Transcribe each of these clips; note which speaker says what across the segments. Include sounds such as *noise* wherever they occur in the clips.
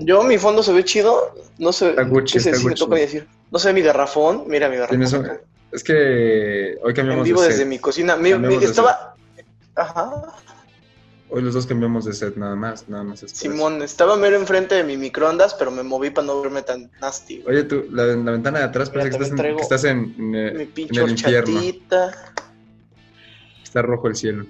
Speaker 1: Yo, mi fondo se ve chido. No sé
Speaker 2: Está Gucci,
Speaker 1: qué se
Speaker 2: está
Speaker 1: decir,
Speaker 2: Gucci.
Speaker 1: toca decir. No sé, mi garrafón. Mira mi
Speaker 2: Tienes
Speaker 1: garrafón.
Speaker 2: un- Es que hoy
Speaker 1: En
Speaker 2: cambiamos
Speaker 1: vivo
Speaker 2: de
Speaker 1: desde
Speaker 2: set.
Speaker 1: mi cocina. Mi-
Speaker 2: Cambiamos
Speaker 1: mi-
Speaker 2: de
Speaker 1: estaba. Ajá.
Speaker 2: Hoy los dos cambiamos de set nada más, nada más. es por eso.
Speaker 1: Simón, estaba mero enfrente de mi microondas, pero me moví para no verme tan nasty. güey.
Speaker 2: Oye, tú, la, la ventana de atrás
Speaker 1: Mira,
Speaker 2: parece
Speaker 1: también
Speaker 2: que estás en,
Speaker 1: traigo
Speaker 2: que estás en, en, eh,
Speaker 1: Mi
Speaker 2: en
Speaker 1: pinche
Speaker 2: el infierno.
Speaker 1: horchatita.
Speaker 2: Está rojo el cielo.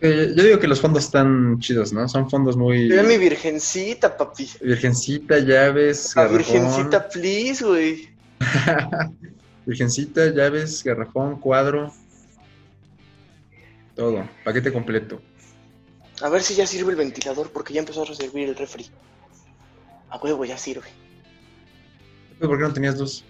Speaker 2: Eh, yo digo que los fondos están chidos, ¿no? Son fondos muy...
Speaker 1: Mira mi virgencita, papi.
Speaker 2: Virgencita, llaves,
Speaker 1: La
Speaker 2: garrafón.
Speaker 1: Ah, virgencita, please, güey.
Speaker 2: *laughs* Virgencita, llaves, garrafón, cuadro. Todo, paquete completo.
Speaker 1: A ver si ya sirve el ventilador, porque ya empezó a servir el refri. A huevo, ya sirve.
Speaker 2: ¿Por qué no tenías dos?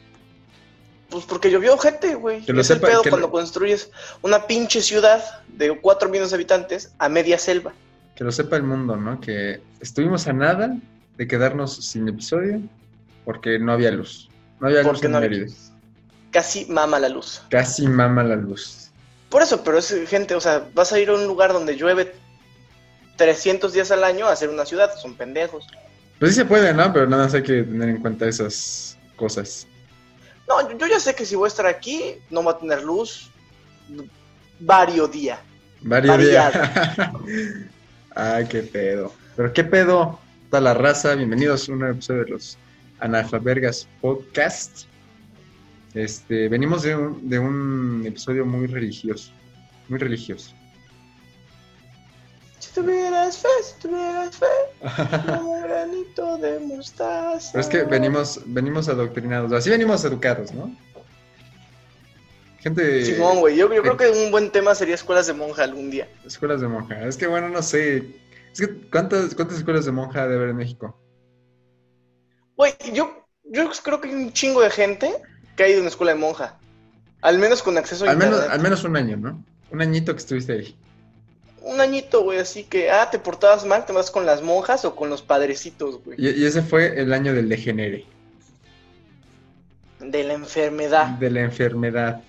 Speaker 1: Pues porque llovió gente, güey.
Speaker 2: Que lo
Speaker 1: es el
Speaker 2: sepa-
Speaker 1: pedo
Speaker 2: que lo-
Speaker 1: cuando construyes una pinche ciudad de cuatro millones de habitantes a media selva.
Speaker 2: Que lo sepa el mundo, ¿no? Que estuvimos a nada de quedarnos sin episodio porque no había luz. No había luz
Speaker 1: Porque
Speaker 2: en
Speaker 1: no había
Speaker 2: Mérida.
Speaker 1: Casi mama la luz.
Speaker 2: Casi mama la luz.
Speaker 1: Por eso, pero es gente, o sea, vas a ir a un lugar donde llueve 300 días al año a hacer una ciudad. Son pendejos.
Speaker 2: Pues sí se puede, ¿no? Pero nada más hay que tener en cuenta esas cosas.
Speaker 1: No, yo- yo ya sé que si voy a estar aquí, no va a tener luz vario día.
Speaker 2: Varios días.
Speaker 1: Variado.
Speaker 2: *laughs* Ay, qué pedo. Pero qué pedo está la raza. Bienvenidos a un nuevo episodio de los Analfabergas Podcast. Este, venimos de un, de un episodio muy religioso. Muy religioso.
Speaker 1: Si tuvieras fe, si tuvieras fe,
Speaker 2: *laughs*
Speaker 1: como un granito de mostaza.
Speaker 2: Pero es que venimos, venimos adoctrinados. Así venimos educados, ¿no? Gente.
Speaker 1: Simón, güey, yo, yo creo que un buen tema sería escuelas de monja algún día.
Speaker 2: Escuelas de monja. Es que bueno, no sé. Es que ¿cuántas, cuántas escuelas de monja debe haber en México?
Speaker 1: Güey, yo, yo creo que hay un chingo de gente que ha ido a una escuela de monja. Al menos con acceso a
Speaker 2: Al menos,
Speaker 1: internet.
Speaker 2: al menos un año, ¿no? Un añito que estuviste ahí.
Speaker 1: Un añito, güey, así que, ah, te portabas mal, te vas con las monjas o con los padrecitos, güey.
Speaker 2: Y, y ese fue el año del degenere,
Speaker 1: De la enfermedad.
Speaker 2: de la enfermedad.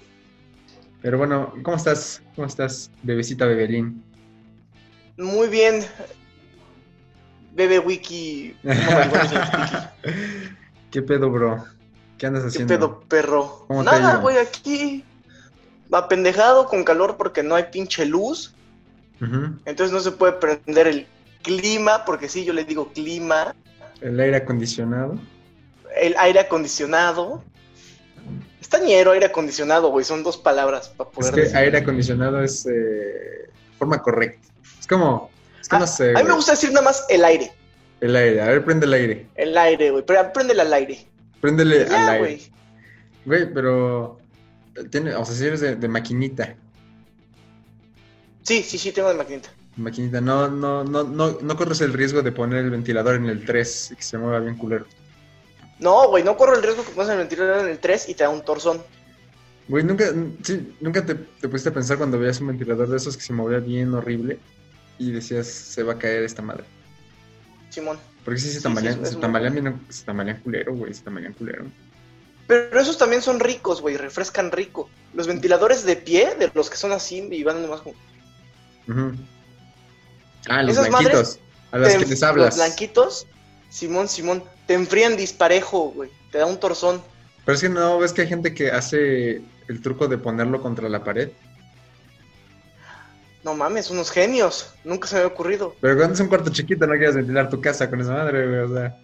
Speaker 2: Pero bueno, ¿cómo estás? ¿Cómo estás, bebecita bebelín?
Speaker 1: Muy bien. Bebe
Speaker 2: *laughs*
Speaker 1: Wiki. ¿cómo me encuentras?
Speaker 2: ¿Qué pedo, bro? ¿Qué andas
Speaker 1: ¿Qué
Speaker 2: haciendo?
Speaker 1: pedo, perro?
Speaker 2: ¿Cómo te ha
Speaker 1: Nada,
Speaker 2: ido?
Speaker 1: güey, aquí. Apendejado con calor porque no hay pinche luz.
Speaker 2: Ujú.
Speaker 1: Entonces no se puede prender el clima, porque sí, yo le digo clima,
Speaker 2: El aire acondicionado.
Speaker 1: el aire acondicionado. Estañero, aire acondicionado, güey, son dos palabras para
Speaker 2: Es
Speaker 1: poder
Speaker 2: que
Speaker 1: decir.
Speaker 2: aire acondicionado es eh, forma correcta. Es como, es que no sé,
Speaker 1: Ah, A mí me
Speaker 2: güey.
Speaker 1: gusta decir nada más el aire,
Speaker 2: el aire. A ver, prende el aire.
Speaker 1: el aire, güey, pero préndele al aire.
Speaker 2: Préndele al
Speaker 1: Ya,
Speaker 2: aire.
Speaker 1: güey.
Speaker 2: Güey, pero eh, tiene, o sea, si eres de, de maquinita,
Speaker 1: Sí, sí, sí, tengo de maquinita.
Speaker 2: maquinita, no, no, no, no, no corres el riesgo de poner el ventilador en el 3 y que se mueva bien culero.
Speaker 1: No, güey, no corro el riesgo que pones el ventilador en el 3 y te da un torzón.
Speaker 2: Güey, nunca, sí, nunca te, te pusiste a pensar cuando veías un ventilador de esos que se movía bien horrible y decías, se va a caer esta madre.
Speaker 1: Simón.
Speaker 2: Porque sí se
Speaker 1: sí,
Speaker 2: tambalean,
Speaker 1: es
Speaker 2: se
Speaker 1: muy-
Speaker 2: tambalean bien, se tambalean culero, güey, se tambalean culero.
Speaker 1: Pero esos también son ricos, güey, refrescan rico. Los ventiladores de pie, de los que son así y van nomás como...
Speaker 2: Ujú. Ah, los
Speaker 1: Esas
Speaker 2: blanquitos, a los
Speaker 1: Te-
Speaker 2: que les
Speaker 1: Los
Speaker 2: hablas.
Speaker 1: blanquitos, Simón, Simón, te enfrían disparejo, güey. Te da un torzón.
Speaker 2: Pero es que no, ves que hay gente que hace el truco de ponerlo contra la pared.
Speaker 1: No mames, unos genios. Nunca se me había ocurrido.
Speaker 2: Pero cuando es un cuarto chiquito no quieres ventilar tu casa con esa madre, güey. O sea,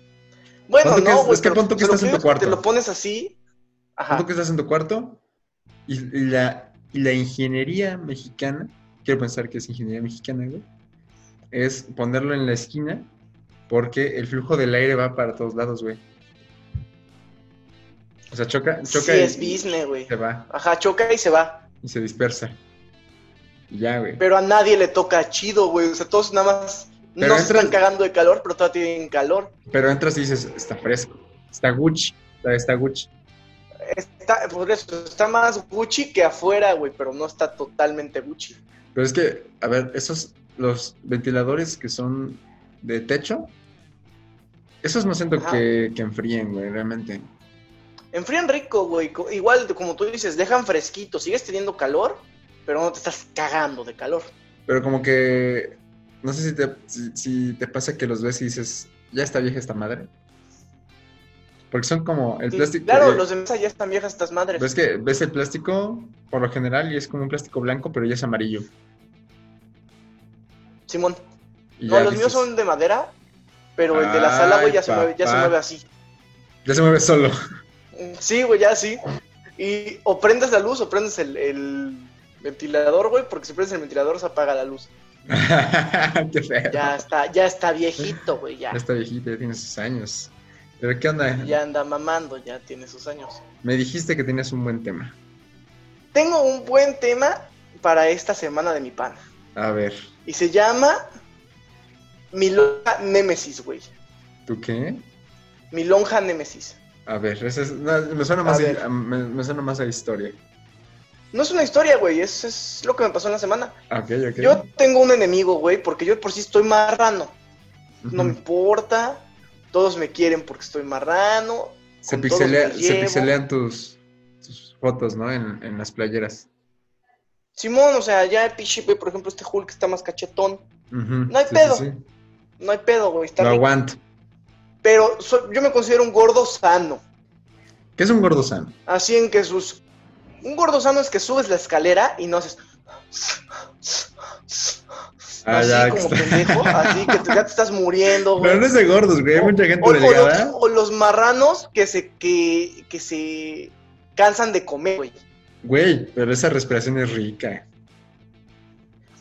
Speaker 1: Bueno,
Speaker 2: Pon tú que
Speaker 1: no,
Speaker 2: es-
Speaker 1: güey.
Speaker 2: es que
Speaker 1: pero
Speaker 2: pon tú que
Speaker 1: se lo
Speaker 2: estás en tu
Speaker 1: pides,
Speaker 2: cuarto.
Speaker 1: Te lo pones así.
Speaker 2: pon
Speaker 1: Ajá.
Speaker 2: tú que estás en tu cuarto y y la, y la ingeniería mexicana, quiero pensar que es ingeniería mexicana, güey, es ponerlo en la esquina porque el flujo del aire va para todos lados, güey. O sea, choca,
Speaker 1: Sí,
Speaker 2: choca
Speaker 1: es
Speaker 2: y
Speaker 1: business, güey.
Speaker 2: se va
Speaker 1: Ajá, choca y se va.
Speaker 2: y se dispersa. Y ya, güey.
Speaker 1: Pero a nadie le toca chido, güey. O sea, todos nada más
Speaker 2: Pero este
Speaker 1: no se
Speaker 2: entras-
Speaker 1: están cagando de calor, pero todavía tienen calor.
Speaker 2: Pero entras y dices, está fresco, está Gucci, está, está Gucci.
Speaker 1: Está, por eso, está más Gucci que afuera, güey, pero no está totalmente Gucci.
Speaker 2: Pero es que, a ver, esos, los ventiladores que son de techo, esos no siento
Speaker 1: Ajá.
Speaker 2: que, que enfríen, güey, realmente.
Speaker 1: Enfrían rico, güey. co- Igual, como tú dices, dejan fresquito. Sigues teniendo calor, pero no te estás cagando de calor.
Speaker 2: Pero como que, no sé si te, si, si te pasa que los ves y dices, ya está vieja esta madre. Porque son como el
Speaker 1: Sí,
Speaker 2: plástico.
Speaker 1: claro,
Speaker 2: eh,
Speaker 1: los de mesa ya están viejas estas madres.
Speaker 2: Ves que ves el plástico por lo general y es como un plástico blanco, pero ya es amarillo.
Speaker 1: Simón.
Speaker 2: Y
Speaker 1: No,
Speaker 2: ya
Speaker 1: los
Speaker 2: dices,
Speaker 1: míos son de madera, pero el de la sala, güey, ya, se
Speaker 2: Ay,
Speaker 1: mueve- ya se
Speaker 2: papá.
Speaker 1: mueve así.
Speaker 2: Ya se mueve solo.
Speaker 1: Sí, güey, ya sí. Y o prendes la luz o prendes el, el ventilador, güey, porque si prendes el ventilador se apaga la luz.
Speaker 2: *laughs* Qué feo.
Speaker 1: Ya está, ya está viejito, güey, ya.
Speaker 2: Ya está viejita, ya tiene sus años. Pero ¿qué onda?
Speaker 1: Ya anda mamando, ya tiene sus años.
Speaker 2: Me dijiste que tenías un buen tema.
Speaker 1: Tengo un buen tema para esta semana de mi pana.
Speaker 2: A ver,
Speaker 1: Y se llama Mi lonja Némesis, güey.
Speaker 2: ¿tú qué?
Speaker 1: Mi lonja Némesis.
Speaker 2: A ver, ese es- no, me, suena más
Speaker 1: A
Speaker 2: a-
Speaker 1: ver.
Speaker 2: a- me, me suena más a historia.
Speaker 1: No es una historia, güey, es, es lo que me pasó en la semana.
Speaker 2: Ok, ok.
Speaker 1: Yo tengo un enemigo, güey, porque yo por sí estoy marrano.
Speaker 2: Ujú.
Speaker 1: No me importa. Todos me quieren porque estoy marrano.
Speaker 2: se,
Speaker 1: con todos
Speaker 2: pixelea-
Speaker 1: me
Speaker 2: se
Speaker 1: llevo.
Speaker 2: pixelean tus, tus fotos, ¿no? En, en las playeras.
Speaker 1: Simón, o sea, ya el pinche, güey, por ejemplo, este Hulk está más cachetón.
Speaker 2: Ujú,
Speaker 1: No hay pedo. No hay pedo, güey, está
Speaker 2: Lo
Speaker 1: rico.
Speaker 2: aguanto.
Speaker 1: Pero soy- yo me considero un gordo sano.
Speaker 2: ¿Qué es un gordo sano?
Speaker 1: Así en que sus. Un gordo sano es que subes la escalera y no haces.
Speaker 2: Ah,
Speaker 1: así
Speaker 2: ya, que
Speaker 1: como
Speaker 2: está-
Speaker 1: pendejo, así que te- ya te estás muriendo, güey.
Speaker 2: *laughs* Pero no es de gordos, güey. Hay mucha gente
Speaker 1: O, o los,
Speaker 2: delgada.
Speaker 1: o los marranos que se, que, que se cansan de comer, güey.
Speaker 2: Güey, pero esa respiración es rica.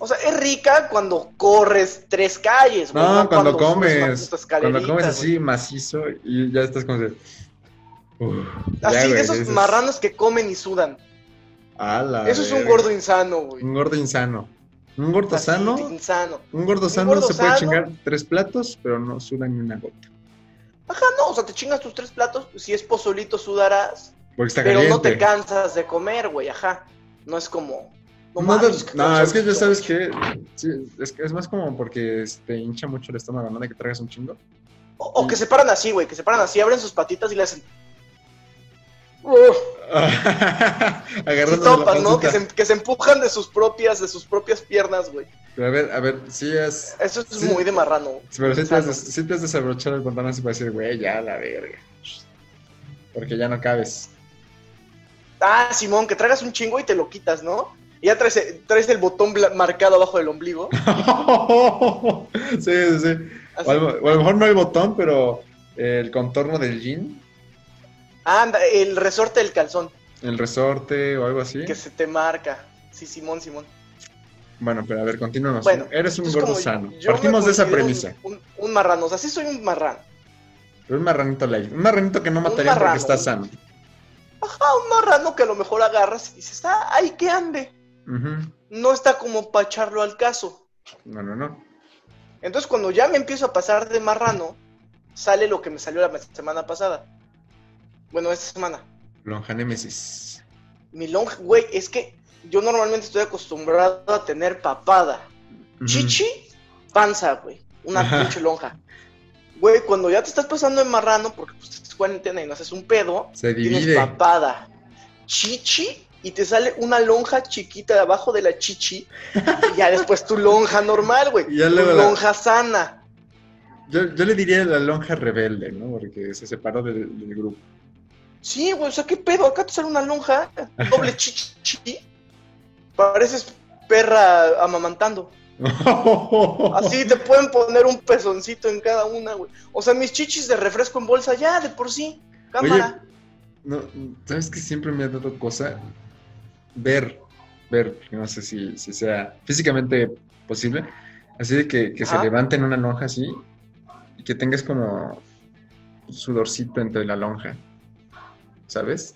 Speaker 1: O sea, es rica cuando corres tres calles, güey.
Speaker 2: No, cuando,
Speaker 1: subes una
Speaker 2: comes.
Speaker 1: puta
Speaker 2: Cuando
Speaker 1: escalerita,
Speaker 2: comes
Speaker 1: güey.
Speaker 2: así macizo y ya estás como de. Uf, ya,
Speaker 1: Así,
Speaker 2: güey,
Speaker 1: de esos
Speaker 2: dices,
Speaker 1: marranos que comen y sudan.
Speaker 2: "A la
Speaker 1: Eso es un
Speaker 2: verga".
Speaker 1: gordo insano, güey.
Speaker 2: Un gordo insano. Un gordo
Speaker 1: Así,
Speaker 2: sano.
Speaker 1: Insano.
Speaker 2: Un gordo sano
Speaker 1: gordo
Speaker 2: se puede
Speaker 1: sano.
Speaker 2: chingar tres platos, pero no suda ni una gota.
Speaker 1: Ajá, no, o sea, te chingas tus tres platos. pues, Si es pozolito, sudarás.
Speaker 2: Porque está
Speaker 1: Pero
Speaker 2: caliente.
Speaker 1: no te cansas de comer, güey, ajá. No es como.
Speaker 2: No,
Speaker 1: mames,
Speaker 2: te-
Speaker 1: qué
Speaker 2: no, es que ya
Speaker 1: pozolito.
Speaker 2: sabes que, sí, es, que es más como porque te hincha mucho el estómago, ¿no? De que tragas un chingo. *laughs*
Speaker 1: O, o que se paran así, güey, que se paran así, abren sus patitas y le hacen. Uf,
Speaker 2: Agarrando
Speaker 1: sí topas, ¿no? Que se, que se empujan de sus propias, de sus propias piernas, güey.
Speaker 2: Pero a ver, a ver, sí es...
Speaker 1: Eso es
Speaker 2: Sí.
Speaker 1: muy de marrano.
Speaker 2: Pero sí te, has,
Speaker 1: Sano.
Speaker 2: des- sí te has desabrochado el pantalón así para decir, güey, ya la verga. Porque ya no cabes. *laughs*
Speaker 1: Ah, Simón, que tragas un chingo y te lo quitas, ¿no? Y ya traes, traes el botón bla- marcado abajo del
Speaker 2: *laughs*
Speaker 1: ombligo.
Speaker 2: sí, sí, sí.
Speaker 1: Así.
Speaker 2: O a, lo, o a lo mejor no el botón, pero el contorno del jean,
Speaker 1: Ah, anda, el resorte del calzón,
Speaker 2: el resorte o algo así.
Speaker 1: que se te marca. Sí, Simón, Simón.
Speaker 2: Bueno, pero a ver, continuamos.
Speaker 1: Bueno,
Speaker 2: Eres un
Speaker 1: Entonces,
Speaker 2: gordo
Speaker 1: como
Speaker 2: sano.
Speaker 1: yo me
Speaker 2: Partimos de esa
Speaker 1: considero un-
Speaker 2: premisa.
Speaker 1: Un, un marrano, o sea, sí soy un marrano.
Speaker 2: Pero un marranito light. Un marranito que no mataría
Speaker 1: marrano.
Speaker 2: porque está sano.
Speaker 1: Ajá, un marrano que a lo mejor agarras y dices, ah, ay, que ande.
Speaker 2: Ujú.
Speaker 1: No está como para echarlo al caso.
Speaker 2: No, no, no.
Speaker 1: Entonces, cuando ya me empiezo a pasar de marrano, sale lo que me salió la semana pasada. Bueno, esta semana.
Speaker 2: Lonja Némesis.
Speaker 1: Mi long, güey, es que yo normalmente estoy acostumbrado a tener papada.
Speaker 2: Ujú.
Speaker 1: Chichi, panza, güey. Una
Speaker 2: Ajá.
Speaker 1: pinche lonja. Güey, cuando ya te estás pasando de marrano, porque pues es cuarentena y no haces un pedo,
Speaker 2: Se
Speaker 1: tienes
Speaker 2: divide.
Speaker 1: papada. Chichi, y te sale una lonja chiquita de abajo de la chichi. y ya después tu lonja normal, güey.
Speaker 2: *laughs* Y ya
Speaker 1: Tu
Speaker 2: luego la-
Speaker 1: lonja sana.
Speaker 2: Yo, yo le diría la lonja rebelde, ¿no? Porque se separó del, del grupo.
Speaker 1: Sí, güey, o sea, ¿qué pedo? Acá te sale una lonja, doble chichi. chichi. Pareces perra amamantando.
Speaker 2: *laughs*
Speaker 1: Así te pueden poner un pezoncito en cada una, güey. O sea, mis chichis de refresco en bolsa ya, de por sí.
Speaker 2: Oye,
Speaker 1: Cámara.
Speaker 2: no, ¿sabes que siempre me ha dado cosa? Ver, ver, porque no sé si, si sea físicamente posible, así de que, que se
Speaker 1: Ajá.
Speaker 2: levanten una lonja así y que tengas como sudorcito entre la lonja, ¿sabes?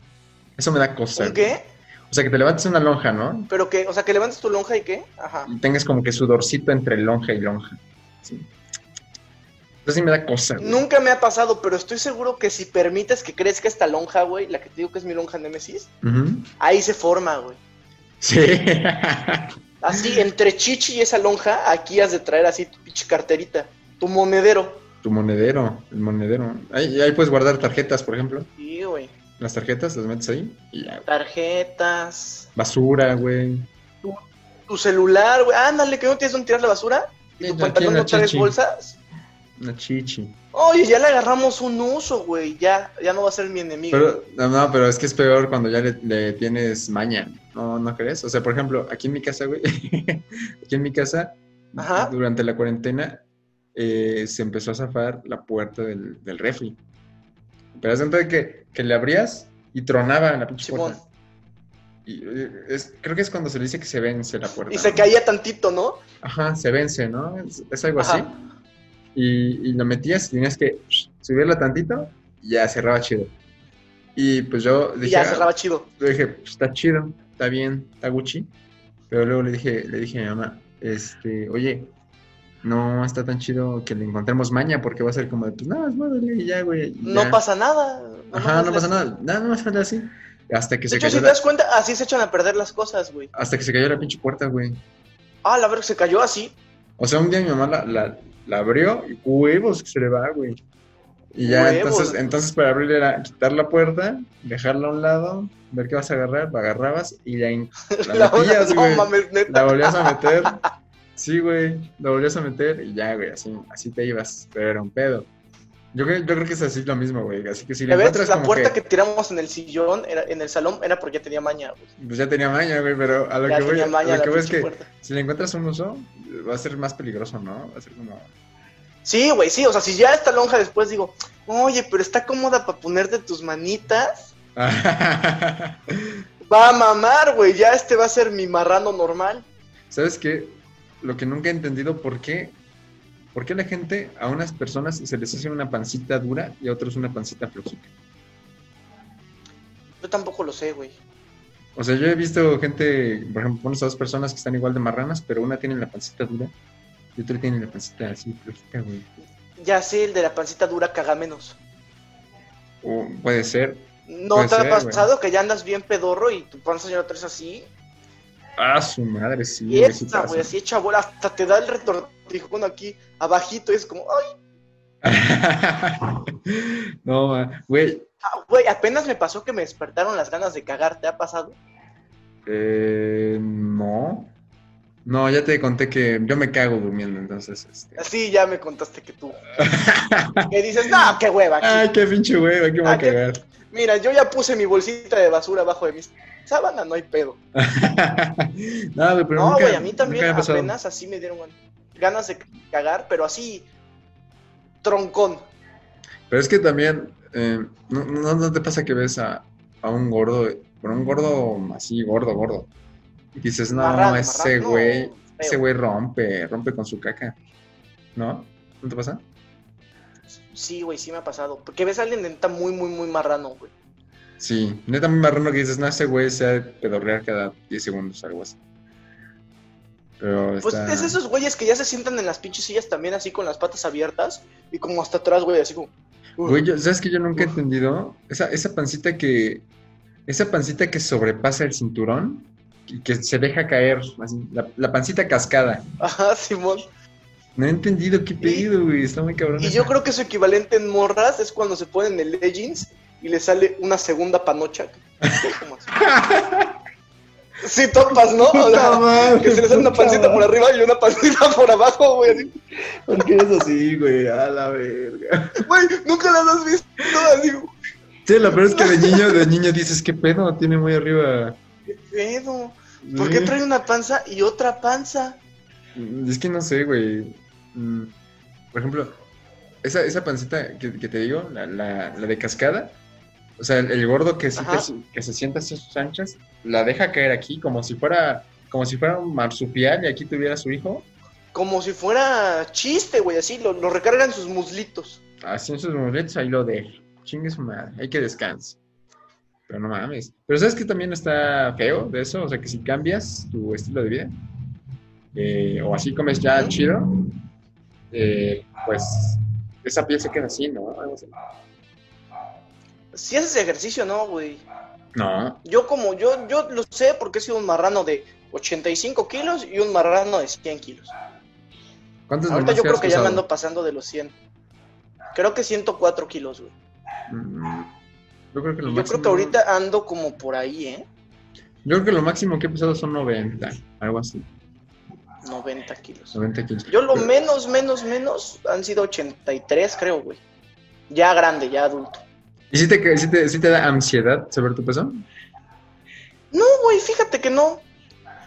Speaker 2: Eso me da cosa.
Speaker 1: ¿Un
Speaker 2: güey.
Speaker 1: qué?
Speaker 2: O sea, que te levantes una lonja, ¿no?
Speaker 1: ¿Pero qué? O sea, que levantes tu lonja y qué? Ajá.
Speaker 2: Y tengas como que sudorcito entre lonja y lonja. ¿sí? Eso sí me da cosa. güey.
Speaker 1: Nunca me ha pasado, pero estoy seguro que si permites que crezca esta lonja, güey, la que te digo que es mi lonja Némesis,
Speaker 2: Ujú.
Speaker 1: ahí se forma, güey.
Speaker 2: Sí. *laughs*
Speaker 1: Así, entre chichi y esa lonja, aquí has de traer así tu pinche carterita, tu monedero.
Speaker 2: Tu monedero, el monedero. Ahí, ahí puedes guardar tarjetas, por ejemplo.
Speaker 1: Sí, güey.
Speaker 2: Las tarjetas las metes ahí y ya.
Speaker 1: tarjetas,
Speaker 2: Basura, güey.
Speaker 1: tu celular, güey. Ándale, que no tienes donde tirar la basura. Y
Speaker 2: Sí,
Speaker 1: tu
Speaker 2: aquí en
Speaker 1: pantalón
Speaker 2: la
Speaker 1: no traes
Speaker 2: chichi.
Speaker 1: bolsas.
Speaker 2: Una chichi.
Speaker 1: Oye, ya le agarramos un uso, güey. Ya, ya no va a ser mi enemigo.
Speaker 2: Pero, no, no, pero es que es peor cuando ya le, le tienes maña, ¿no? ¿No crees? O sea, por ejemplo, aquí en mi casa, güey, *laughs* aquí en mi casa,
Speaker 1: Ajá.
Speaker 2: durante la cuarentena, eh, se empezó a zafar la puerta del, del refri. Pero es de que, que le abrías y tronaba la pinche
Speaker 1: Simón.
Speaker 2: puerta. Y eh, es- creo que es cuando se le dice que se vence la puerta.
Speaker 1: Y se
Speaker 2: ¿no?
Speaker 1: caía tantito, ¿no?
Speaker 2: Ajá, se vence, ¿no? Es, es algo así.
Speaker 1: Ajá.
Speaker 2: Y, y lo metías y tenías que psh, subirla tantito y ya cerraba chido. Y pues yo
Speaker 1: Y
Speaker 2: dije,
Speaker 1: ya
Speaker 2: "Ah",
Speaker 1: cerraba chido.
Speaker 2: yo dije, "Pues, está chido, está bien, está Gucci. Pero luego le dije, le dije a mi mamá, este, oye, no está tan chido que le encontremos maña porque va a ser como de, pues nada, más muévele y ya, güey. y
Speaker 1: No
Speaker 2: ya".
Speaker 1: pasa nada.
Speaker 2: Ajá,
Speaker 1: más
Speaker 2: no
Speaker 1: le-
Speaker 2: pasa nada, nada nada más falta así. Hasta que
Speaker 1: De
Speaker 2: se
Speaker 1: hecho,
Speaker 2: cayó
Speaker 1: si te
Speaker 2: la,
Speaker 1: das cuenta, así se echan a perder las cosas, güey.
Speaker 2: hasta que se cayó la pinche puerta, güey.
Speaker 1: Ah, la verga, se cayó así.
Speaker 2: O sea, un día mi mamá la, la- la abrió y huevos que se le va, güey. Y ya
Speaker 1: Huevos.
Speaker 2: entonces, entonces para abrir era quitar la puerta, dejarla a un lado, ver qué vas a agarrar, la agarrabas y la,
Speaker 1: *laughs*
Speaker 2: in- la
Speaker 1: La otra-
Speaker 2: metías,
Speaker 1: no
Speaker 2: güey.
Speaker 1: mames, neta.
Speaker 2: la volvías a meter. Sí, güey, la volvías a meter y ya, güey, así, así te ibas, pero era un pedo. Yo, creo- yo creo que es así lo mismo, güey, así que si le
Speaker 1: Ya ves,
Speaker 2: encuentras
Speaker 1: la
Speaker 2: como
Speaker 1: puerta
Speaker 2: que,
Speaker 1: que... tiramos en el sillón, era, en el salón, era porque ya tenía maña, güey.
Speaker 2: pues ya tenía maña, güey, pero a lo
Speaker 1: Ya
Speaker 2: que voy,
Speaker 1: tenía
Speaker 2: a
Speaker 1: maña
Speaker 2: lo
Speaker 1: la
Speaker 2: que voy es
Speaker 1: pinche
Speaker 2: que
Speaker 1: puerta.
Speaker 2: si le encuentras un uso, va a ser más peligroso, ¿no? Va a ser como...
Speaker 1: Sí, güey, sí. O sea, si ya esta lonja después digo, oye, pero está cómoda para ponerte tus manitas, va a mamar, güey. Ya este va a ser mi marrano normal.
Speaker 2: *laughs* ¿Sabes qué? Lo que nunca he entendido, ¿por qué? ¿Por qué a la gente, a unas personas se les hace una pancita dura y a otros una pancita flojita?
Speaker 1: Yo tampoco lo sé, güey.
Speaker 2: O sea, yo he visto gente, por ejemplo, pones a dos personas que están igual de marranas, pero una tiene la pancita dura y otra tiene la pancita así flojita, güey.
Speaker 1: Ya sé, el de la pancita dura caga menos.
Speaker 2: O puede ser.
Speaker 1: ¿No
Speaker 2: Puede
Speaker 1: te
Speaker 2: ser,
Speaker 1: ha pasado que ya andas bien pedorro y tu panza ya la traes así?
Speaker 2: Ah, su madre, sí.
Speaker 1: Y
Speaker 2: güey, sí
Speaker 1: esta,
Speaker 2: pasa.
Speaker 1: güey, así hecha bola, hasta te da el retortijón aquí, abajito, y es como, ay,
Speaker 2: *laughs* no, ma, güey.
Speaker 1: ah, güey, apenas me pasó que me despertaron las ganas de cagar, ¿te ha pasado?
Speaker 2: eh, no. No, ya te conté que yo me cago durmiendo, entonces. Este...
Speaker 1: Así ya me contaste que
Speaker 2: *laughs*
Speaker 1: tú. Que dices, no, qué hueva. aquí".
Speaker 2: Ay, qué pinche hueva, que me voy a
Speaker 1: Ah, qué-
Speaker 2: cagar. *laughs*
Speaker 1: Mira, yo ya puse mi bolsita de basura abajo de mi sábana, no hay pedo.
Speaker 2: no, güey, pero
Speaker 1: no,
Speaker 2: nunca,
Speaker 1: güey, a mí
Speaker 2: nunca
Speaker 1: también
Speaker 2: me ha pasado.
Speaker 1: apenas así me dieron ganas de cagar, pero así, troncón.
Speaker 2: Pero es que también, eh, no, no- no te pasa que ves a, a un gordo, pero un gordo así, gordo, gordo. Y dices, no,
Speaker 1: marrano,
Speaker 2: ese
Speaker 1: marrano,
Speaker 2: güey,
Speaker 1: feo.
Speaker 2: ese güey rompe, rompe con su caca. ¿No? ¿No te pasa?
Speaker 1: Sí, güey, sí me ha pasado. Porque ves a alguien neta muy, muy, muy marrano, güey.
Speaker 2: Sí, neta muy marrano que dices, no, ese güey se ha de pedorrear cada 10 segundos, algo así. Pero
Speaker 1: Pues
Speaker 2: está...
Speaker 1: es esos güeyes que ya se sientan en las pinches sillas también así con las patas abiertas y como hasta atrás, güey, así como... "Uy".
Speaker 2: Güey, yo- ¿sabes que yo nunca he
Speaker 1: Uf.
Speaker 2: entendido? Esa, esa pancita que. Esa pancita que sobrepasa el cinturón y que se deja caer. así, la, la pancita cascada.
Speaker 1: *laughs* Ajá, Simón.
Speaker 2: No he entendido qué pedido, güey. Está muy cabrón.
Speaker 1: Y
Speaker 2: esa.
Speaker 1: yo creo que su equivalente en morras es cuando se ponen el leggings y le sale una segunda panocha. *laughs* Como así. Sí, topas, ¿no? O sea,
Speaker 2: *laughs* Puta madre,
Speaker 1: *laughs* que se le sale una
Speaker 2: puta
Speaker 1: pancita por
Speaker 2: madre.
Speaker 1: arriba y una pancita *laughs* por abajo, güey. así.
Speaker 2: ¿Por qué eres así, güey? A la verga.
Speaker 1: Güey, nunca las has visto. Así,
Speaker 2: Sí, lo peor es que de niño, de niño dices, ¿qué pedo? Tiene muy arriba.
Speaker 1: ¿qué pedo? ¿Por qué
Speaker 2: Sí.
Speaker 1: trae una panza y otra panza?
Speaker 2: Es que no sé, güey. Mm, Por ejemplo, esa, esa pancita que, que te digo, la, la- la de cascada, o sea, el, el gordo que, sí te-
Speaker 1: Ajá.
Speaker 2: que se sienta así a sus anchas, la deja caer aquí como si fuera como si fuera un marsupial y aquí tuviera su hijo,
Speaker 1: Como si fuera chiste, güey, así, lo, lo recargan sus muslitos.
Speaker 2: así en sus muletas, ahí lo deja. Chingue su madre, hay que descanse. Pero no mames. Pero ¿sabes que también está feo de eso? O sea, que si cambias tu estilo de vida, eh, o así comes ya chido, eh, pues esa piel se queda así, ¿no? Algo así.
Speaker 1: Si haces ejercicio, no, güey.
Speaker 2: No,
Speaker 1: Yo como, yo, yo lo sé porque he sido un marrano de 85 kilos y un marrano de 100 kilos.
Speaker 2: ¿Cuántos
Speaker 1: Ahorita yo creo que ya me
Speaker 2: me
Speaker 1: ando pasando de los 100. Creo que 104 kilos, güey.
Speaker 2: Mm. Yo creo que lo
Speaker 1: Yo
Speaker 2: máximo.
Speaker 1: creo que ahorita ando como por ahí, ¿eh?
Speaker 2: Yo creo que lo máximo que he pesado son 90, algo así.
Speaker 1: 90 kilos.
Speaker 2: 90 kilos.
Speaker 1: Yo lo menos, menos, menos han sido 83, creo, güey. Ya grande, ya adulto.
Speaker 2: ¿Y si te, si te, si te da ansiedad saber tu peso?
Speaker 1: No, güey, fíjate que no.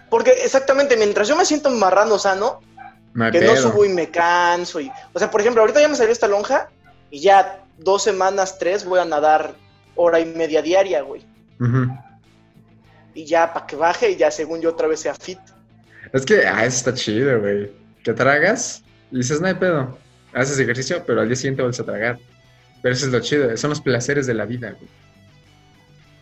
Speaker 1: Porque exactamente, mientras yo me siento marrano sano,
Speaker 2: No hay
Speaker 1: que no
Speaker 2: pedo.
Speaker 1: subo y me canso. Y, o sea, por ejemplo, ahorita ya me salió esta lonja y ya dos semanas, tres, voy a nadar hora y media diaria, güey.
Speaker 2: Ujú.
Speaker 1: Y ya para que baje y ya según yo otra vez sea fit.
Speaker 2: Es que, ah, eso está chido, güey. Que tragas y dices, no hay pedo. Haces ejercicio, pero al día siguiente vuelves a tragar. Pero eso es lo chido, son los placeres de la vida, güey.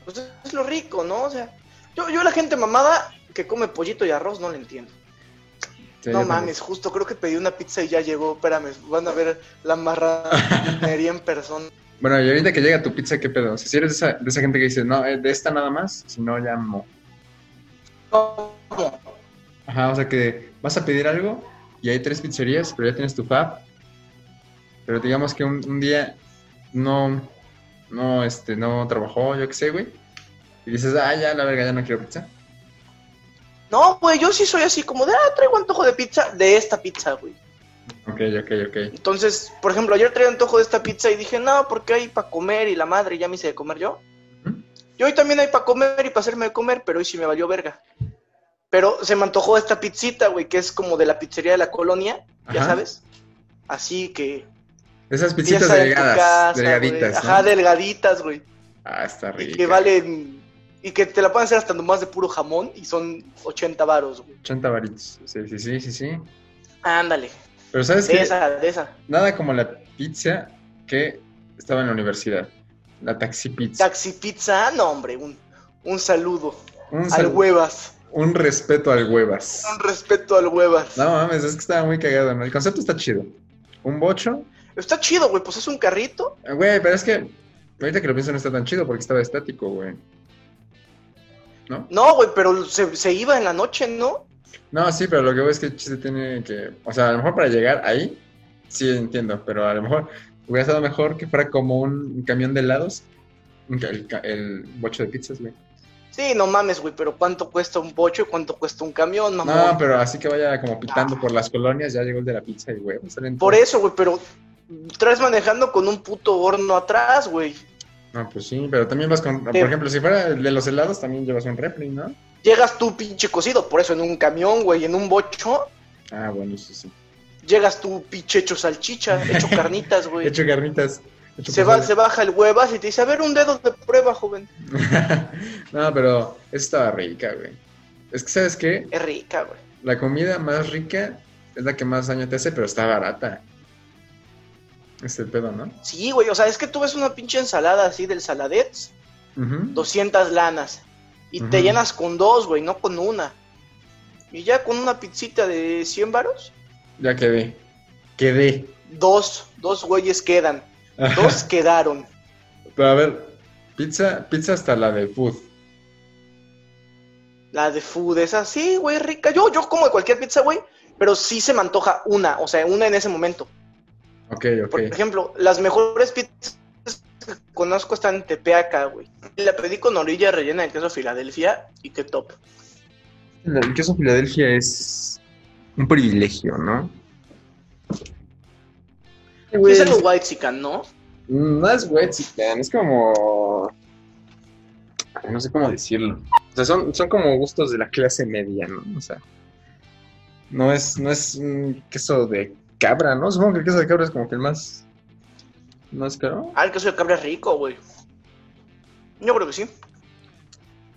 Speaker 1: Pues es- es lo rico, ¿no? O sea, yo, yo la gente mamada que come pollito y arroz no le entiendo.
Speaker 2: Sí,
Speaker 1: no
Speaker 2: yo
Speaker 1: mames, justo creo que pedí una pizza y ya llegó. Espérame, van a ver la marranería en persona.
Speaker 2: también. Bueno, y ahorita que llega tu pizza, ¿qué pedo? O sea, si eres de esa, de esa gente que dice, no, eh, de esta nada más, si no, ya mo.
Speaker 1: ¿Cómo?
Speaker 2: Ajá, o sea que vas a pedir algo y hay tres pizzerías, pero ya tienes tu fab. Pero digamos que un, un día no, no, este, no trabajó, yo qué sé, güey. Y dices, ah, ya, la verga, ya no quiero pizza.
Speaker 1: No, güey, yo sí soy así como de, ah, traigo antojo de pizza, de esta pizza, güey.
Speaker 2: Ok, ok, ok.
Speaker 1: Entonces, por ejemplo, ayer traía antojo de esta pizza y dije, no, porque hay para comer y la madre ya me hice de comer yo.
Speaker 2: Ujú.
Speaker 1: Y hoy también hay para comer y para hacerme de comer, pero hoy sí me valió verga. Pero se me antojó esta pizzita, güey, que es como de la pizzería de la colonia, ya
Speaker 2: Ajá.
Speaker 1: sabes. Así que...
Speaker 2: Esas
Speaker 1: ya
Speaker 2: pizzitas
Speaker 1: saben, tu
Speaker 2: delgadas,
Speaker 1: casa, güey.
Speaker 2: delgaditas. ¿no?
Speaker 1: Ajá, delgaditas, güey.
Speaker 2: Ah, está
Speaker 1: Y
Speaker 2: rico.
Speaker 1: que valen... Y que te la pueden hacer hasta nomás de puro jamón y son 80 varos, güey.
Speaker 2: 80 varitos. Sí, sí, sí, sí, sí.
Speaker 1: Ándale,
Speaker 2: Pero sabes
Speaker 1: de
Speaker 2: que
Speaker 1: esa, de esa.
Speaker 2: nada como la pizza que estaba en la universidad. La taxi pizza.
Speaker 1: Taxi pizza, no, hombre, un, un saludo
Speaker 2: un,
Speaker 1: al
Speaker 2: sal-
Speaker 1: huevas.
Speaker 2: un respeto al huevas.
Speaker 1: Un respeto al huevas.
Speaker 2: No mames, es que estaba muy cagado, ¿no? El concepto está chido. Un bocho.
Speaker 1: Está chido, güey, pues es un carrito.
Speaker 2: Eh, Güey, pero es que ahorita que lo pienso no está tan chido porque estaba estático, güey. ¿No?
Speaker 1: No, güey, pero se, se iba en la noche, ¿no?
Speaker 2: No, sí, pero lo que veo es que el chiste tiene que. O sea, a lo mejor para llegar ahí, sí entiendo, pero a lo mejor hubiera estado mejor que fuera como un camión de helados. un ca- El, ca- el bocho de pizzas, güey.
Speaker 1: Sí, no mames, güey, pero ¿cuánto cuesta un bocho y cuánto cuesta un camión, mamón?
Speaker 2: No, pero así que vaya como pitando por las colonias, ya llegó el de la pizza y, güey, salen
Speaker 1: Ah. Por
Speaker 2: todos.
Speaker 1: eso, güey, pero traes manejando con un puto horno atrás, güey.
Speaker 2: No, pues sí, pero también vas con. Por
Speaker 1: Te-
Speaker 2: ejemplo, si fuera el de los helados, también llevas un repli, ¿no?
Speaker 1: Llegas tú pinche cocido, por eso en un camión, güey, en un bocho,
Speaker 2: Ah, bueno, eso sí.
Speaker 1: llegas tú pinche hecho
Speaker 2: *laughs*
Speaker 1: salchicha, hecho carnitas, güey.
Speaker 2: Hecho carnitas. hecho
Speaker 1: Se, va, se
Speaker 2: pozole.
Speaker 1: baja el huevas y te dice, a ver, un dedo de prueba, joven.
Speaker 2: *laughs* no, pero eso estaba rica, güey. Es que, ¿sabes qué?
Speaker 1: Es rica, güey.
Speaker 2: La comida más rica es la que más daño te hace, pero está barata. Es el pedo, ¿no?
Speaker 1: Sí, güey, o sea, es que tú ves una pinche ensalada así del Saladets
Speaker 2: Ujú.
Speaker 1: 200 lanas. Y te
Speaker 2: Ujú.
Speaker 1: llenas con dos, güey, no con una. Y ya con una pizzita de 100 varos,
Speaker 2: Ya quedé. Quedé.
Speaker 1: dos, dos güeyes quedan. Dos quedaron.
Speaker 2: pero a ver, pizza, pizza hasta la de food.
Speaker 1: La de food, esa sí, güey, rica. Yo, yo como de cualquier pizza, güey, pero sí se me antoja una, o sea, una en ese momento.
Speaker 2: Ok, ok.
Speaker 1: Por ejemplo, las mejores pizzas que conozco están en Tepeaca, güey. La pedí con orilla rellena de queso Filadelfia y qué top.
Speaker 2: El queso Filadelfia es un privilegio, ¿no?
Speaker 1: Sí, es algo white chican, ¿no?
Speaker 2: No es Wetzican, es como. No sé cómo decirlo. O sea, son, son como gustos de la clase media, ¿no? O sea. No es, no es un queso de cabra, ¿no? Supongo que el queso de cabra es como que el más. ¿No es caro?
Speaker 1: Ah, el queso de cabra es rico, güey. Yo creo que sí.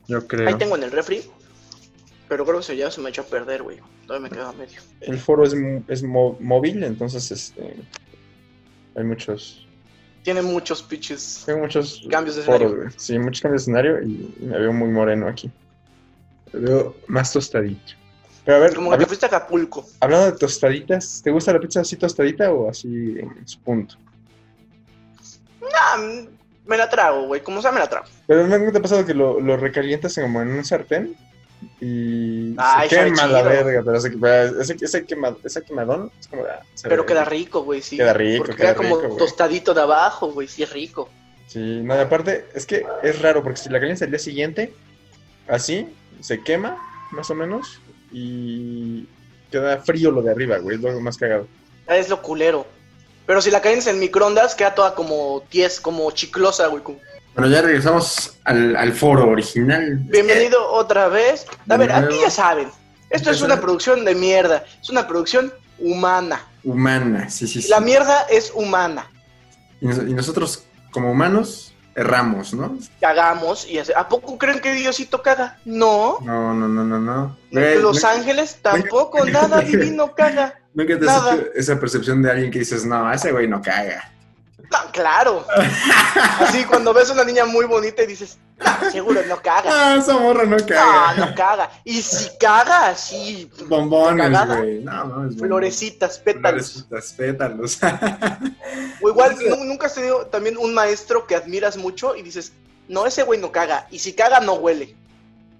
Speaker 2: Yo
Speaker 1: Ahí
Speaker 2: creo.
Speaker 1: tengo en el refri. Pero creo que se ya se me echó a perder, güey. Todavía me queda medio.
Speaker 2: El foro es, m- es mo- móvil, entonces este. Hay muchos.
Speaker 1: Tiene muchos pitches.
Speaker 2: Tengo muchos
Speaker 1: Cambios de
Speaker 2: foros,
Speaker 1: escenario.
Speaker 2: güey. Sí, muchos cambios de escenario y me veo muy moreno aquí. Me veo más tostadito. Pero a ver,
Speaker 1: Como que te fuiste a Acapulco.
Speaker 2: Hablando de tostaditas, ¿te gusta la pizza así tostadita o así en su punto?
Speaker 1: Ah, mm, me la trago, güey. Como sea, me la trago.
Speaker 2: Pero ¿no te ha pasado que lo, lo recalientas como en un sartén y
Speaker 1: Ay,
Speaker 2: se
Speaker 1: sabe
Speaker 2: quema la
Speaker 1: chido.
Speaker 2: verga, pero se- pero ese, ese, quema- ese quemadón es como... ah, se
Speaker 1: Pero
Speaker 2: ve-
Speaker 1: queda rico, güey, sí.
Speaker 2: Queda rico,
Speaker 1: Porque
Speaker 2: queda
Speaker 1: queda como
Speaker 2: rico, güey.
Speaker 1: tostadito de abajo, güey. Sí, es rico.
Speaker 2: Sí, no, y aparte es que es raro porque si la calientas el día siguiente, así, se quema más o menos y,
Speaker 3: Queda frío lo de arriba, güey. Es lo más cagado.
Speaker 1: Es lo culero. Pero si la calientes en microondas, queda toda como 10, como chiclosa, güey. como-
Speaker 2: Bueno, ya regresamos al, al foro original.
Speaker 1: Bienvenido otra vez. A
Speaker 2: De
Speaker 1: ver,
Speaker 2: nuevo.
Speaker 1: aquí ya saben. Esto es
Speaker 2: Ya
Speaker 1: una
Speaker 2: saben.
Speaker 1: producción de mierda. Es una producción humana.
Speaker 2: Humana, sí, sí, sí.
Speaker 1: La mierda es humana.
Speaker 2: Y, nos- y nosotros, como humanos, erramos, ¿no?
Speaker 1: Cagamos y hace... ¿A poco creen que Diosito caga? No.
Speaker 2: No, no, no, no, no. Güey,
Speaker 1: Los
Speaker 2: nunca-
Speaker 1: Ángeles tampoco.
Speaker 2: *laughs*
Speaker 1: Nada divino caga.
Speaker 2: Nunca te
Speaker 1: nada.
Speaker 2: has hecho esa percepción de alguien que dices, no, ese güey no caga.
Speaker 1: No, claro. Así cuando ves a una niña muy bonita y dices, "No, seguro no caga.
Speaker 2: Ah, esa morra no
Speaker 1: No,
Speaker 2: *laughs* caga.
Speaker 1: no caga. Y si caga, así,
Speaker 2: Bombones,
Speaker 1: Cagada.
Speaker 2: güey. No, no, es
Speaker 1: florecitas, pétalos.
Speaker 2: Florecitas, *laughs* pétalos.
Speaker 1: O igual, nu- nunca has tenido también un maestro que admiras mucho y dices, no, ese güey no caga. Y si caga, no huele.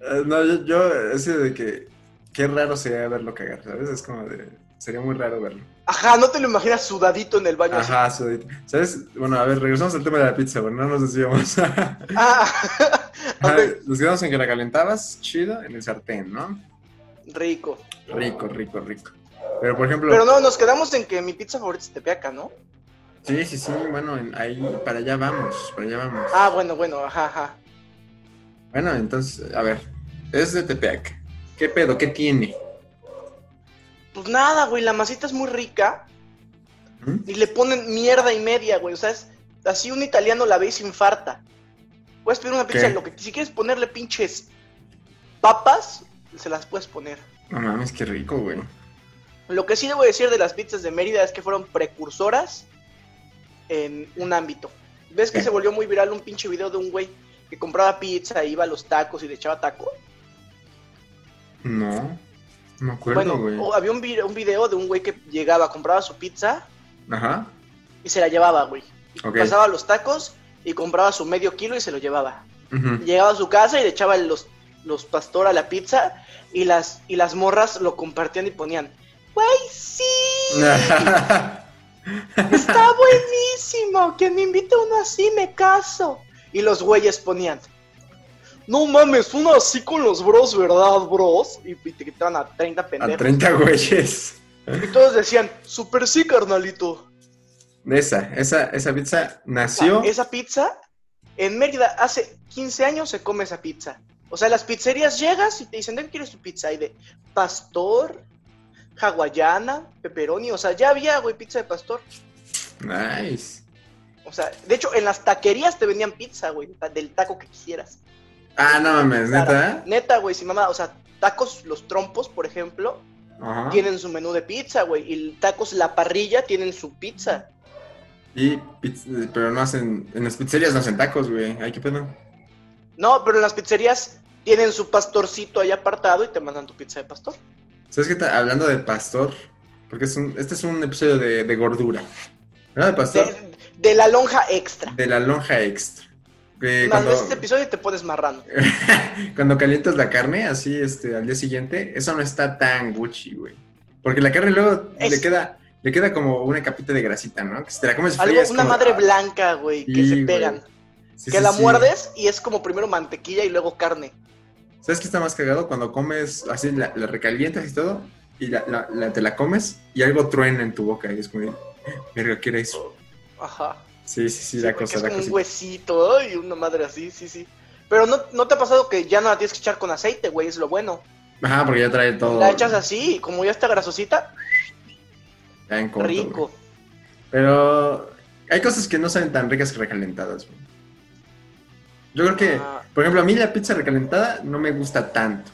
Speaker 2: Eh, No, yo, yo, ese de que qué raro sería verlo cagar, ¿sabes? Es como de, sería muy raro verlo.
Speaker 1: Ajá, no te lo imaginas sudadito en el baño. así.
Speaker 2: Ajá, sudadito. ¿Sabes? Bueno, a ver, regresamos al tema de la pizza, bueno, no nos *laughs* desviamos. Ajá,
Speaker 1: Ah, *laughs* a ver,
Speaker 2: Nos quedamos en que la calentabas chido en el sartén, ¿no?
Speaker 1: rico.
Speaker 2: Rico, rico, rico. Pero, por ejemplo,
Speaker 1: Pero no, nos quedamos en que mi pizza favorita es tepeaca, ¿no?
Speaker 2: sí, sí, sí, bueno, en- ahí, para allá vamos, para allá vamos.
Speaker 1: Ah, bueno, bueno, ajá, ajá.
Speaker 2: Bueno, entonces, a ver, es de Tepeac. ¿Qué pedo? ¿Qué tiene?
Speaker 1: Pues nada, güey, la masita es muy rica.
Speaker 2: ¿Mm?
Speaker 1: y le ponen mierda y media, güey. O sea, es, así un italiano la ve y se infarta. Puedes pedir una pizza,
Speaker 2: ¿Qué?
Speaker 1: lo que si quieres ponerle pinches papas, se las puedes poner.
Speaker 2: No mames, qué rico, güey.
Speaker 1: Lo que sí debo decir de las pizzas de Mérida es que fueron precursoras en un ámbito. ¿Ves que
Speaker 2: ¿Qué?
Speaker 1: se volvió muy viral un pinche video de un güey que compraba pizza, iba a los tacos y le echaba taco?
Speaker 2: No, no me acuerdo,
Speaker 1: Bueno,
Speaker 2: güey.
Speaker 1: o había un, vi- un video de un güey que llegaba, compraba su pizza
Speaker 2: Ajá,
Speaker 1: y se la llevaba, güey.
Speaker 2: ok.
Speaker 1: Pasaba a los tacos y compraba su medio kilo y se lo llevaba.
Speaker 2: Ujú.
Speaker 1: llegaba a su casa y le echaba los, los pastor a la pizza y las, y las morras lo compartían y ponían, ¡Güey, sí!
Speaker 2: *laughs*
Speaker 1: ¡Está buenísimo! Quien me invite uno así me caso. Y los güeyes ponían, no mames, uno así con los bros, ¿verdad, bros? Y, y te quitaban a 30
Speaker 2: A
Speaker 1: pendejos.
Speaker 2: 30 güeyes.
Speaker 1: Y todos decían, super sí, carnalito.
Speaker 2: Esa, esa, esa pizza nació.
Speaker 1: Esa pizza, en Mérida hace 15 años se come esa pizza. O sea, las pizzerías llegas y te dicen, ¿de qué quieres tu pizza? Y de pastor, hawaiana, pepperoni. O sea, ya había, güey, pizza de pastor.
Speaker 2: Nice.
Speaker 1: O sea, de hecho, en las taquerías te vendían pizza, güey, ta- del taco que quisieras.
Speaker 2: Ah, no mames, neta.
Speaker 1: Neta, güey, si mamá, o sea, tacos, los trompos, por ejemplo,
Speaker 2: Ajá.
Speaker 1: tienen su menú de pizza, güey. Y tacos, la parrilla, tienen su pizza.
Speaker 2: Y piz- pero no hacen. En las pizzerías no hacen tacos, güey. Ay, qué pedo.
Speaker 1: No, pero en las pizzerías tienen su pastorcito ahí apartado y te mandan tu pizza de pastor.
Speaker 2: ¿Sabes qué? ta- Hablando de pastor, porque es un, este es un episodio de, de gordura. Hablando de pastor,
Speaker 1: De, de la lonja extra.
Speaker 2: de la lonja extra. Que
Speaker 1: Más
Speaker 2: cuando,
Speaker 1: ves este episodio y te pones marrano.
Speaker 2: *laughs* cuando calientas la carne, así este, al día siguiente, eso no está tan Gucci, güey. Porque la carne luego
Speaker 1: Es-
Speaker 2: le queda, le queda como una capita de grasita, ¿no? Que si te la comes fría
Speaker 1: Algo,
Speaker 2: es
Speaker 1: una
Speaker 2: como-
Speaker 1: madre
Speaker 2: ah,
Speaker 1: blanca, güey, que
Speaker 2: Sí,
Speaker 1: se
Speaker 2: güey.
Speaker 1: pegan.
Speaker 2: sí,
Speaker 1: que
Speaker 2: sí,
Speaker 1: la
Speaker 2: sí.
Speaker 1: muerdes y es como primero mantequilla y luego carne.
Speaker 2: ¿Sabes qué está más cagado? Cuando comes, así la, la recalientas y todo, y la, la- la- te la comes y algo truena en tu boca. Y es como, "Ah, verga, ¿qué era eso?
Speaker 1: Ajá.
Speaker 2: Sí, sí, sí,
Speaker 1: Sí,
Speaker 2: la
Speaker 1: güey, que
Speaker 2: cosa,
Speaker 1: es
Speaker 2: la
Speaker 1: como un
Speaker 2: cosita.
Speaker 1: huesito y una madre así, sí, sí. Pero no, no te ha pasado que ya no la tienes que echar con aceite, güey, es lo bueno.
Speaker 2: Ajá, porque ya trae todo.
Speaker 1: La echas así y como ya está grasosita,
Speaker 2: ya en corto, güey.
Speaker 1: rico.
Speaker 2: Pero hay cosas que no saben tan ricas que recalentadas, güey. Yo creo que,
Speaker 1: Ah.
Speaker 2: por ejemplo, a mí la pizza recalentada no me gusta tanto.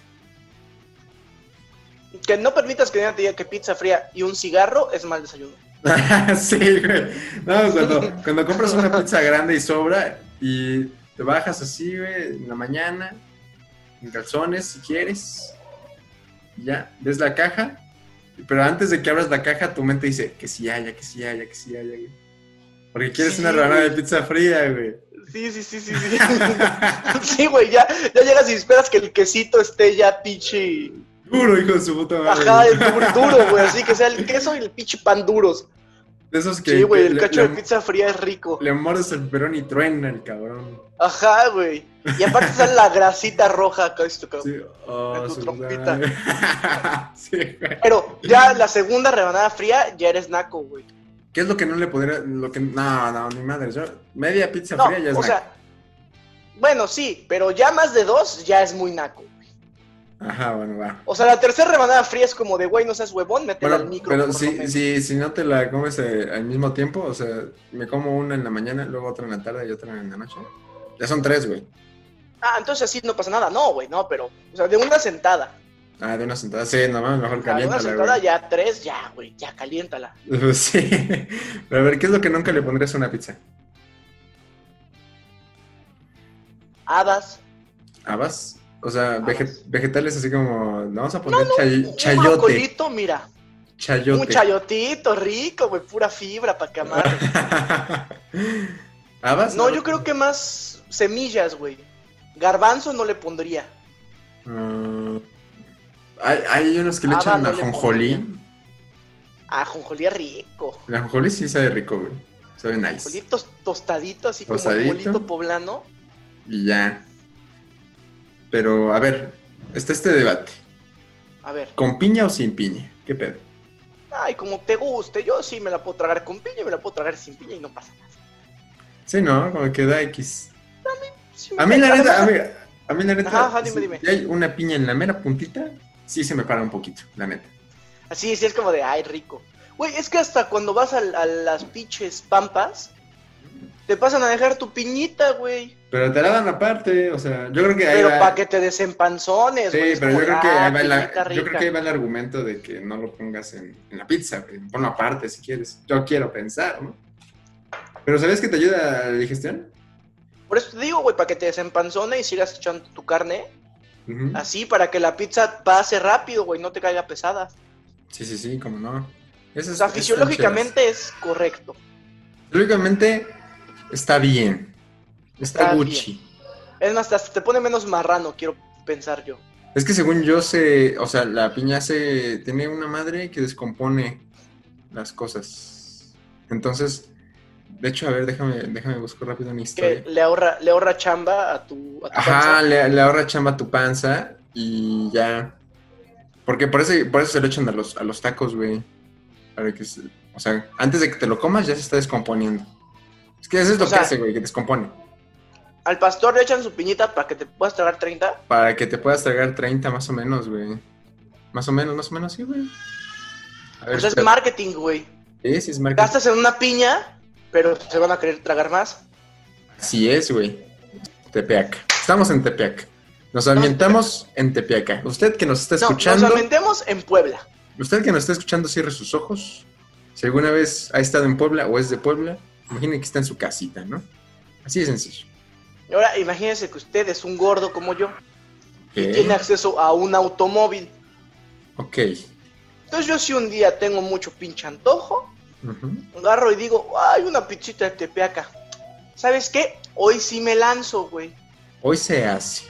Speaker 1: Que no permitas que nadie te diga que pizza fría y un cigarro es mal desayuno.
Speaker 2: *laughs* sí, güey. No, cuando, cuando compras una pizza grande y sobra y te bajas así, güey, en la mañana, en calzones si quieres, y ya, ves la caja, pero antes de que abras la caja, tu mente dice que sí haya, que sí haya, que sí haya, güey. Porque quieres
Speaker 1: Sí,
Speaker 2: una rebanada de
Speaker 1: güey.
Speaker 2: pizza fría, güey.
Speaker 1: Sí, sí, sí, sí, *laughs* sí. sí, güey, ya, ya llegas y esperas que el quesito esté ya pinche...
Speaker 2: Duro, hijo de su puta madre.
Speaker 1: Ajá, el duro, duro, güey, así que sea el queso y el pinche pan duros.
Speaker 2: De esos que.
Speaker 1: Sí, güey, el
Speaker 2: le-
Speaker 1: cacho
Speaker 2: le-
Speaker 1: de pizza fría es rico.
Speaker 2: Le muerdes el perón y truena el cabrón.
Speaker 1: Ajá, güey. Y aparte sale la grasita roja acá, esto, cabrón.
Speaker 2: Sí, oh,
Speaker 1: En tu
Speaker 2: su
Speaker 1: trompita.
Speaker 2: madre. *laughs* Sí, güey.
Speaker 1: Pero ya la segunda rebanada fría ya eres naco, güey.
Speaker 2: ¿Qué es lo que no le podría. Lo que, no, no, ni madre. Yo, media pizza
Speaker 1: No,
Speaker 2: fría ya es.
Speaker 1: o
Speaker 2: naco.
Speaker 1: sea, bueno, sí, pero ya más de dos ya es muy naco.
Speaker 2: Ajá, bueno, va.
Speaker 1: O sea, la tercera rebanada fría es como de, güey, no seas huevón, métela al
Speaker 2: Bueno,
Speaker 1: micro.
Speaker 2: pero
Speaker 1: por lo
Speaker 2: si,
Speaker 1: menos.
Speaker 2: si, si no te la comes eh, al mismo tiempo, o sea, me como una en la mañana, luego otra en la tarde y otra en la noche. Ya son tres, güey.
Speaker 1: Ah, entonces así no pasa nada. No, güey, no, pero, o sea, de una sentada.
Speaker 2: Ah, de una sentada. Sí, no mames, mejor
Speaker 1: Ah, de una
Speaker 2: caliéntala,
Speaker 1: sentada
Speaker 2: güey.
Speaker 1: ya tres, ya, güey, ya caliéntala.
Speaker 2: *laughs* Sí. Pero a ver, ¿qué es lo que nunca le pondrías a una pizza?
Speaker 1: Hadas.
Speaker 2: ¿Habas? O sea,
Speaker 1: Habas.
Speaker 2: vege- vegetales así como. Le vamos a poner chay-
Speaker 1: Un
Speaker 2: chayote.
Speaker 1: brocolito, mira.
Speaker 2: Chayote.
Speaker 1: Un chayotito rico, güey, pura fibra para que amarre.
Speaker 2: *laughs* ¿Habas?
Speaker 1: No, yo creo que más semillas, güey. Garbanzo no le pondría.
Speaker 2: Ah, hay, hay unos que le
Speaker 1: Habas
Speaker 2: echan
Speaker 1: no le
Speaker 2: ajonjolí.
Speaker 1: pondría. Ah, jonjolía rico.
Speaker 2: El ajonjolí sí sabe rico, güey. Sabe
Speaker 1: Jonjolí
Speaker 2: nice.
Speaker 1: tos- tostadito, así
Speaker 2: Tostadito.
Speaker 1: como bolito poblano.
Speaker 2: Y ya. Pero, a ver, está este debate.
Speaker 1: A ver.
Speaker 2: ¿Con piña o sin piña? ¿Qué pedo?
Speaker 1: Ay, como te guste. Yo sí me la puedo tragar con piña y me la puedo tragar sin piña y no pasa nada.
Speaker 2: Sí, ¿no? Como que da X.
Speaker 1: Sí,
Speaker 2: A mí la
Speaker 1: me-
Speaker 2: neta, a
Speaker 1: además-
Speaker 2: mí, a mí la neta,
Speaker 1: Ajá, ajá, dime,
Speaker 2: si-
Speaker 1: dime.
Speaker 2: si hay una piña en la mera puntita, sí se me para un poquito, la neta.
Speaker 1: Así, sí, es como de, ay, rico. Güey, es que hasta cuando vas al- a, las pinches pampas, te pasan a dejar tu piñita, güey.
Speaker 2: Pero te la dan aparte, o sea, yo creo que ahí
Speaker 1: Pero
Speaker 2: va-
Speaker 1: para que te desempanzones,
Speaker 2: Sí,
Speaker 1: güey. es
Speaker 2: pero yo
Speaker 1: como,
Speaker 2: creo, que
Speaker 1: ah,
Speaker 2: ahí va la-
Speaker 1: piñita
Speaker 2: yo creo
Speaker 1: rica.
Speaker 2: que ahí va el argumento de que no lo pongas en, en la pizza, güey. ponlo aparte si quieres. Yo quiero pensar, ¿no? Pero ¿sabías que te ayuda a la digestión?
Speaker 1: Por eso te digo, güey, para que te desempanzone y sigas echando tu carne.
Speaker 2: Ujú.
Speaker 1: Así, para que la pizza pase rápido, güey, no te caiga pesada.
Speaker 2: Sí, sí, sí, como no. Eso
Speaker 1: O sea,
Speaker 2: es-
Speaker 1: fisiológicamente es correcto.
Speaker 2: es- Fisiológicamente está bien. Está,
Speaker 1: Está
Speaker 2: Gucci.
Speaker 1: Es más, hasta te pone menos marrano, quiero pensar yo.
Speaker 2: Es que según yo se, o sea, la piña se tiene una madre que descompone las cosas. Entonces, de hecho, a ver, déjame, déjame buscar rápido una
Speaker 1: Que
Speaker 2: historia.
Speaker 1: le ahorra, le ahorra chamba a tu, a tu
Speaker 2: Ajá,
Speaker 1: panza.
Speaker 2: le, le ahorra chamba a tu panza y ya. Porque por eso, por eso se lo echan a los, a los tacos, güey. Para que se- o sea, antes de que te lo comas ya se está descomponiendo. Es que eso es lo
Speaker 1: O sea-
Speaker 2: que hace, güey, que descompone.
Speaker 1: Al pastor le echan su piñita para que te puedas tragar 30.
Speaker 2: Para que te puedas tragar 30 más o menos, güey. Más o menos, más o menos, sí, güey. A ver,
Speaker 1: O sea, Pues es
Speaker 2: espera.
Speaker 1: marketing, güey.
Speaker 2: Sí, sí, es marketing.
Speaker 1: Gastas en una piña, pero se van a querer tragar más.
Speaker 2: Así es, güey. Tepeac. Estamos en Tepeac. Nos ambientamos en Tepeaca. Usted que nos está
Speaker 1: No,
Speaker 2: escuchando,
Speaker 1: nos aumentemos en Puebla.
Speaker 2: usted que nos está escuchando, cierre sus ojos. Si alguna vez ha estado en Puebla o es de Puebla, imagine que está en su casita, ¿no? Así de sencillo.
Speaker 1: Y Ahora, imagínense que usted es un gordo como yo y
Speaker 2: Ok.
Speaker 1: tiene acceso a un automóvil.
Speaker 2: Ok.
Speaker 1: Entonces yo si un día tengo mucho pinche antojo,
Speaker 2: Ujú.
Speaker 1: agarro y digo, hay una pichita de tepeaca. ¿Sabes qué? Hoy sí me lanzo, güey.
Speaker 2: Hoy se hace.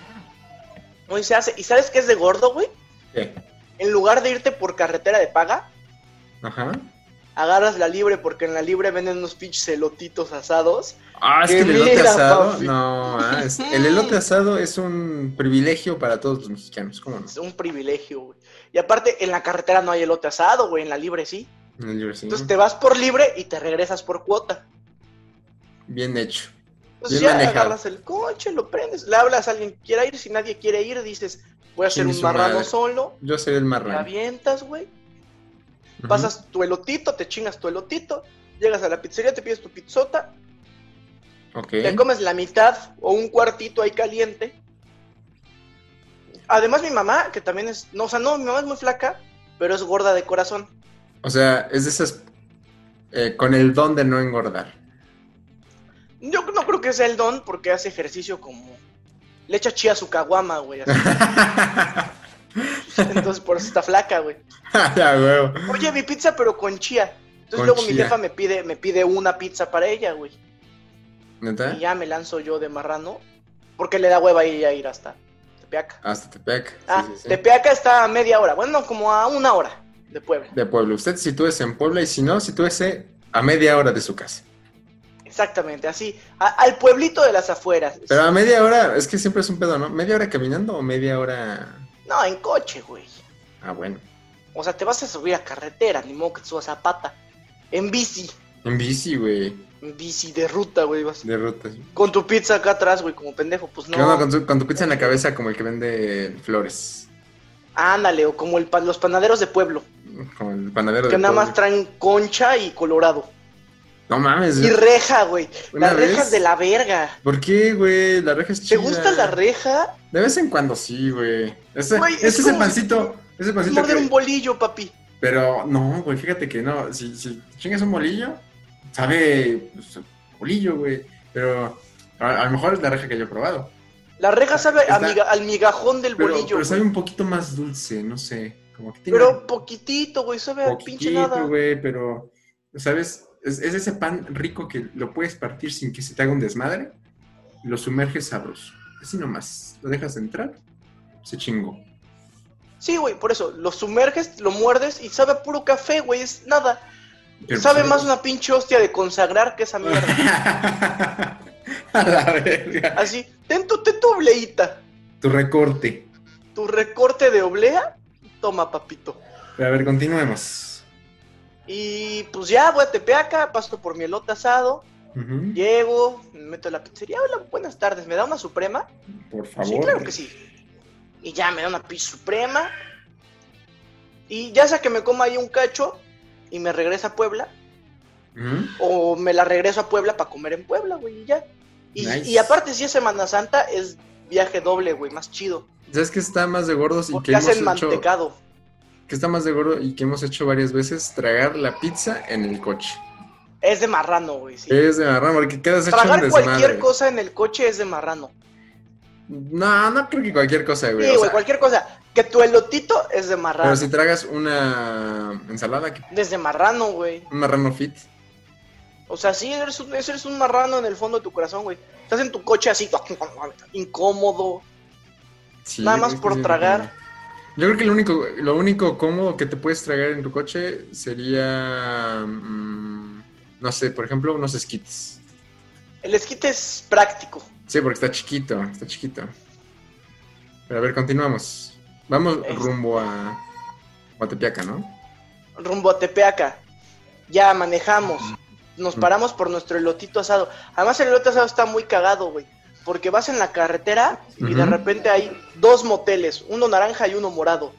Speaker 1: Hoy se hace. ¿Y sabes qué es de gordo, güey?
Speaker 2: ¿Qué?
Speaker 1: En lugar de irte por carretera de paga,
Speaker 2: Ajá.
Speaker 1: agarras la libre porque en la libre venden unos pinches elotitos asados.
Speaker 2: Ah, es que
Speaker 1: Que
Speaker 2: el elote
Speaker 1: mira,
Speaker 2: asado.
Speaker 1: papi.
Speaker 2: No, ah, es- el elote asado es un privilegio para todos los mexicanos, ¿cómo no?
Speaker 1: Es un privilegio, güey. Y aparte, en la carretera no hay elote asado, güey. En la libre sí.
Speaker 2: En el libre, sí.
Speaker 1: Entonces te vas por libre y te regresas por cuota.
Speaker 2: Bien hecho.
Speaker 1: Entonces
Speaker 2: Bien
Speaker 1: ya
Speaker 2: manejado.
Speaker 1: agarras el coche, lo prendes, le hablas a alguien que quiera ir. Si nadie quiere ir, dices, voy a hacer
Speaker 2: Chingue
Speaker 1: un
Speaker 2: su
Speaker 1: marrano
Speaker 2: madre.
Speaker 1: solo.
Speaker 2: Yo soy el
Speaker 1: Te
Speaker 2: marrano.
Speaker 1: avientas, güey.
Speaker 2: Ujú.
Speaker 1: Pasas tu elotito, te chingas tu elotito. Llegas a la pizzería, te pides tu pizzota.
Speaker 2: Ok.
Speaker 1: Te comes la mitad o un cuartito ahí caliente. Además, mi mamá, que también es. No, o sea, no, mi mamá es muy flaca, pero es gorda de corazón.
Speaker 2: O sea, es de esas. eh, con el don de no engordar. *laughs*
Speaker 1: Yo no creo que sea el don porque hace ejercicio como. Le echa chía a su caguama, güey. así. Entonces, por eso está flaca, güey.
Speaker 2: Ya, huevo.
Speaker 1: Oye, mi pizza, pero con chía. Entonces,
Speaker 2: Con
Speaker 1: luego mi
Speaker 2: chía.
Speaker 1: jefa me pide, me pide una pizza para ella, güey.
Speaker 2: ¿Neta?
Speaker 1: Y ya me lanzo yo de marrano. Porque le da hueva a ella ir hasta Tepeaca.
Speaker 2: Hasta Tepeac. Sí,
Speaker 1: Ah,
Speaker 2: sí, sí.
Speaker 1: Tepeaca está a media hora. Bueno, como a una hora de Puebla.
Speaker 2: De Puebla. Usted sitúese en Puebla y si no, sitúese a media hora de su casa.
Speaker 1: Exactamente, así, a- al pueblito de las afueras.
Speaker 2: Pero a media hora, es que siempre es un pedo, ¿no? ¿Media hora caminando o media hora...?
Speaker 1: No, en coche, güey.
Speaker 2: Ah, bueno.
Speaker 1: O sea, te vas a subir a carretera, ni modo que te subas a pata. En bici,
Speaker 2: En bici, güey.
Speaker 1: en bici de ruta, güey, vas.
Speaker 2: De ruta.
Speaker 1: Con tu pizza acá atrás, güey, como pendejo, pues
Speaker 2: ¿Qué onda
Speaker 1: no.
Speaker 2: con, tu- con tu pizza en la cabeza como el que vende flores?
Speaker 1: Ándale, o como el pan- los panaderos de pueblo,
Speaker 2: Como el panadero
Speaker 1: que
Speaker 2: de
Speaker 1: nada
Speaker 2: pueblo.
Speaker 1: más traen concha y colorado.
Speaker 2: No mames.
Speaker 1: Y reja, güey.
Speaker 2: Una
Speaker 1: Las
Speaker 2: vez-
Speaker 1: rejas de la verga.
Speaker 2: ¿Por qué, güey? La reja es
Speaker 1: ¿Te
Speaker 2: chida.
Speaker 1: gusta la reja?
Speaker 2: De vez en cuando sí, güey. Ese,
Speaker 1: Güey,
Speaker 2: ese
Speaker 1: es
Speaker 2: es, el
Speaker 1: como
Speaker 2: pancito. Ese
Speaker 1: Es
Speaker 2: pancito.
Speaker 1: morder
Speaker 2: que-
Speaker 1: un bolillo, papi.
Speaker 2: Pero no, güey, fíjate que no. Si, si chingas un bolillo, sabe pues, bolillo, güey. Pero a, a lo mejor es la reja que yo he probado.
Speaker 1: La reja sabe a
Speaker 2: Está-
Speaker 1: miga- al migajón del
Speaker 2: Pero,
Speaker 1: bolillo,
Speaker 2: pero
Speaker 1: güey.
Speaker 2: sabe un poquito más dulce, no sé. Como que tiene
Speaker 1: Pero poquitito, güey, sabe a pinche nada.
Speaker 2: poquitito, güey, pero, ¿sabes? Es, es ese pan rico que lo puedes partir sin que se te haga un desmadre. Lo sumerges sabroso. Así nomás. Lo dejas entrar. Se chingó.
Speaker 1: Sí, güey, por eso, lo sumerges, lo muerdes y sabe a puro café, güey, es nada.
Speaker 2: Pero
Speaker 1: sabe
Speaker 2: pues,
Speaker 1: más una pinche hostia de consagrar que esa mierda.
Speaker 2: *laughs* A la verga.
Speaker 1: Así, ten tu, ten tu obleita,
Speaker 2: Tu recorte.
Speaker 1: tu recorte de oblea, toma, papito.
Speaker 2: Pero a ver, continuemos.
Speaker 1: Y pues ya, voy a Tepeaca, paso por mi elote asado,
Speaker 2: Ujú.
Speaker 1: llego, me meto a la pizzería, hola, buenas tardes, ¿me da una suprema?
Speaker 2: Por favor.
Speaker 1: Sí, claro que sí. Y ya me da una pizza suprema. Y ya sea que me coma ahí un cacho y me regresa a Puebla,
Speaker 2: Ujú.
Speaker 1: o me la regreso a Puebla para comer en Puebla, güey, y ya. Y,
Speaker 2: Nice.
Speaker 1: y aparte, si es Semana Santa, es viaje doble, güey, más chido.
Speaker 2: ¿Sabes qué está más de gordos y que
Speaker 1: Porque
Speaker 2: hemos
Speaker 1: hacen
Speaker 2: hecho?
Speaker 1: mantecado.
Speaker 2: Que está más de gordo y que hemos hecho varias veces tragar la pizza en el coche.
Speaker 1: Es de marrano, güey, sí.
Speaker 2: Es de marrón, porque quedas hecho un
Speaker 1: Tragar
Speaker 2: desmadre.
Speaker 1: cualquier cosa en el coche es de marrano.
Speaker 2: No, no creo que cualquier cosa,
Speaker 1: Sí,
Speaker 2: güey. o
Speaker 1: güey,
Speaker 2: sea,
Speaker 1: cualquier cosa. Que tu elotito es de marrano.
Speaker 2: Pero si tragas una ensalada, que-
Speaker 1: Desde marrano, güey.
Speaker 2: un marrano fit.
Speaker 1: O sea, sí, eres un, eres un marrano en el fondo de tu corazón, güey. Estás en tu coche así, *laughs* incómodo.
Speaker 2: sí,
Speaker 1: Nada más
Speaker 2: güey,
Speaker 1: por
Speaker 2: sí,
Speaker 1: tragar.
Speaker 2: sí. Yo creo que lo único, lo único cómodo que te puedes tragar en tu coche sería, mm, no sé, por ejemplo, unos esquites.
Speaker 1: El esquite es práctico.
Speaker 2: Sí, porque está chiquito, está chiquito. Pero a ver, continuamos. Vamos
Speaker 1: Este.
Speaker 2: rumbo a Guatepeaca, ¿no?
Speaker 1: rumbo a Tepeaca. Ya manejamos.
Speaker 2: Mm.
Speaker 1: Nos paramos por nuestro elotito asado. Además, el elote asado está muy cagado, güey. Porque vas en la carretera y de
Speaker 2: Ujú.
Speaker 1: repente hay dos moteles, uno naranja y uno morado.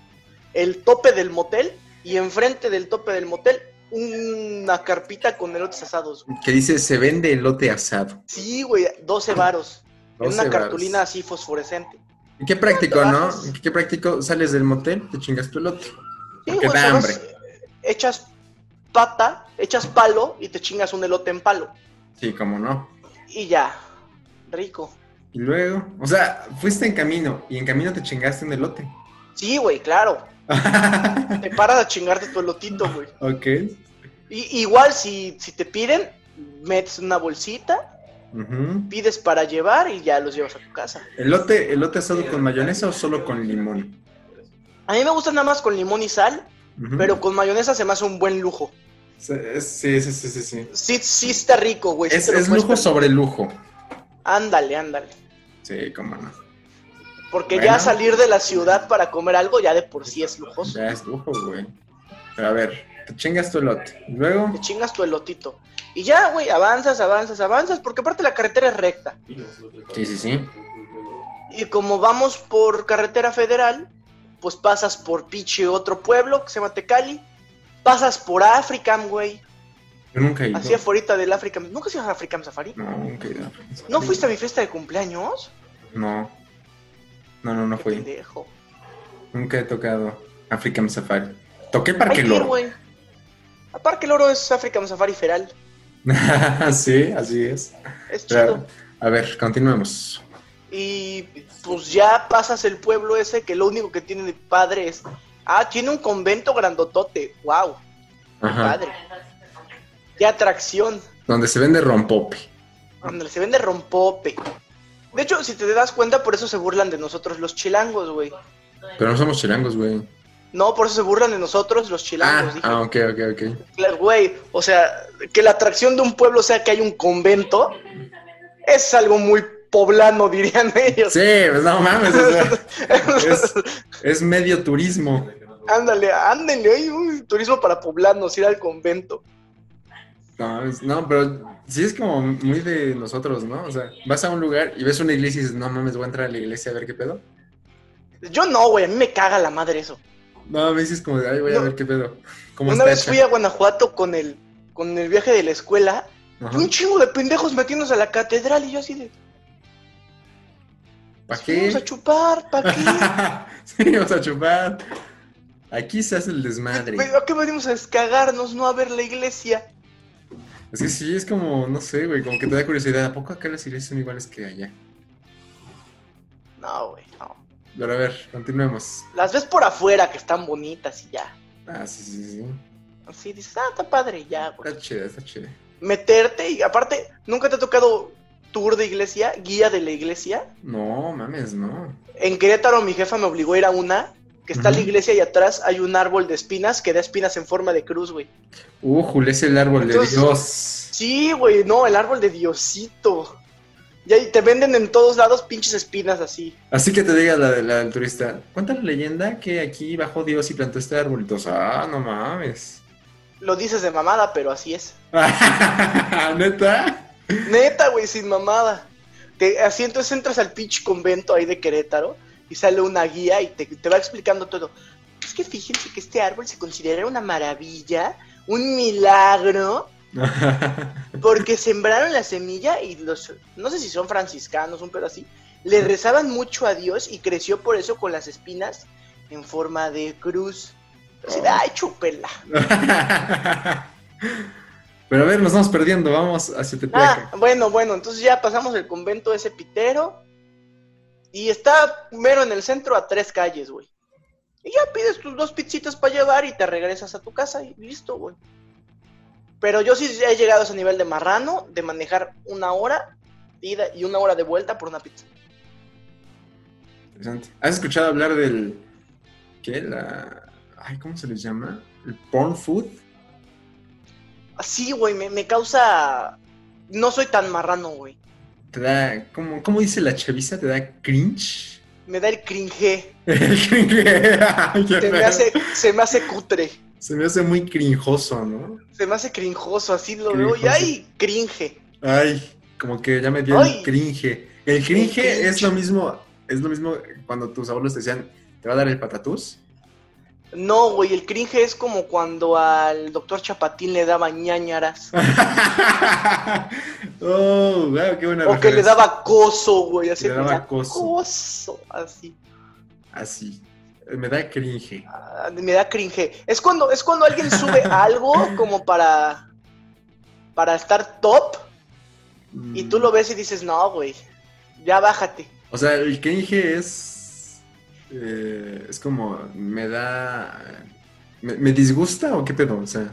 Speaker 1: El tope del motel y enfrente del tope del motel una carpita con elotes asados. güey.
Speaker 2: Que dice, se vende elote asado.
Speaker 1: Sí, güey, 12 varos. En una
Speaker 2: 12 varos.
Speaker 1: cartulina así fosforescente.
Speaker 2: Y Qué práctico,
Speaker 1: Te
Speaker 2: ¿no?
Speaker 1: bajas.
Speaker 2: Qué práctico, sales del motel, te chingas tu elote.
Speaker 1: Sí,
Speaker 2: Porque
Speaker 1: güey,
Speaker 2: da
Speaker 1: o sea, vas-
Speaker 2: hambre.
Speaker 1: echas pata, echas palo y te chingas un elote en palo.
Speaker 2: Sí, cómo no.
Speaker 1: Y ya, rico.
Speaker 2: Y luego, o sea, fuiste en camino y en camino te chingaste un elote. *laughs*
Speaker 1: Sí, güey, claro. Te paras a chingarte tu elotito, güey.
Speaker 2: ok.
Speaker 1: Y, igual, si, si te piden, metes una bolsita,
Speaker 2: Ujú.
Speaker 1: pides para llevar y ya los llevas a tu casa.
Speaker 2: ¿Elote, ¿Elote asado con mayonesa o solo con limón?
Speaker 1: A mí me gusta nada más con limón y sal,
Speaker 2: Ujú.
Speaker 1: pero con mayonesa se me hace un buen lujo.
Speaker 2: Sí, sí, sí, sí. sí, sí.
Speaker 1: Sí, sí está rico, güey. Pues sí
Speaker 2: Es,
Speaker 1: te lo
Speaker 2: es
Speaker 1: puedes
Speaker 2: lujo
Speaker 1: permitir.
Speaker 2: sobre lujo.
Speaker 1: Ándale, ándale.
Speaker 2: Sí, cómo no.
Speaker 1: Porque ya
Speaker 2: Bueno.
Speaker 1: salir de la ciudad para comer algo ya de por sí es lujoso.
Speaker 2: Ya es lujo, güey. Pero a ver, te chingas tu elote. Y Luego,
Speaker 1: Te chingas tu elotito. Y ya, güey, avanzas, avanzas, avanzas, porque aparte la carretera es recta.
Speaker 2: sí, sí, sí.
Speaker 1: Y como vamos por carretera federal, pues pasas por pinche otro pueblo que se llama Tecali, pasas por African, güey,
Speaker 2: Yo nunca he ido.
Speaker 1: así afuera del African. ¿Nunca has ido a African Safari?
Speaker 2: No, nunca he ido.
Speaker 1: ¿No fuiste a mi fiesta de cumpleaños?
Speaker 2: No. No, no, no
Speaker 1: Qué
Speaker 2: fui.
Speaker 1: pendejo.
Speaker 2: Nunca he tocado African Safari. Toqué
Speaker 1: Hay
Speaker 2: Parque
Speaker 1: que ir,
Speaker 2: Loro.
Speaker 1: güey. A Parque Loro es African Safari Feral.
Speaker 2: *laughs* sí, así es.
Speaker 1: Es
Speaker 2: Claro.
Speaker 1: chido.
Speaker 2: A ver, continuemos.
Speaker 1: Y pues ya pasas el pueblo ese que lo único que tiene de padre es. Ah, tiene un convento grandotote. ¡Wow!
Speaker 2: Ajá.
Speaker 1: Padre. ¡Qué atracción!
Speaker 2: Donde se vende rompope.
Speaker 1: Ándale, se vende rompope. De hecho, si te das cuenta, por eso se burlan de nosotros los chilangos, güey.
Speaker 2: Pero no somos chilangos, güey.
Speaker 1: No, por eso se burlan de nosotros los chilangos.
Speaker 2: Ah,
Speaker 1: dije.
Speaker 2: ah, ok, ok, ok.
Speaker 1: Claro, güey, o sea, que la atracción de un pueblo sea que hay un convento, es algo muy poblano, *laughs* dirían ellos.
Speaker 2: Sí, pues no mames.
Speaker 1: *laughs*
Speaker 2: o sea, es, es medio turismo.
Speaker 1: Ándale, ándenle, hay un turismo para poblanos, ir al convento.
Speaker 2: No, es- no, pero sí es como muy de nosotros, ¿no? O sea, vas a un lugar y ves una iglesia y dices, no mames, voy a entrar a la iglesia a ver qué pedo.
Speaker 1: Yo no, güey, a mí me caga la madre eso.
Speaker 2: No, a veces como de, ay, voy a
Speaker 1: No.
Speaker 2: ver qué pedo. ¿Cómo
Speaker 1: Una
Speaker 2: está
Speaker 1: vez
Speaker 2: hecha?
Speaker 1: fui a Guanajuato con el, con el viaje de la escuela,
Speaker 2: Ajá.
Speaker 1: y un chingo de pendejos metiéndose a la catedral y yo así de,
Speaker 2: ¿Para
Speaker 1: vamos
Speaker 2: *laughs* qué?
Speaker 1: a chupar, ¿para qué?
Speaker 2: sí, vamos a chupar. Aquí se hace el desmadre.
Speaker 1: Ve- ¿A qué venimos a descagarnos, no a ver la iglesia?
Speaker 2: Es que sí, es como, no sé, güey, como que te da curiosidad. ¿A poco acá las iglesias son iguales que allá?
Speaker 1: No, güey, no.
Speaker 2: Pero a ver, continuemos.
Speaker 1: Las ves por afuera que están bonitas y ya.
Speaker 2: Ah, sí, sí, sí.
Speaker 1: Así dices, ah, está padre, y ya, güey.
Speaker 2: Está chida, está chida.
Speaker 1: Meterte y aparte, ¿nunca te ha tocado tour de iglesia, guía de la iglesia?
Speaker 2: No, mames, no.
Speaker 1: En Querétaro mi jefa me obligó a ir a una, que está la
Speaker 2: Ujú.
Speaker 1: iglesia y atrás hay un árbol de espinas que da espinas en forma de cruz, güey.
Speaker 2: Újule, Uh, es el árbol de
Speaker 1: Entonces-
Speaker 2: Dios.
Speaker 1: Sí, güey, no, el árbol de Diosito. Y ahí te venden en todos lados pinches espinas así.
Speaker 2: Así que te diga la, de- la del turista, cuenta la leyenda que aquí bajó Dios y plantó este arbolito. Ah, no mames. *laughs*
Speaker 1: Lo dices de mamada, pero así es.
Speaker 2: ¿Neta? *laughs*
Speaker 1: Neta, güey, sin mamada. Te, así entonces entras al pinche convento ahí de Querétaro y sale una guía y te, te va explicando todo. Es que fíjense que este árbol se considera una maravilla, un milagro, porque sembraron la semilla y los, no sé si son franciscanos, un pedo así, le rezaban mucho a Dios y creció por eso con las espinas en forma de cruz. Así de, ay, chúpela.
Speaker 2: Pero a ver, nos vamos perdiendo, vamos hacia
Speaker 1: Ah,
Speaker 2: Tepeaca.
Speaker 1: bueno, bueno, entonces ya pasamos el convento ese pitero. Y está mero en el centro a tres calles, güey. Y ya pides tus dos pizzitas para llevar y te regresas a tu casa y listo, güey. Pero yo sí he llegado a ese nivel de marrano, de manejar una hora de ida y una hora de vuelta por una pizza.
Speaker 2: Interesante. ¿Has escuchado hablar del... ¿Qué? La... Ay, ¿cómo se les llama? ¿El porn food?
Speaker 1: Así, güey, me, me causa... No soy tan marrano, güey.
Speaker 2: Te da... ¿Cómo, cómo dice la chaviza? ¿Te da cringe? *laughs*
Speaker 1: Me da el cringe.
Speaker 2: El cringe. *laughs* Ay, qué
Speaker 1: Se me
Speaker 2: feo.
Speaker 1: hace, se me hace cutre.
Speaker 2: Se me hace muy crinjoso, ¿no?
Speaker 1: Se me hace crinjoso, así lo veo. Y
Speaker 2: Crinjoso.
Speaker 1: ay, cringe.
Speaker 2: Ay, como que ya me dio
Speaker 1: Ay.
Speaker 2: el cringe. El cringe
Speaker 1: cringe.
Speaker 2: es lo mismo, es lo mismo cuando tus abuelos te decían, ¿te va a dar el patatús? *laughs*
Speaker 1: No, güey, el cringe es como cuando al doctor Chapatín le daba ñañaras.
Speaker 2: oh, wow, qué buena
Speaker 1: O que le
Speaker 2: referencia.
Speaker 1: daba coso, güey. Así
Speaker 2: Le daba
Speaker 1: me da
Speaker 2: coso.
Speaker 1: coso, Así.
Speaker 2: Así. Me da cringe.
Speaker 1: Ah, me da cringe. Es cuando, es cuando alguien
Speaker 2: *laughs*
Speaker 1: sube algo como para. Para estar top. Y
Speaker 2: Mm.
Speaker 1: tú lo ves y dices, no, güey. Ya bájate.
Speaker 2: O sea, el cringe es. eh, es como. Me da. Me, me disgusta o qué pedo? O sea.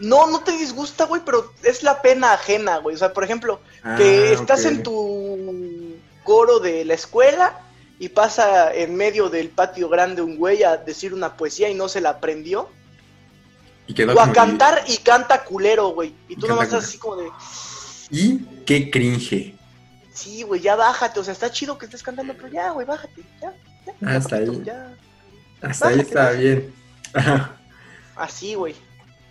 Speaker 1: No, no te disgusta, güey, pero es la pena ajena, güey. O sea, por ejemplo,
Speaker 2: ah,
Speaker 1: que estás
Speaker 2: ok.
Speaker 1: en tu coro de la escuela y pasa en medio del patio grande un güey a decir una poesía y no se la aprendió.
Speaker 2: Y quedó
Speaker 1: O a
Speaker 2: como-
Speaker 1: cantar y canta culero, güey. Y tú
Speaker 2: Y
Speaker 1: nomás
Speaker 2: canta
Speaker 1: estás así como de,
Speaker 2: Y qué cringe.
Speaker 1: sí, güey, ya bájate. O sea, está chido que estés cantando, pero ya, güey, bájate. Ya, ya. ya,
Speaker 2: Hasta
Speaker 1: papito,
Speaker 2: ahí.
Speaker 1: ya.
Speaker 2: Hasta ahí
Speaker 1: Bájate,
Speaker 2: está
Speaker 1: bájate.
Speaker 2: bien. *laughs*
Speaker 1: Así, güey.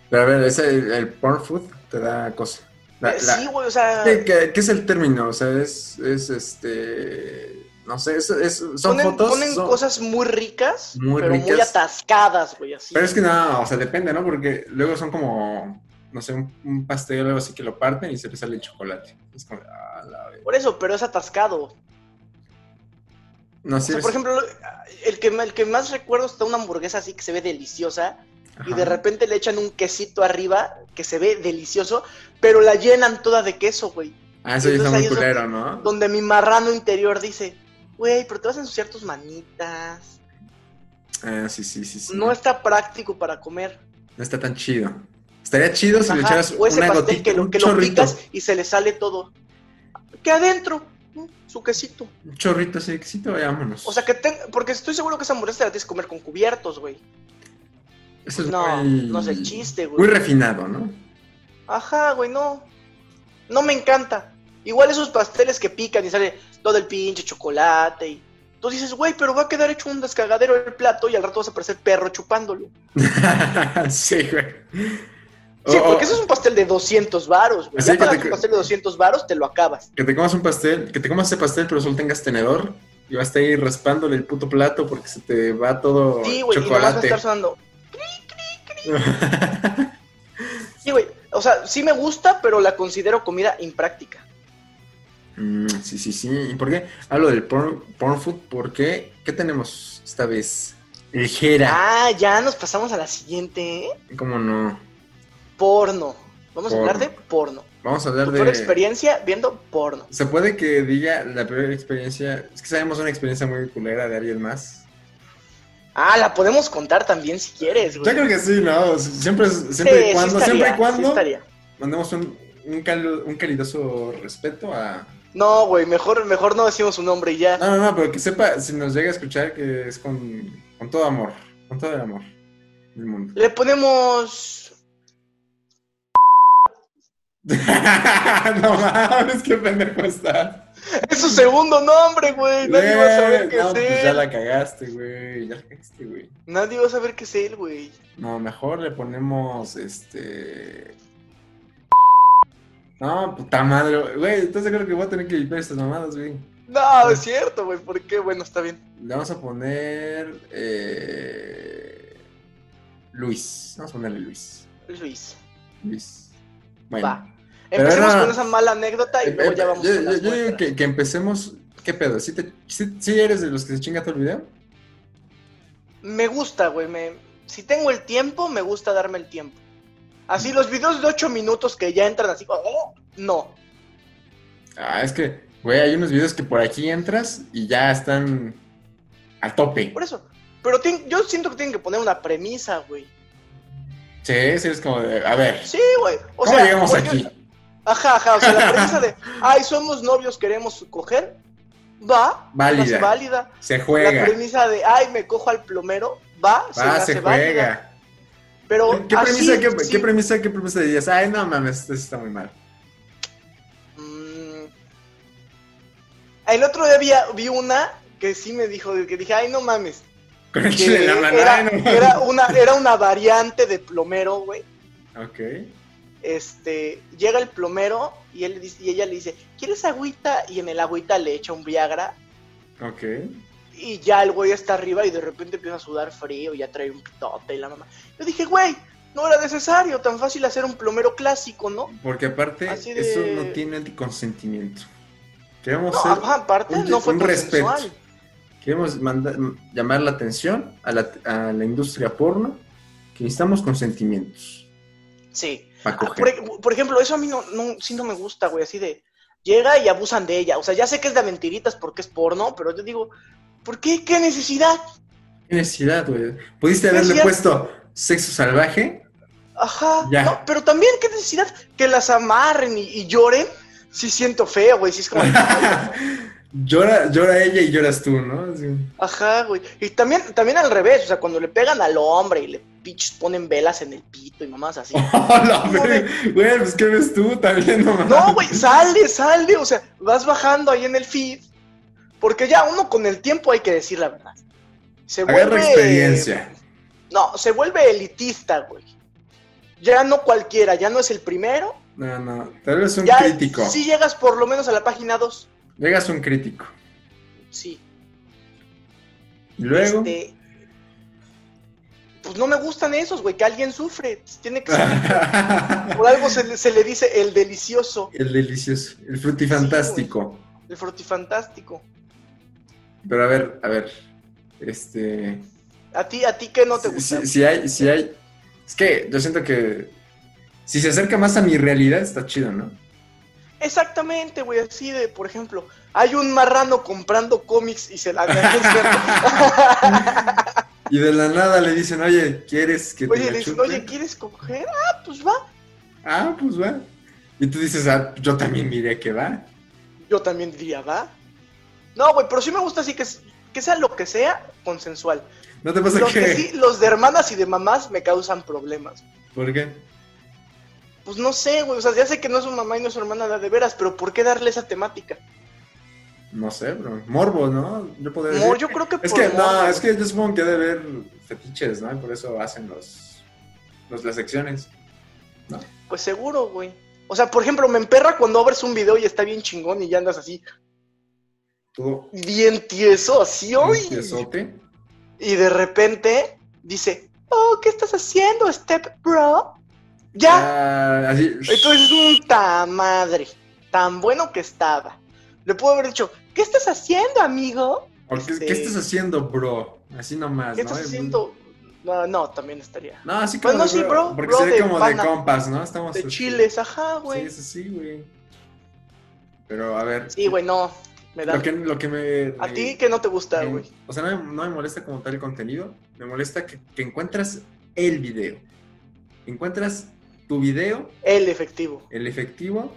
Speaker 2: Pero a ver, ese, el, porn food te da cosa. La- la-
Speaker 1: Eh, Sí, güey, o sea,
Speaker 2: ¿Qué, qué- qué es el término? O sea, es, es este. No sé, es, es- son
Speaker 1: ponen,
Speaker 2: fotos.
Speaker 1: ponen
Speaker 2: son-
Speaker 1: cosas muy ricas,
Speaker 2: Muy
Speaker 1: pero muy
Speaker 2: ricas.
Speaker 1: atascadas, güey, así.
Speaker 2: Pero es que no, o sea, depende, ¿no? Porque luego son como, no sé, un, un pastel o algo así que lo parten y se le sale el chocolate. Es como, ah, la ve-
Speaker 1: Por eso, pero es atascado.
Speaker 2: No
Speaker 1: O
Speaker 2: sé.
Speaker 1: sea, por ejemplo, el que, el que más recuerdo está una hamburguesa así que se ve deliciosa y de repente le echan un quesito arriba que se ve delicioso, pero la llenan toda de queso, güey.
Speaker 2: Ah, eso ya está
Speaker 1: entonces ahí
Speaker 2: muy
Speaker 1: es donde-
Speaker 2: culero, ¿no?
Speaker 1: Donde mi marrano interior dice, güey, pero te vas a ensuciar tus manitas.
Speaker 2: Ah, sí, sí, sí. sí.
Speaker 1: No está práctico para comer.
Speaker 2: No está tan chido. Estaría chido si le
Speaker 1: Ajá,
Speaker 2: echaras
Speaker 1: o ese
Speaker 2: una
Speaker 1: pastel
Speaker 2: gotita,
Speaker 1: que lo,
Speaker 2: un
Speaker 1: que lo
Speaker 2: chorrito.
Speaker 1: picas y se le sale todo. Que adentro, ¿no? su quesito.
Speaker 2: Un chorrito así de quesito, vámonos.
Speaker 1: O sea, que ten- porque estoy seguro que esa hamburguesa te la tienes que comer con cubiertos, güey.
Speaker 2: Eso es
Speaker 1: No,
Speaker 2: muy-
Speaker 1: no es el chiste, güey.
Speaker 2: Muy refinado, ¿no? *laughs*
Speaker 1: Ajá, güey, no. No me encanta. Igual esos pasteles que pican y sale todo el pinche chocolate y... Tú dices, güey, pero va a quedar hecho un descagadero el plato y al rato vas a aparecer perro chupándolo.
Speaker 2: sí, güey.
Speaker 1: Sí,
Speaker 2: O- o
Speaker 1: porque eso es un pastel de 200 varos, güey.
Speaker 2: Oh, Así
Speaker 1: Ya
Speaker 2: que
Speaker 1: pagas
Speaker 2: te-
Speaker 1: un pastel de 200 varos, te lo acabas.
Speaker 2: Que te comas un pastel, que te comas ese pastel, pero solo tengas tenedor y vas a ir raspándole el puto plato porque se te va todo
Speaker 1: Sí, güey, y nomás va a
Speaker 2: Oh, chocolate.
Speaker 1: estar sonando. Sí, güey, o sea, sí me gusta, pero la considero comida impráctica.
Speaker 2: *laughs* Mm, sí, sí, sí. ¿Y por qué? Hablo del porn, porn food porque ¿qué tenemos esta vez? Ligera.
Speaker 1: Ah, ya nos pasamos a la siguiente, ¿eh?
Speaker 2: ¿Cómo no?
Speaker 1: Porno. Vamos
Speaker 2: Porno.
Speaker 1: a hablar de porno.
Speaker 2: Vamos a hablar
Speaker 1: Tu peor
Speaker 2: de...
Speaker 1: experiencia viendo porno.
Speaker 2: Se puede que diga la peor experiencia... Es que sabemos una experiencia muy culera de alguien más.
Speaker 1: Ah, la podemos contar también si quieres,
Speaker 2: Yo
Speaker 1: güey.
Speaker 2: creo que sí, ¿no? Siempre,
Speaker 1: Sí,
Speaker 2: siempre
Speaker 1: sí
Speaker 2: y cuando,
Speaker 1: estaría,
Speaker 2: siempre y
Speaker 1: sí
Speaker 2: cuando
Speaker 1: estaría.
Speaker 2: mandemos un, un, calo- un calidoso respeto a...
Speaker 1: No, güey, mejor, mejor no decimos su nombre y ya.
Speaker 2: No, no, no, pero que sepa, si nos llega a escuchar, que es con, con todo amor, con todo el amor del mundo. *laughs*
Speaker 1: Le ponemos. *laughs*
Speaker 2: no mames, qué pendejo está.
Speaker 1: Es su segundo nombre, güey. Nadie va a saber qué
Speaker 2: Eh, no,
Speaker 1: es
Speaker 2: pues ya
Speaker 1: él.
Speaker 2: la cagaste, güey, ya la cagaste, güey.
Speaker 1: Nadie va a saber qué es él, güey.
Speaker 2: No, mejor le ponemos, este... No, puta madre, güey, entonces creo que voy a tener que limpiar estas mamadas, güey.
Speaker 1: No, es cierto, güey. ¿Por qué? Bueno, está bien.
Speaker 2: Le vamos a poner... Eh... Luis, vamos a ponerle Luis.
Speaker 1: Luis.
Speaker 2: Luis. Bueno.
Speaker 1: Va.
Speaker 2: Pero
Speaker 1: Empecemos
Speaker 2: no.
Speaker 1: con esa mala anécdota y
Speaker 2: Eh,
Speaker 1: luego
Speaker 2: eh,
Speaker 1: ya vamos
Speaker 2: yo,
Speaker 1: con
Speaker 2: yo-
Speaker 1: las
Speaker 2: yo digo
Speaker 1: muestras.
Speaker 2: que, que empecemos. ¿Qué pedo? ¿Sí, te- sí- sí eres de los que se chinga todo el video?
Speaker 1: Me gusta, güey. Me... Si tengo el tiempo, me gusta darme el tiempo. Así los videos de 8 minutos que ya entran así, oh, no.
Speaker 2: Ah, es que, güey, hay unos videos que por aquí entras y ya están a tope.
Speaker 1: Por eso. Pero tien- yo siento que tienen que poner una premisa, güey.
Speaker 2: Sí, sí, es como de, a ver,
Speaker 1: Sí, güey. O
Speaker 2: ¿cómo
Speaker 1: sea,
Speaker 2: llegamos
Speaker 1: porque-
Speaker 2: aquí?
Speaker 1: Ajá, ajá. O sea, la premisa de, ay, somos novios, queremos coger, va.
Speaker 2: Válida.
Speaker 1: se me hace válida.
Speaker 2: Se
Speaker 1: La
Speaker 2: juega,
Speaker 1: premisa de, ay, me cojo al plomero, va. se, me
Speaker 2: va,
Speaker 1: hace
Speaker 2: se
Speaker 1: válida.
Speaker 2: juega.
Speaker 1: Pero
Speaker 2: ¿Qué
Speaker 1: así,
Speaker 2: premisa, qué,
Speaker 1: sí.
Speaker 2: qué premisa, qué premisa dirías? Ay, no mames, esto está muy mal.
Speaker 1: Mm. El otro día vi, vi una que sí me dijo, que dije, ay, no
Speaker 2: *laughs*
Speaker 1: mames.
Speaker 2: Con el
Speaker 1: que
Speaker 2: chile en la mano,
Speaker 1: era,
Speaker 2: ay, no mames.
Speaker 1: era una, era una variante de plomero, güey.
Speaker 2: Ok.
Speaker 1: este, llega el plomero y, él le dice, y ella le dice, ¿quieres agüita? Y en el agüita le echa un Viagra
Speaker 2: Ok.
Speaker 1: y ya el güey está arriba y de repente empieza a sudar frío y ya trae un pitote y la mamá. Yo dije, güey, no era necesario, tan fácil hacer un plomero clásico, ¿no?
Speaker 2: Porque aparte,
Speaker 1: Así de-
Speaker 2: eso no tiene consentimiento. Queremos
Speaker 1: No,
Speaker 2: ser
Speaker 1: ajá, aparte
Speaker 2: un-
Speaker 1: no fue
Speaker 2: un respeto.
Speaker 1: consensual.
Speaker 2: Queremos manda- llamar la atención a la, a la industria porno que necesitamos consentimientos
Speaker 1: Sí.
Speaker 2: para
Speaker 1: Ah,
Speaker 2: coger.
Speaker 1: Por, por ejemplo, eso a mí no, no, sí no me gusta, güey, así de, llega y abusan de ella. O sea, ya sé que es de mentiritas porque es porno, pero yo digo, ¿por qué? ¿Qué necesidad?
Speaker 2: ¿Qué necesidad, güey? Pudiste haberle
Speaker 1: Necesidad.
Speaker 2: puesto sexo salvaje.
Speaker 1: Ajá.
Speaker 2: Ya.
Speaker 1: No, pero también, ¿qué necesidad? Que las amarren y, y lloren. Sí siento feo, güey. Sí es como...
Speaker 2: *laughs* llora, llora ella y lloras tú, ¿no? Así. *laughs*
Speaker 1: Ajá, güey. Y también, también al revés. O sea, cuando le pegan al hombre y le pinches ponen velas en el pito y mamás
Speaker 2: *laughs*
Speaker 1: así.
Speaker 2: Oh, la ver- Güey, pues qué ves tú también, no mames.
Speaker 1: No, güey. Sale, sale. O sea, vas bajando ahí en el feed. Porque ya uno con el tiempo hay que decir la verdad. Se
Speaker 2: Agarra
Speaker 1: vuelve-
Speaker 2: experiencia.
Speaker 1: No, se vuelve elitista, güey. Ya no cualquiera, ya no es el primero.
Speaker 2: No, no. Tal vez un
Speaker 1: ya
Speaker 2: crítico.
Speaker 1: Si llegas por lo menos a la página 2.
Speaker 2: Llegas un crítico.
Speaker 1: Sí.
Speaker 2: Y luego.
Speaker 1: Este, pues no me gustan esos, güey, que alguien sufre. Tiene que
Speaker 2: *laughs*
Speaker 1: ser- por algo se le, se le dice el delicioso,
Speaker 2: el delicioso. El frutifantástico.
Speaker 1: el frutifantástico.
Speaker 2: Pero a ver, a ver. Este.
Speaker 1: A ti, a ti que no te
Speaker 2: Si-
Speaker 1: gusta.
Speaker 2: Si, si hay, si hay. Es que yo siento que. Si se acerca más a mi realidad, está chido, ¿no?
Speaker 1: Exactamente, güey, así de, por ejemplo, hay un marrano comprando cómics y se la gana.
Speaker 2: Y de la nada le dicen, oye, ¿quieres
Speaker 1: *laughs*
Speaker 2: que
Speaker 1: Oye,
Speaker 2: te
Speaker 1: le
Speaker 2: la
Speaker 1: dicen,
Speaker 2: chupe?"
Speaker 1: oye, ¿quieres coger? Ah, pues va.
Speaker 2: Ah, pues va. Y tú dices, ah, yo también diría que va.
Speaker 1: Yo también diría, va. No, güey, pero sí me gusta así que, es- que sea lo que sea, consensual.
Speaker 2: ¿No te pasa
Speaker 1: Lo
Speaker 2: que...
Speaker 1: que sí, los de hermanas y de mamás me causan problemas.
Speaker 2: ¿Por qué?
Speaker 1: Pues no sé, güey. O sea, ya sé que no es su mamá y no es su hermana la de veras, pero ¿por qué darle esa temática?
Speaker 2: No sé, bro. Morbo, ¿no? Yo podría
Speaker 1: No,
Speaker 2: decir-
Speaker 1: yo creo que
Speaker 2: Pues Es
Speaker 1: por
Speaker 2: que, no,
Speaker 1: morbo.
Speaker 2: es que yo supongo que debe haber fetiches, ¿no? Y por eso hacen los, los- las secciones.
Speaker 1: Pues seguro, güey. O sea, por ejemplo, me emperra cuando abres un video y está bien chingón y ya andas así,
Speaker 2: Todo
Speaker 1: bien tieso, así, hoy.
Speaker 2: ¿Este tiesote.
Speaker 1: Y de repente dice, oh, ¿qué estás haciendo, Step Bro? Ya,
Speaker 2: Ah, así.
Speaker 1: Entonces, un ta madre, tan bueno que estaba. Le puedo haber dicho, ¿qué estás haciendo, amigo?
Speaker 2: ¿O qué-
Speaker 1: este-
Speaker 2: ¿Qué estás haciendo, bro? Así nomás,
Speaker 1: ¿Qué
Speaker 2: Pues ¿no?
Speaker 1: estás
Speaker 2: Y-
Speaker 1: haciendo? No, no, también estaría.
Speaker 2: No, así como
Speaker 1: Bueno,
Speaker 2: de
Speaker 1: sí, bro,
Speaker 2: Porque
Speaker 1: bro,
Speaker 2: sería
Speaker 1: de
Speaker 2: como
Speaker 1: pana.
Speaker 2: de compas, ¿no? Estamos...
Speaker 1: De
Speaker 2: este,
Speaker 1: chiles, ajá,
Speaker 2: Sí,
Speaker 1: güey.
Speaker 2: sí, sí, güey. Pero, a ver.
Speaker 1: Sí, güey, no. Me da.
Speaker 2: Lo que, lo que me...
Speaker 1: A
Speaker 2: me-
Speaker 1: ti que no te gusta,
Speaker 2: me-
Speaker 1: güey.
Speaker 2: O sea, no me, no me molesta como tal el contenido, me molesta que, que encuentras el video. Encuentras tu video,
Speaker 1: El efectivo.
Speaker 2: el efectivo,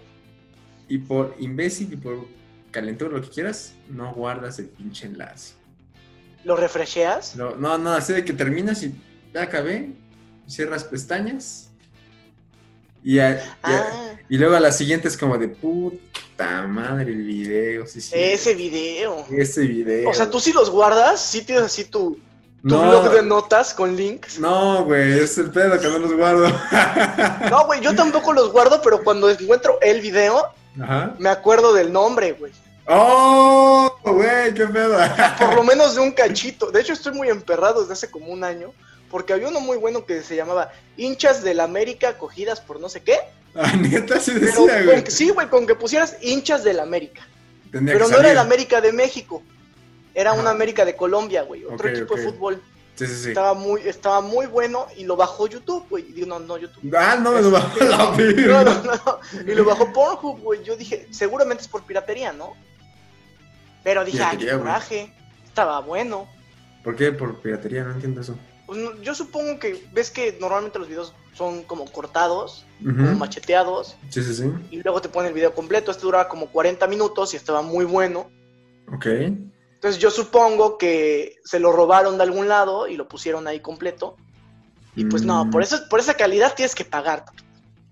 Speaker 2: y por imbécil y por calentura, lo que quieras, no guardas el pinche enlace.
Speaker 1: ¿Lo refresheas?
Speaker 2: No, no, no, así de que terminas y ya acabé, cierras pestañas, y, a- y a-
Speaker 1: Ah,
Speaker 2: y luego a la siguiente es como de puta madre el video. Sí, sí,
Speaker 1: ese video.
Speaker 2: Ese video.
Speaker 1: O sea, tú sí los guardas, sí tienes así tu, tu
Speaker 2: No.
Speaker 1: blog de notas con links.
Speaker 2: No, güey, es el pedo que no los guardo. Ajá.
Speaker 1: No, güey, yo tampoco los guardo, pero cuando encuentro el video, me acuerdo del nombre, güey.
Speaker 2: ¡Oh! Güey, qué pedo. *laughs* Ah,
Speaker 1: por lo menos de un cachito. De hecho, estoy muy emperrado desde hace como un año, porque había uno muy bueno que se llamaba Hinchas del América acogidas por no sé qué.
Speaker 2: Ah, neta, sí
Speaker 1: Pero
Speaker 2: decía,
Speaker 1: con
Speaker 2: güey.
Speaker 1: que- sí, güey, con que pusieras Hinchas del América.
Speaker 2: Tenía
Speaker 1: Pero
Speaker 2: que
Speaker 1: no era
Speaker 2: salir.
Speaker 1: el América de México, era
Speaker 2: Ajá.
Speaker 1: una América de Colombia, güey, otro
Speaker 2: Ok,
Speaker 1: equipo de
Speaker 2: ok.
Speaker 1: fútbol.
Speaker 2: Sí, sí, sí.
Speaker 1: Estaba muy, estaba muy bueno y lo bajó YouTube, güey. Y digo, no, no, YouTube.
Speaker 2: Ah, no me lo bajó *laughs* la
Speaker 1: Este, No,
Speaker 2: verga.
Speaker 1: no, no. Y lo bajó Pornhub, güey. Yo dije, seguramente es por piratería, ¿no? Pero dije, ay,
Speaker 2: Piratería,
Speaker 1: qué
Speaker 2: güey.
Speaker 1: coraje. Estaba bueno.
Speaker 2: ¿Por qué? Por piratería, no entiendo eso.
Speaker 1: Pues no- yo supongo que ves que normalmente los videos son como cortados, como
Speaker 2: Ujú.
Speaker 1: macheteados,
Speaker 2: Sí, sí, sí.
Speaker 1: y luego te ponen el video completo. Este duraba como 40 minutos y estaba muy bueno.
Speaker 2: Ok.
Speaker 1: Entonces yo supongo que se lo robaron de algún lado y lo pusieron ahí completo. Y pues no,
Speaker 2: Mm.
Speaker 1: por eso, por esa calidad tienes que pagar.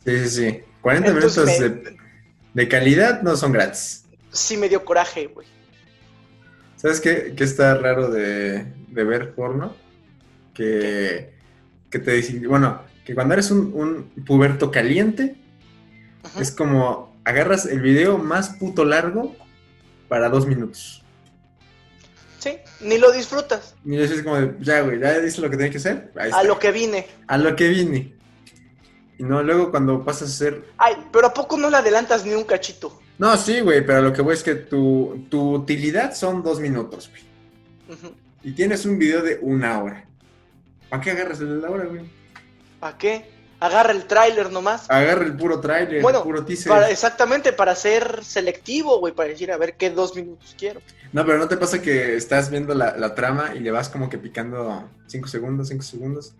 Speaker 2: Sí, sí, sí. 40
Speaker 1: Entonces, eh,
Speaker 2: minutos
Speaker 1: me-
Speaker 2: de, de calidad no son gratis.
Speaker 1: Sí me dio coraje, güey.
Speaker 2: ¿Sabes qué, qué está raro de, de ver porno? Que, que te dicen, bueno, que cuando eres un, un puberto caliente,
Speaker 1: Ajá.
Speaker 2: es como agarras el video más puto largo para dos minutos.
Speaker 1: Sí, ni lo disfrutas.
Speaker 2: Y yo así es como, de, ya, güey, ya hice lo que tenía que hacer. ahí
Speaker 1: A
Speaker 2: está,
Speaker 1: lo que vine.
Speaker 2: a lo que vine. Y no, luego cuando pasas a ser...
Speaker 1: Ay, pero ¿a poco no le adelantas ni un cachito?
Speaker 2: No, sí, güey, pero lo que voy es que tu, tu utilidad son dos minutos, güey.
Speaker 1: Ujú.
Speaker 2: Y tienes un video de una hora. ¿Para qué agarras el de la hora, güey?
Speaker 1: ¿Para qué? Agarra el tráiler nomás.
Speaker 2: Agarra el puro trailer,
Speaker 1: Bueno,
Speaker 2: el puro teaser.
Speaker 1: Para- exactamente, para ser selectivo, güey, para decir a ver qué dos minutos quiero.
Speaker 2: No, pero no te pasa que estás viendo la, la trama y le vas como que picando 5 segundos, 5 segundos.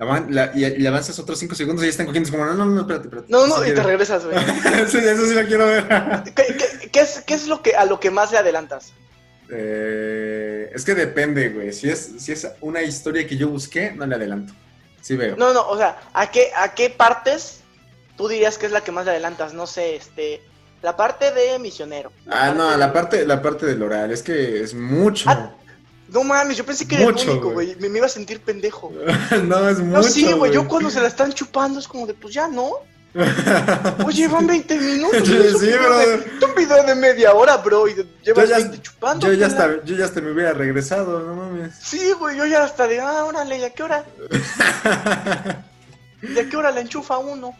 Speaker 2: Avan- la- y, y le avanzas otros 5 segundos y ya están cogiendo. Es como, no, no, no, espérate, espérate.
Speaker 1: No, no,
Speaker 2: Sí
Speaker 1: y te
Speaker 2: quiero.
Speaker 1: regresas, güey.
Speaker 2: *laughs* sí, eso sí lo quiero ver. *laughs*
Speaker 1: ¿Qué, qué- qué es, qué es lo que, a lo que más le adelantas?
Speaker 2: Eh, es que depende, güey. Si es, si es una historia que yo busqué, no le adelanto. Sí veo.
Speaker 1: No, no, o sea, ¿a qué, ¿a qué partes tú dirías que es la que más le adelantas? No sé, este, la parte de misionero. Este,
Speaker 2: ah, no,
Speaker 1: parte
Speaker 2: la
Speaker 1: de-
Speaker 2: parte, la parte del oral. Es que es mucho.
Speaker 1: Ah. No mames, yo pensé que era
Speaker 2: Mucho,
Speaker 1: el único,
Speaker 2: güey.
Speaker 1: güey. Me, me iba a sentir pendejo.
Speaker 2: *laughs* no, es mucho.
Speaker 1: No, sí, güey, yo cuando se la están chupando es como de, pues ya no.
Speaker 2: *laughs*
Speaker 1: Oye, van 20 minutos.
Speaker 2: Sí,
Speaker 1: güey, es un
Speaker 2: sí,
Speaker 1: video
Speaker 2: bro.
Speaker 1: de- es un video de media hora, bro, y de- llevas
Speaker 2: ya-
Speaker 1: 20 chupando.
Speaker 2: Yo ya,
Speaker 1: pela.
Speaker 2: hasta, yo ya hasta me hubiera regresado, no mames. *laughs*
Speaker 1: Sí, güey, yo ya hasta de, ah, órale, ¿y a qué hora? ¿Y a qué hora la enchufa uno?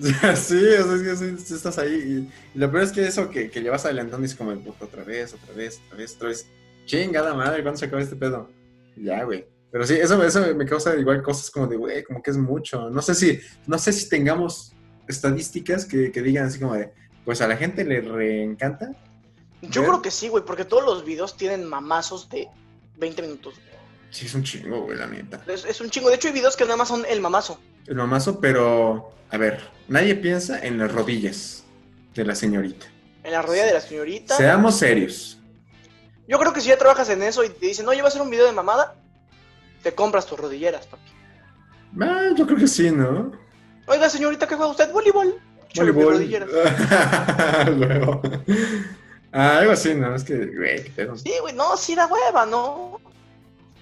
Speaker 2: sí, o sea, es que sí, sí estás ahí. Y, y lo peor es que eso que, que le vas adelantando es como, puta, otra vez, otra vez, otra vez, otra vez. Chingada madre, ¿cuándo se acaba este pedo? Ya, güey. Pero sí, eso, eso me causa igual cosas como de, güey, como que es mucho. No sé si, no sé si tengamos estadísticas que, que digan así como de, pues a la gente le reencanta.
Speaker 1: Yo
Speaker 2: Ver.
Speaker 1: creo que sí, güey, porque todos los videos tienen mamazos de 20 minutos.
Speaker 2: Sí, es un chingo, güey, la neta.
Speaker 1: Es, es un chingo. De hecho, hay videos que nada más son el mamazo.
Speaker 2: El mamazo, pero, a ver, nadie piensa en las rodillas de la señorita.
Speaker 1: En la rodilla de la señorita.
Speaker 2: Seamos serios.
Speaker 1: Yo creo que si ya trabajas en eso y te dicen, oye, va a ser un video de mamada, Te compras tus rodilleras, papi.
Speaker 2: Ah, yo creo que sí, ¿no?
Speaker 1: Oiga, señorita, ¿qué juega usted? Voleibol. Chévere, mis
Speaker 2: Voleibol.
Speaker 1: rodilleras.
Speaker 2: *laughs* Luego. Ah, algo así, ¿no? Es que, güey, qué pedo.
Speaker 1: Sí, güey, no, sí da hueva, ¿no?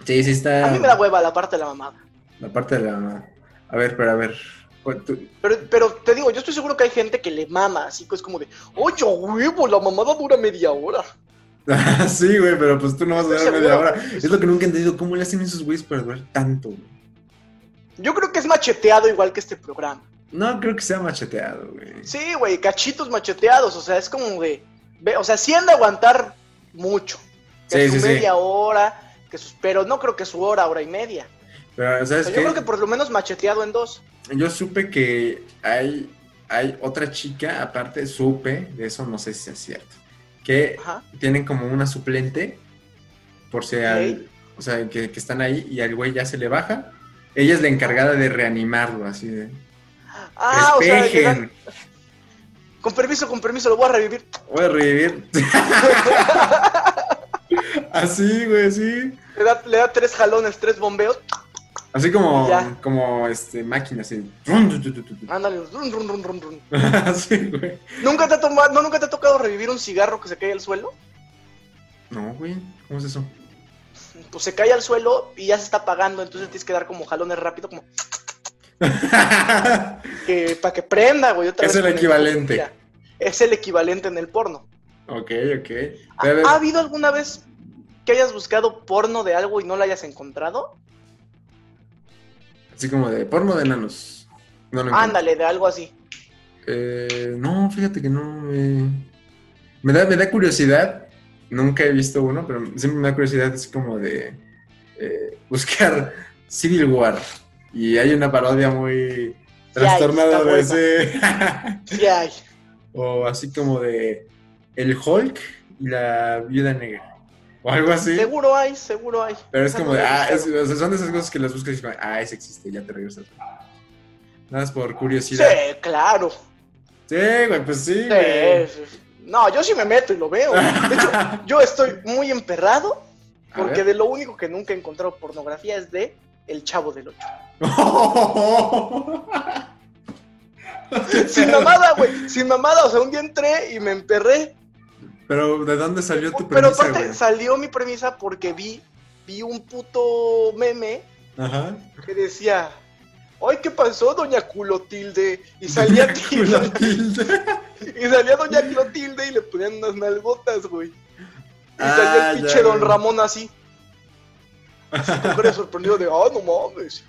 Speaker 2: Sí, sí está.
Speaker 1: A mí me da hueva la parte de la mamada.
Speaker 2: La parte de la. A ver, pero a ver. ¿Cuál tú- *laughs*
Speaker 1: Pero, pero te digo, yo estoy seguro que hay gente que le mama, así que es como de, oye, huevo, la mamada dura media hora.
Speaker 2: Ah, sí, güey, pero pues tú no vas a
Speaker 1: Estoy
Speaker 2: durar media
Speaker 1: seguro.
Speaker 2: hora. Es lo que nunca he entendido. ¿Cómo le hacen esos güeyes para durar tanto? güey?
Speaker 1: Yo creo que es macheteado igual que este programa.
Speaker 2: No creo que sea macheteado, güey.
Speaker 1: Sí, güey, cachitos macheteados, o sea, es como de, ve- o sea, sí han de aguantar mucho. Que
Speaker 2: Sí,
Speaker 1: su
Speaker 2: sí, sí.
Speaker 1: media hora, que sus, pero no creo que su hora, hora y media.
Speaker 2: Pero,
Speaker 1: O
Speaker 2: ¿sabes
Speaker 1: sea,
Speaker 2: qué?
Speaker 1: yo creo que por lo menos macheteado en dos.
Speaker 2: Yo supe que hay, hay otra chica, aparte, supe, de eso no sé si es cierto, que
Speaker 1: Ajá.
Speaker 2: tienen como una suplente, por si al, o sea, que, que están ahí y al güey ya se le baja. Ella es la encargada de reanimarlo, así de.
Speaker 1: Ah, o sea,
Speaker 2: "Despejen,
Speaker 1: llegan- con permiso, con permiso, lo voy a revivir.
Speaker 2: Voy a revivir. *laughs* así, güey, sí.
Speaker 1: Le da, le da tres jalones, tres bombeos.
Speaker 2: Así como,
Speaker 1: Ya. Ah.
Speaker 2: como este, máquina, así. Run, tu, tu, tu, tu, tu.
Speaker 1: Ándale, run, run, run, run, run.
Speaker 2: *laughs* Así, güey.
Speaker 1: ¿Nunca te, ha tomado, no, ¿Nunca te ha tocado revivir un cigarro que se cae al suelo?
Speaker 2: No, güey, ¿cómo es eso? *laughs*
Speaker 1: Pues se cae al suelo y ya se está apagando, entonces tienes que dar como jalones rápido, como que para que prenda, güey. otra
Speaker 2: Es
Speaker 1: vez
Speaker 2: el
Speaker 1: con
Speaker 2: equivalente.
Speaker 1: Mira, Es el equivalente en el porno.
Speaker 2: ok, ok.
Speaker 1: ¿Ha,
Speaker 2: Debe-
Speaker 1: ha habido alguna vez que hayas buscado porno de algo y no lo hayas encontrado?
Speaker 2: Así como de porno de enanos. No lo encuentro.
Speaker 1: Ándale, de algo así.
Speaker 2: Eh, no, fíjate que no. eh. Me, da, me da curiosidad. Nunca he visto uno, pero siempre me da curiosidad. Es como de eh, *laughs* buscar Civil War. Y hay una parodia muy trastornada de
Speaker 1: está
Speaker 2: ese. *laughs*
Speaker 1: Sí hay.
Speaker 2: o así como de El Hulk y la Viuda Negra. O algo así.
Speaker 1: Seguro hay, seguro hay.
Speaker 2: Pero es
Speaker 1: Esa
Speaker 2: como
Speaker 1: no
Speaker 2: de,
Speaker 1: la he
Speaker 2: ah, es-
Speaker 1: buscado.
Speaker 2: o sea, son de esas cosas que las buscas y dices, ah, ese existe, ya te regresas. Nada más por curiosidad.
Speaker 1: Sí, claro.
Speaker 2: Sí, güey, pues sí,
Speaker 1: Sí,
Speaker 2: güey.
Speaker 1: sí. No, yo sí me meto y lo veo. De hecho, yo estoy muy emperrado
Speaker 2: A
Speaker 1: porque
Speaker 2: ver.
Speaker 1: de lo único que nunca he encontrado pornografía es de El Chavo del
Speaker 2: *laughs*
Speaker 1: Ocho. Sin mamada, güey. Sin mamada. O sea, un día entré y me emperré.
Speaker 2: *laughs* Pero, ¿de dónde salió tu
Speaker 1: Pero
Speaker 2: premisa,
Speaker 1: aparte
Speaker 2: güey?
Speaker 1: salió mi premisa porque vi, vi un puto meme
Speaker 2: Ajá.
Speaker 1: que decía, ay, ¿qué pasó, doña Culotilde?
Speaker 2: *laughs*
Speaker 1: Y salía,
Speaker 2: Con la
Speaker 1: tilde,
Speaker 2: tilde.
Speaker 1: y salía doña Clotilde y le ponían unas nalgotas, güey. Y salía
Speaker 2: Ah,
Speaker 1: el
Speaker 2: ya,
Speaker 1: pinche don
Speaker 2: güey.
Speaker 1: Ramón así. Así con
Speaker 2: *laughs*
Speaker 1: cara de sorprendido de, ah, no mames.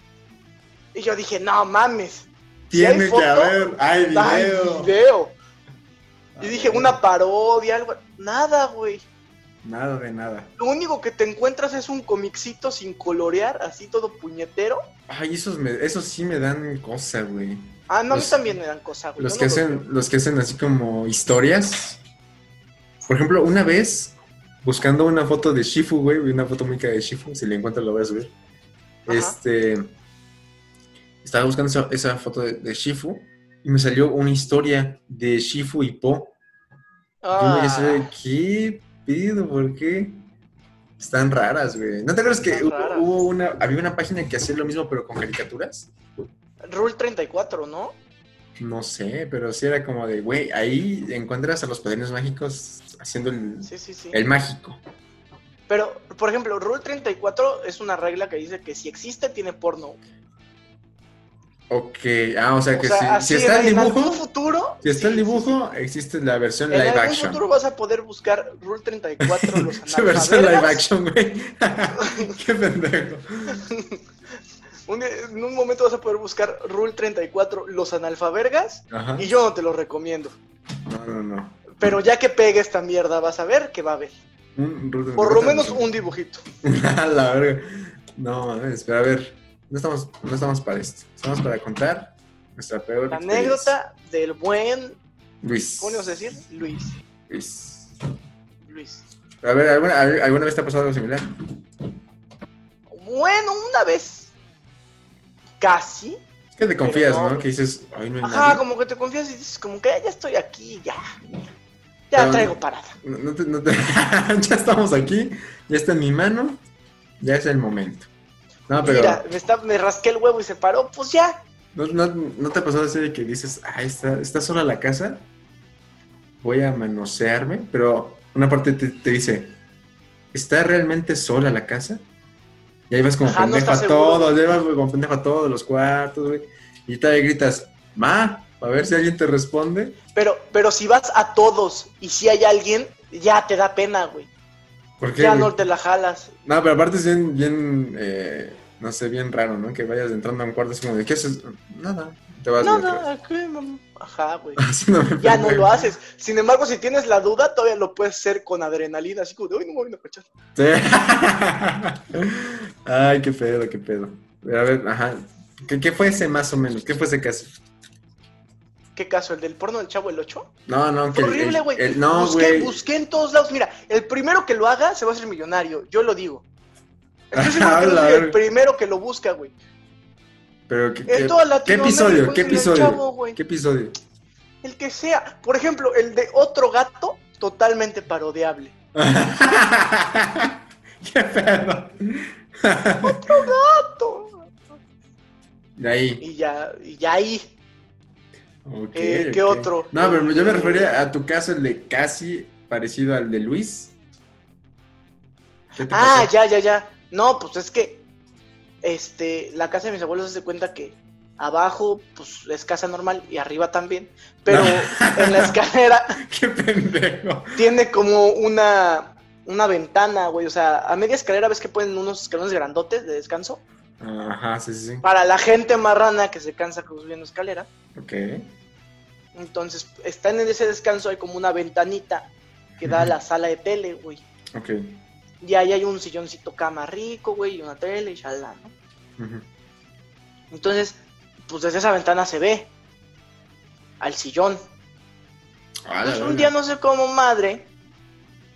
Speaker 1: Y yo dije, no mames, ¿Y
Speaker 2: Tiene
Speaker 1: hay
Speaker 2: que
Speaker 1: foto?
Speaker 2: haber. Hay
Speaker 1: hay
Speaker 2: video.
Speaker 1: video. Y
Speaker 2: Ah,
Speaker 1: dije,
Speaker 2: güey.
Speaker 1: una parodia, algo. Nada, güey.
Speaker 2: Nada de nada.
Speaker 1: Lo único que te encuentras es un comicito sin colorear, así todo puñetero.
Speaker 2: Ay, esos, me, esos sí me dan cosa, güey.
Speaker 1: Ah, no, a mí
Speaker 2: Los-
Speaker 1: también me dan cosa, güey.
Speaker 2: Los
Speaker 1: yo
Speaker 2: que
Speaker 1: no
Speaker 2: hacen,
Speaker 1: veo.
Speaker 2: los que hacen así como historias. Por ejemplo, una vez, buscando una foto de Shifu, güey, vi una foto muy cara de Shifu, si la encuentro la voy a subir.
Speaker 1: Ajá.
Speaker 2: Este. Estaba buscando esa, esa foto de, de Shifu y me salió una historia de Shifu y Po. Y yo me quedé así de,
Speaker 1: Ah,
Speaker 2: ¿qué pido? ¿Por qué? Están raras, güey. ¿No te acuerdas que
Speaker 1: Están
Speaker 2: hubo-
Speaker 1: raras.
Speaker 2: hubo una, había una página que hacía lo mismo pero con caricaturas?
Speaker 1: Rule 34, ¿no?
Speaker 2: No sé, pero sí era como de, güey, ahí encuentras a los padrinos mágicos haciendo el,
Speaker 1: Sí, sí, sí.
Speaker 2: el mágico.
Speaker 1: Pero, por ejemplo, Rule 34 es una regla que dice que si existe, tiene porno.
Speaker 2: Ok, ah, o sea
Speaker 1: O
Speaker 2: que
Speaker 1: sea,
Speaker 2: si- si,
Speaker 1: así
Speaker 2: está el
Speaker 1: en algún
Speaker 2: dibujo,
Speaker 1: futuro.
Speaker 2: si está el
Speaker 1: sí, sí,
Speaker 2: dibujo, existe la versión
Speaker 1: sí. En
Speaker 2: live
Speaker 1: algún
Speaker 2: action.
Speaker 1: futuro vas a poder buscar Rule 34 los
Speaker 2: *laughs* Esa versión live
Speaker 1: analfabetas.
Speaker 2: action, güey.
Speaker 1: *laughs*
Speaker 2: Qué pendejo.
Speaker 1: Un día- en un momento vas a poder buscar Rule 34 los analfabergas.
Speaker 2: Ajá.
Speaker 1: Y yo no te lo recomiendo.
Speaker 2: No, no, no.
Speaker 1: Pero ya que pegue esta mierda, vas a ver que va a haber.
Speaker 2: Un- un-
Speaker 1: Por lo menos
Speaker 2: un-
Speaker 1: un dibujito.
Speaker 2: *laughs* A la verga. No, mames, pero a ver, no estamos, no estamos para esto. Estamos para contar nuestra peor
Speaker 1: La
Speaker 2: experiencia.
Speaker 1: anécdota del buen,
Speaker 2: Luis.
Speaker 1: ¿cómo íbamos a decir? Luis.
Speaker 2: Luis.
Speaker 1: Luis.
Speaker 2: A ver, ¿alguna, al- ¿alguna vez te ha pasado algo similar?
Speaker 1: Bueno, una vez. Casi.
Speaker 2: Es que te confías,
Speaker 1: no,
Speaker 2: ¿no?
Speaker 1: güey.
Speaker 2: Que dices, ay, no hay
Speaker 1: Ajá,
Speaker 2: nadie".
Speaker 1: como que te confías y dices, como que "Eh, ya estoy aquí, ya. Ya
Speaker 2: Pero-
Speaker 1: traigo parada.
Speaker 2: No, no te- *laughs* no te- ya estamos aquí, ya está en mi mano, ya es el momento. No, Ah, pero.
Speaker 1: Mira, me, está- me rasqué el huevo y se paró, pues ya.
Speaker 2: ¿no, no, no te pasó así de que dices, ah, está, está sola la casa? Voy a manosearme, pero una parte te, te dice, ¿está realmente sola la casa? Y ahí vas como
Speaker 1: Ajá, no
Speaker 2: pendejo
Speaker 1: estás
Speaker 2: a
Speaker 1: seguro.
Speaker 2: todos, ya vas como pendejo a todos los cuartos, güey. Y todavía gritas, ma, a ver si alguien te responde.
Speaker 1: Pero, pero si vas a todos y si hay alguien, ya te da pena, güey.
Speaker 2: ¿Por qué,
Speaker 1: Ya
Speaker 2: güey?
Speaker 1: no te la jalas.
Speaker 2: No, pero aparte es bien, bien, eh, no sé, bien raro, ¿no? Que vayas entrando a un cuarto así como de, ¿qué haces? Nada. Te vas
Speaker 1: No,
Speaker 2: pues. güey, otra *laughs*
Speaker 1: no, ¿qué, mamá? Ajá, güey.
Speaker 2: vez. Haciéndome
Speaker 1: Ya no
Speaker 2: pendejo.
Speaker 1: lo haces. Sin embargo, si tienes la duda, todavía lo puedes hacer con adrenalina, así como de, uy, no me voy a cachar.
Speaker 2: Sí. *laughs* Ay, qué pedo, qué pedo. A ver, ajá. ¿Qué, qué fue ese más o menos? ¿Qué fue ese caso?
Speaker 1: ¿Qué caso? ¿El del porno del chavo el 8?
Speaker 2: No, no, que
Speaker 1: Fue
Speaker 2: el-
Speaker 1: horrible,
Speaker 2: el-
Speaker 1: güey.
Speaker 2: el- No,
Speaker 1: busqué,
Speaker 2: güey.
Speaker 1: busqué en todos lados. Mira, el primero que lo haga se va a hacer millonario, yo lo
Speaker 2: *laughs*
Speaker 1: digo. Estoy seguro que yo
Speaker 2: Habla,
Speaker 1: soy el
Speaker 2: güey.
Speaker 1: primero que lo busca, güey.
Speaker 2: Pero ¿qué,
Speaker 1: En
Speaker 2: qué-
Speaker 1: toda
Speaker 2: qué
Speaker 1: Latinoamérica
Speaker 2: episodio? ¿Qué
Speaker 1: encuentran el chavo,
Speaker 2: episodio?
Speaker 1: güey.
Speaker 2: ¿Qué episodio? *laughs*
Speaker 1: El que sea. Por ejemplo, el de otro gato, totalmente parodiable.
Speaker 2: qué pedo.
Speaker 1: Gato.
Speaker 2: De ahí.
Speaker 1: Y ya, y ya ahí.
Speaker 2: Ok,
Speaker 1: Eh,
Speaker 2: ok.
Speaker 1: ¿qué otro?
Speaker 2: No, pero yo me refería a tu caso, el de casi parecido al de Luis. ¿Qué te
Speaker 1: Ah,
Speaker 2: pasó?
Speaker 1: ya, ya, ya. No, pues es que este, la casa de mis abuelos se cuenta que abajo pues es casa normal y arriba también,
Speaker 2: *laughs*
Speaker 1: pero en la escalera
Speaker 2: Qué pendejo.
Speaker 1: tiene como una una ventana, güey, o sea, a media escalera ves que ponen unos escalones grandotes de descanso
Speaker 2: Ajá, sí, sí, sí.
Speaker 1: para la gente marrana que se cansa subiendo escalera.
Speaker 2: Ok.
Speaker 1: Entonces, están en ese descanso hay como una ventanita que da a la sala de tele, güey.
Speaker 2: Ok.
Speaker 1: Y ahí hay un silloncito cama rico, güey, y una tele y shalá, ¿no?
Speaker 2: Ujú.
Speaker 1: Entonces, pues desde esa ventana se ve al sillón.
Speaker 2: Ah, la
Speaker 1: Pues un
Speaker 2: verga.
Speaker 1: día no sé cómo madre,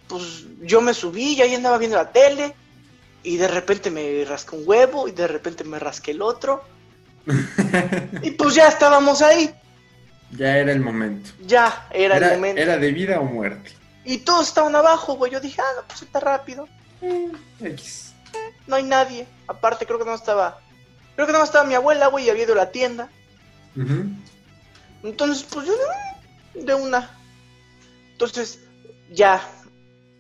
Speaker 1: pues yo me subí y ahí andaba viendo la tele y de repente me rasqué un huevo y de repente me rasqué el *laughs* otro y pues ya estábamos ahí,
Speaker 2: *laughs* ya era el momento.
Speaker 1: ya era, el momento.
Speaker 2: era de vida o muerte.
Speaker 1: Y todos estaban abajo, güey, yo dije, ah, no, pues está rápido,
Speaker 2: Eh, X.
Speaker 1: no hay nadie. Aparte creo que no estaba, creo que no estaba mi abuela, güey, y había ido a la tienda.
Speaker 2: Ujú.
Speaker 1: Entonces, pues yo de- de una. Entonces, ya.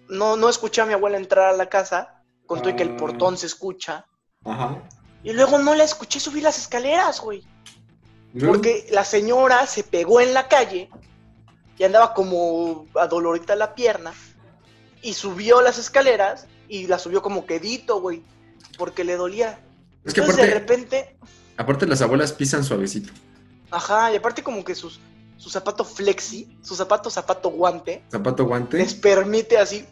Speaker 1: No, no escuché a mi abuela entrar a la casa, con todo y que el
Speaker 2: Ah.
Speaker 1: portón se escucha.
Speaker 2: Ajá.
Speaker 1: Y luego no la escuché subir las escaleras, güey. Porque la señora se pegó en la calle y andaba como adolorita la pierna. Y subió las escaleras y la subió como quedito, güey. Porque le dolía.
Speaker 2: Es que
Speaker 1: Entonces de
Speaker 2: aparte,
Speaker 1: repente,
Speaker 2: aparte las abuelas pisan suavecito.
Speaker 1: ajá, y aparte como que sus, su zapato flexi, su zapato zapato guante,
Speaker 2: Zapato guante.
Speaker 1: les permite así.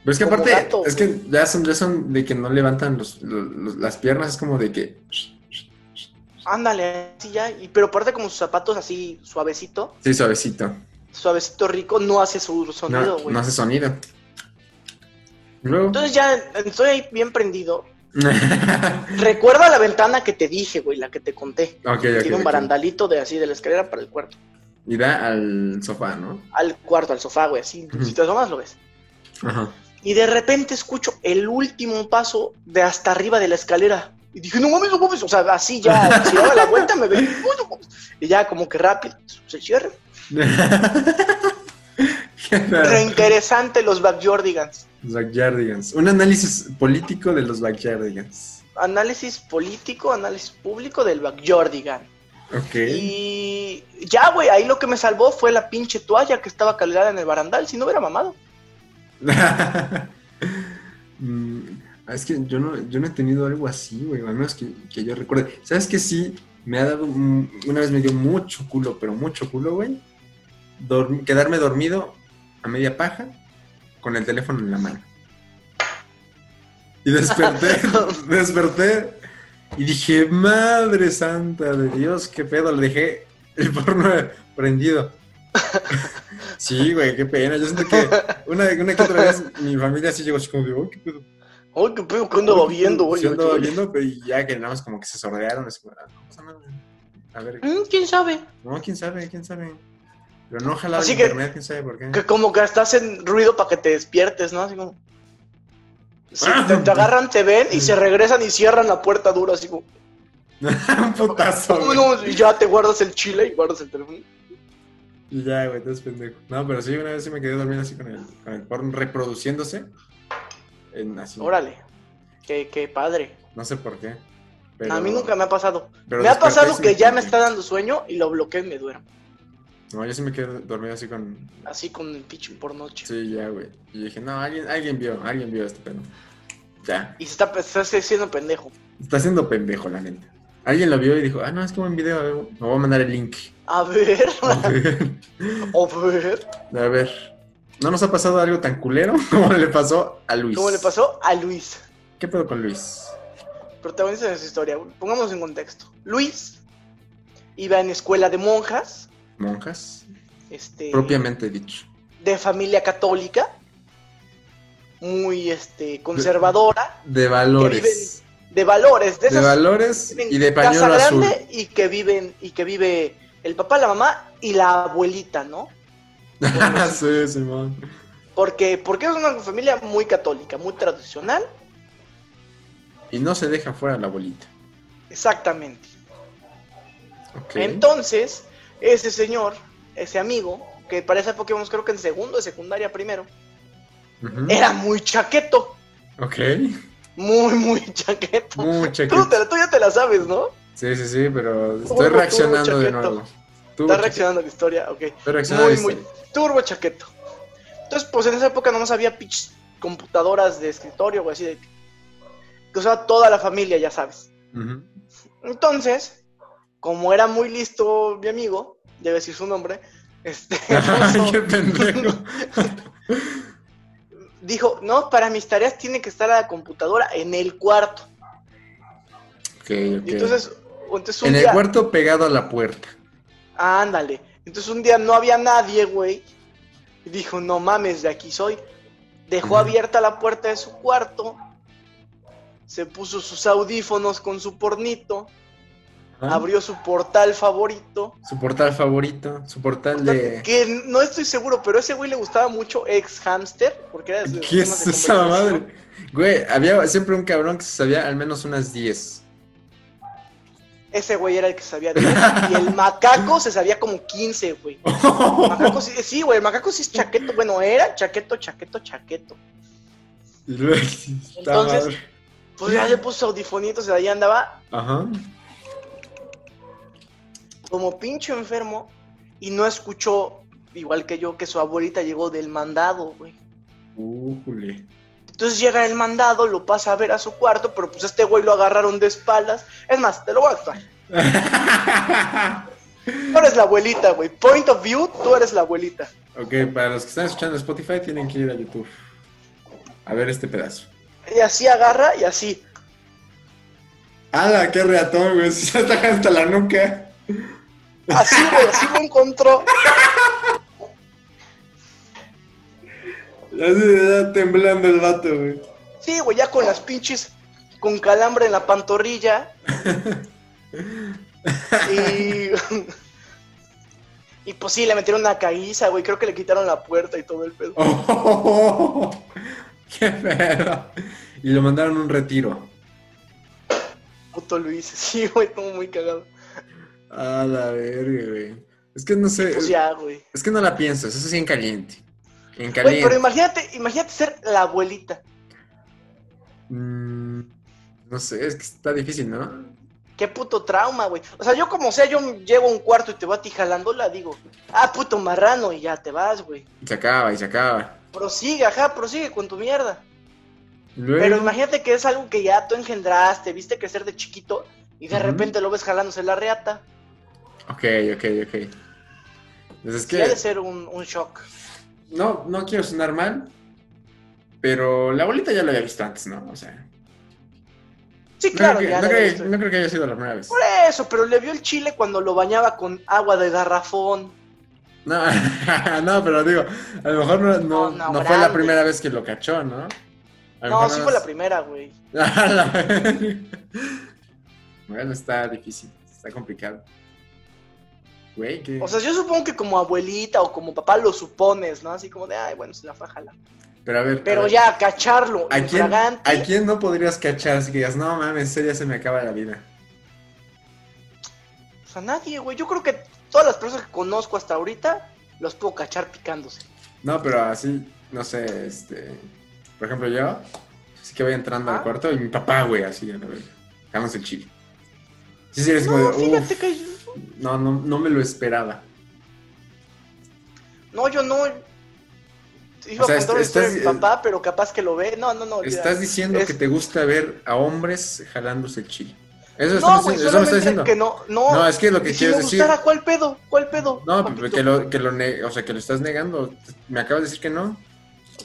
Speaker 2: Pero es que
Speaker 1: como
Speaker 2: aparte,
Speaker 1: gato,
Speaker 2: es que ya son, ya son de que no levantan los- los- los- las piernas, es como de que.
Speaker 1: Ándale, así ya. Y, pero aparte como sus zapatos así suavecito,
Speaker 2: Sí, suavecito.
Speaker 1: suavecito rico, no hace su
Speaker 2: No-
Speaker 1: sonido,
Speaker 2: no,
Speaker 1: güey.
Speaker 2: hace sonido. Luego.
Speaker 1: Entonces ya estoy ahí bien prendido. Recuerda la ventana que te dije, güey, la que te conté.
Speaker 2: *laughs* ok, ok.
Speaker 1: Tiene un
Speaker 2: ok.
Speaker 1: barandalito de así de la escalera para el cuarto.
Speaker 2: Y da al sofá, ¿no?
Speaker 1: Al cuarto, al sofá, güey, así.
Speaker 2: Ujú.
Speaker 1: Si te asomas lo ves.
Speaker 2: *laughs* Ajá.
Speaker 1: Y de repente escucho el último paso de hasta arriba de la escalera. Y dije, no mames, no mames. O sea, así ya, si daba la vuelta me veía. "No, no mames". Y ya como que rápido, se cierra.
Speaker 2: Qué raro.
Speaker 1: Pero interesante los Backyardigans.
Speaker 2: Los Backyardigans. Un análisis político de los Backyardigans.
Speaker 1: análisis político, análisis público del Backyardigan.
Speaker 2: Ok.
Speaker 1: Y ya, güey, ahí lo que me salvó fue la pinche toalla que estaba colgada en el barandal, si no hubiera mamado.
Speaker 2: *laughs* Mm, es que yo no, yo no he tenido algo así, güey, al menos que, que yo recuerde. ¿Sabes que sí? Me ha dado, mm, una vez me dio mucho culo, pero mucho culo, güey. Dorm- quedarme dormido a media paja con el teléfono en la mano. Y desperté, *laughs* desperté y dije, madre santa de Dios, qué pedo, le dejé el *laughs* porno prendido. *laughs* Sí, güey, qué pena. Yo siento que una, una que otra vez mi familia sí llegó así como de, "Oh, qué pedo.
Speaker 1: Ay, qué pedo, que andaba viendo, güey.
Speaker 2: Sí andaba viendo, pero ya que nada más como que se sordearon. Así como, "Ah, no pasa nada". A ver,
Speaker 1: Mm, ¿Quién sabe?
Speaker 2: no, quién sabe, quién sabe. Pero no ojalá
Speaker 1: Así que-
Speaker 2: internet, quién sabe por qué.
Speaker 1: Que como que hasta hacen ruido para que te despiertes, ¿no? Así como, Sí,
Speaker 2: Ah,
Speaker 1: te, te agarran, te ven y se regresan y cierran la puerta dura, así como.
Speaker 2: *laughs* Un putazo. güey.
Speaker 1: "Vámonos", y ya te guardas el chile y guardas el teléfono.
Speaker 2: Y ya, güey, estás pendejo. No, pero sí, una vez sí me quedé dormido así con el, con el porno reproduciéndose. En, así.
Speaker 1: Órale. Qué, qué padre.
Speaker 2: No sé por qué. pero-
Speaker 1: A mí nunca me ha pasado.
Speaker 2: pero
Speaker 1: me ha
Speaker 2: desperté
Speaker 1: pasado
Speaker 2: sin-
Speaker 1: que ya me está dando sueño y lo bloqueo y me duermo.
Speaker 2: No, yo sí me quedé dormido así con.
Speaker 1: Así con el pinche por noche.
Speaker 2: Sí, ya, güey. Y dije, no, alguien, alguien vio, alguien vio este pedo. Ya.
Speaker 1: Y se está, se está haciendo pendejo.
Speaker 2: Está siendo pendejo, la neta. Alguien lo vio y dijo, ah, no, es que buen video, a ver, me voy a mandar el
Speaker 1: *laughs*
Speaker 2: link.
Speaker 1: A ver,
Speaker 2: A ver.
Speaker 1: a ver.
Speaker 2: A ver. ¿No nos ha pasado algo tan culero *laughs* como le pasó a Luis?
Speaker 1: ¿Cómo le pasó a Luis?
Speaker 2: ¿Qué pedo con Luis?
Speaker 1: Protagonista de su historia. Pongamos en contexto. Luis iba en escuela de monjas.
Speaker 2: Monjas.
Speaker 1: Este,
Speaker 2: Propiamente dicho.
Speaker 1: De familia católica. Muy este, conservadora.
Speaker 2: De valores.
Speaker 1: De valores. De
Speaker 2: De
Speaker 1: esas
Speaker 2: valores
Speaker 1: viven
Speaker 2: y de pañuelo
Speaker 1: casa
Speaker 2: azul.
Speaker 1: grande y que viven y que vive el papá, la mamá y la abuelita, ¿no?
Speaker 2: *laughs* sí, Simón.
Speaker 1: Porque porque es una familia muy católica, muy tradicional,
Speaker 2: Y no se deja fuera la abuelita.
Speaker 1: exactamente.
Speaker 2: Ok.
Speaker 1: Entonces, ese señor, ese amigo, que para esa época íbamos creo que en segundo de secundaria primero,
Speaker 2: Ujú.
Speaker 1: era muy chaqueto, *laughs*
Speaker 2: Ok.
Speaker 1: muy muy chaqueto.
Speaker 2: Mucha
Speaker 1: Tú,
Speaker 2: crítica.
Speaker 1: te- tú ya te la sabes, ¿no?
Speaker 2: Sí, sí, sí, pero
Speaker 1: Turbo,
Speaker 2: estoy
Speaker 1: turbo,
Speaker 2: reaccionando de
Speaker 1: chaqueto.
Speaker 2: nuevo. Turbo,
Speaker 1: Estás
Speaker 2: chaqueto.
Speaker 1: reaccionando a la historia, ok.
Speaker 2: Estoy reaccionando
Speaker 1: Muy,
Speaker 2: de
Speaker 1: muy turbo chaqueto. Entonces, pues en esa época nomás había pinches computadoras de escritorio o así de que usaba toda la familia, ya sabes.
Speaker 2: Ujú.
Speaker 1: Entonces, como era muy listo mi amigo, debe decir su nombre,
Speaker 2: *laughs*
Speaker 1: este *laughs*
Speaker 2: Ay, qué pendejo.
Speaker 1: dijo, no, para mis tareas tiene que estar la computadora en el cuarto.
Speaker 2: Ok, ok.
Speaker 1: Y entonces, entonces un
Speaker 2: en el
Speaker 1: día,
Speaker 2: cuarto pegado a la puerta.
Speaker 1: ándale. Entonces un día no había nadie, güey. Y dijo, no mames, de aquí soy. Dejó
Speaker 2: Ujú.
Speaker 1: abierta la puerta de su cuarto. Se puso sus audífonos con su pornito.
Speaker 2: Ajá.
Speaker 1: Abrió su portal favorito.
Speaker 2: Su portal favorito, su portal de...
Speaker 1: Que no estoy seguro, pero a ese güey le gustaba mucho ex hamster. Porque era de sus
Speaker 2: *laughs* ¿Qué
Speaker 1: temas
Speaker 2: es
Speaker 1: de
Speaker 2: esa
Speaker 1: conversación.
Speaker 2: madre? Güey, había siempre un cabrón que se sabía al menos unas 10.
Speaker 1: Ese güey era el que sabía de eso. Y el macaco se sabía como 15, güey. Macaco sí, sí, güey, el macaco sí es chaqueto. Bueno, era chaqueto, chaqueto, chaqueto.
Speaker 2: *laughs* Y luego, esta
Speaker 1: Entonces-
Speaker 2: madre.
Speaker 1: Pues ya le puso audifonitos y ahí andaba
Speaker 2: Ajá.
Speaker 1: como pinche enfermo y no escuchó, igual que yo, que su abuelita llegó del mandado, güey.
Speaker 2: Újule.
Speaker 1: Entonces llega el mandado, lo pasa a ver a su cuarto, pero pues este güey lo agarraron de espaldas. Es más, te lo voy a actuar. Tú eres la abuelita, güey. Point of view, tú eres la abuelita.
Speaker 2: *laughs* ok, para los que están escuchando en Spotify tienen que ir a YouTube. A ver este pedazo.
Speaker 1: Y así agarra y así.
Speaker 2: ¡Hala, qué reatón, güey! *laughs* Se ataca hasta la nuca.
Speaker 1: Así, güey, así lo encontró.
Speaker 2: Ya se está temblando el vato, güey.
Speaker 1: Sí, güey, ya con las pinches, con calambre en la pantorrilla. y... y pues sí, le metieron una caguiza, güey. Creo que le quitaron la puerta y todo el pedo.
Speaker 2: ¡Oh! *laughs* ¡Qué pedo! Y lo mandaron a un retiro.
Speaker 1: Puto Luis, *laughs* sí, güey, como muy cagado.
Speaker 2: A la verga, güey. Es que no sé.
Speaker 1: Pues ya, güey.
Speaker 2: Es que no la piensas, eso sí en caliente. En
Speaker 1: Güey,
Speaker 2: caliente.
Speaker 1: pero imagínate, imagínate ser la abuelita.
Speaker 2: Mm, no sé, es que está difícil, ¿no?
Speaker 1: Qué puto trauma, güey. O sea, yo como sea, yo llego a un cuarto y te voy a ti jalándola, digo, ah, puto marrano, y ya te vas, güey.
Speaker 2: Y se acaba, y se acaba.
Speaker 1: Prosigue, ajá, prosigue con tu mierda.
Speaker 2: Y luego-
Speaker 1: Pero imagínate que es algo que ya tú engendraste, viste crecer de chiquito y de
Speaker 2: Ujú.
Speaker 1: repente lo ves jalándose la reata.
Speaker 2: Ok, ok, ok. Pues es
Speaker 1: Sí, ha
Speaker 2: que.
Speaker 1: de ser un, un shock.
Speaker 2: No, no quiero sonar mal. Pero la abuelita ya lo había visto antes, ¿no? O sea.
Speaker 1: Sí,
Speaker 2: No,
Speaker 1: claro,
Speaker 2: creo, que,
Speaker 1: ya.
Speaker 2: no,
Speaker 1: la
Speaker 2: creo,
Speaker 1: viste.
Speaker 2: no creo que haya sido la primera vez.
Speaker 1: Por eso, pero le vio el chile cuando lo bañaba con agua de garrafón.
Speaker 2: No, *laughs* no, pero digo, a lo mejor no,
Speaker 1: No,
Speaker 2: no-
Speaker 1: no,
Speaker 2: no fue la
Speaker 1: grande.
Speaker 2: primera vez que lo cachó, ¿no? A lo
Speaker 1: No,
Speaker 2: mejor
Speaker 1: sí
Speaker 2: nada
Speaker 1: fue la
Speaker 2: más-
Speaker 1: primera, güey.
Speaker 2: *laughs* A la verga. bueno, está difícil, está complicado. Güey, que
Speaker 1: O sea, yo supongo que como abuelita o como papá lo supones, ¿no? Así como de, ay, bueno, se la fue a jalar.
Speaker 2: Pero a ver. a
Speaker 1: Pero
Speaker 2: ver,
Speaker 1: ya, cacharlo.
Speaker 2: ¿A quién,
Speaker 1: infragante.
Speaker 2: ¿A quién no podrías cachar si que digas, no mames, en serio ya se me acaba la vida?
Speaker 1: Pues a nadie, güey. Yo creo que todas las personas que conozco hasta ahorita los puedo cachar picándose.
Speaker 2: No, pero así, no sé, este. Por ejemplo, yo, sí que voy entrando al
Speaker 1: Ah.
Speaker 2: cuarto y mi papá, güey, así, a la verga. Hagamos el chile. Sí, sí, eres como
Speaker 1: No,
Speaker 2: de,
Speaker 1: fíjate
Speaker 2: "Uf,
Speaker 1: que yo-
Speaker 2: no, no, no me lo esperaba.
Speaker 1: No, yo no. Iba
Speaker 2: O sea,
Speaker 1: a contar una
Speaker 2: estás-
Speaker 1: historia de mi papá, pero capaz que lo ve. No, no, no. Oh, ya.
Speaker 2: Estás diciendo
Speaker 1: Es-
Speaker 2: que te gusta ver a hombres jalándose el chile. Eso,
Speaker 1: No,
Speaker 2: estamos-
Speaker 1: güey,
Speaker 2: eso me estás
Speaker 1: solamente
Speaker 2: diciendo.
Speaker 1: que no. No,
Speaker 2: No, es que lo que
Speaker 1: Y si me
Speaker 2: quieres decir.
Speaker 1: gustara, ¿cuál pedo? ¿Cuál pedo?
Speaker 2: No,
Speaker 1: papito?
Speaker 2: pero que lo, que lo ne- o sea, que lo estás negando. Me acabas de decir que no.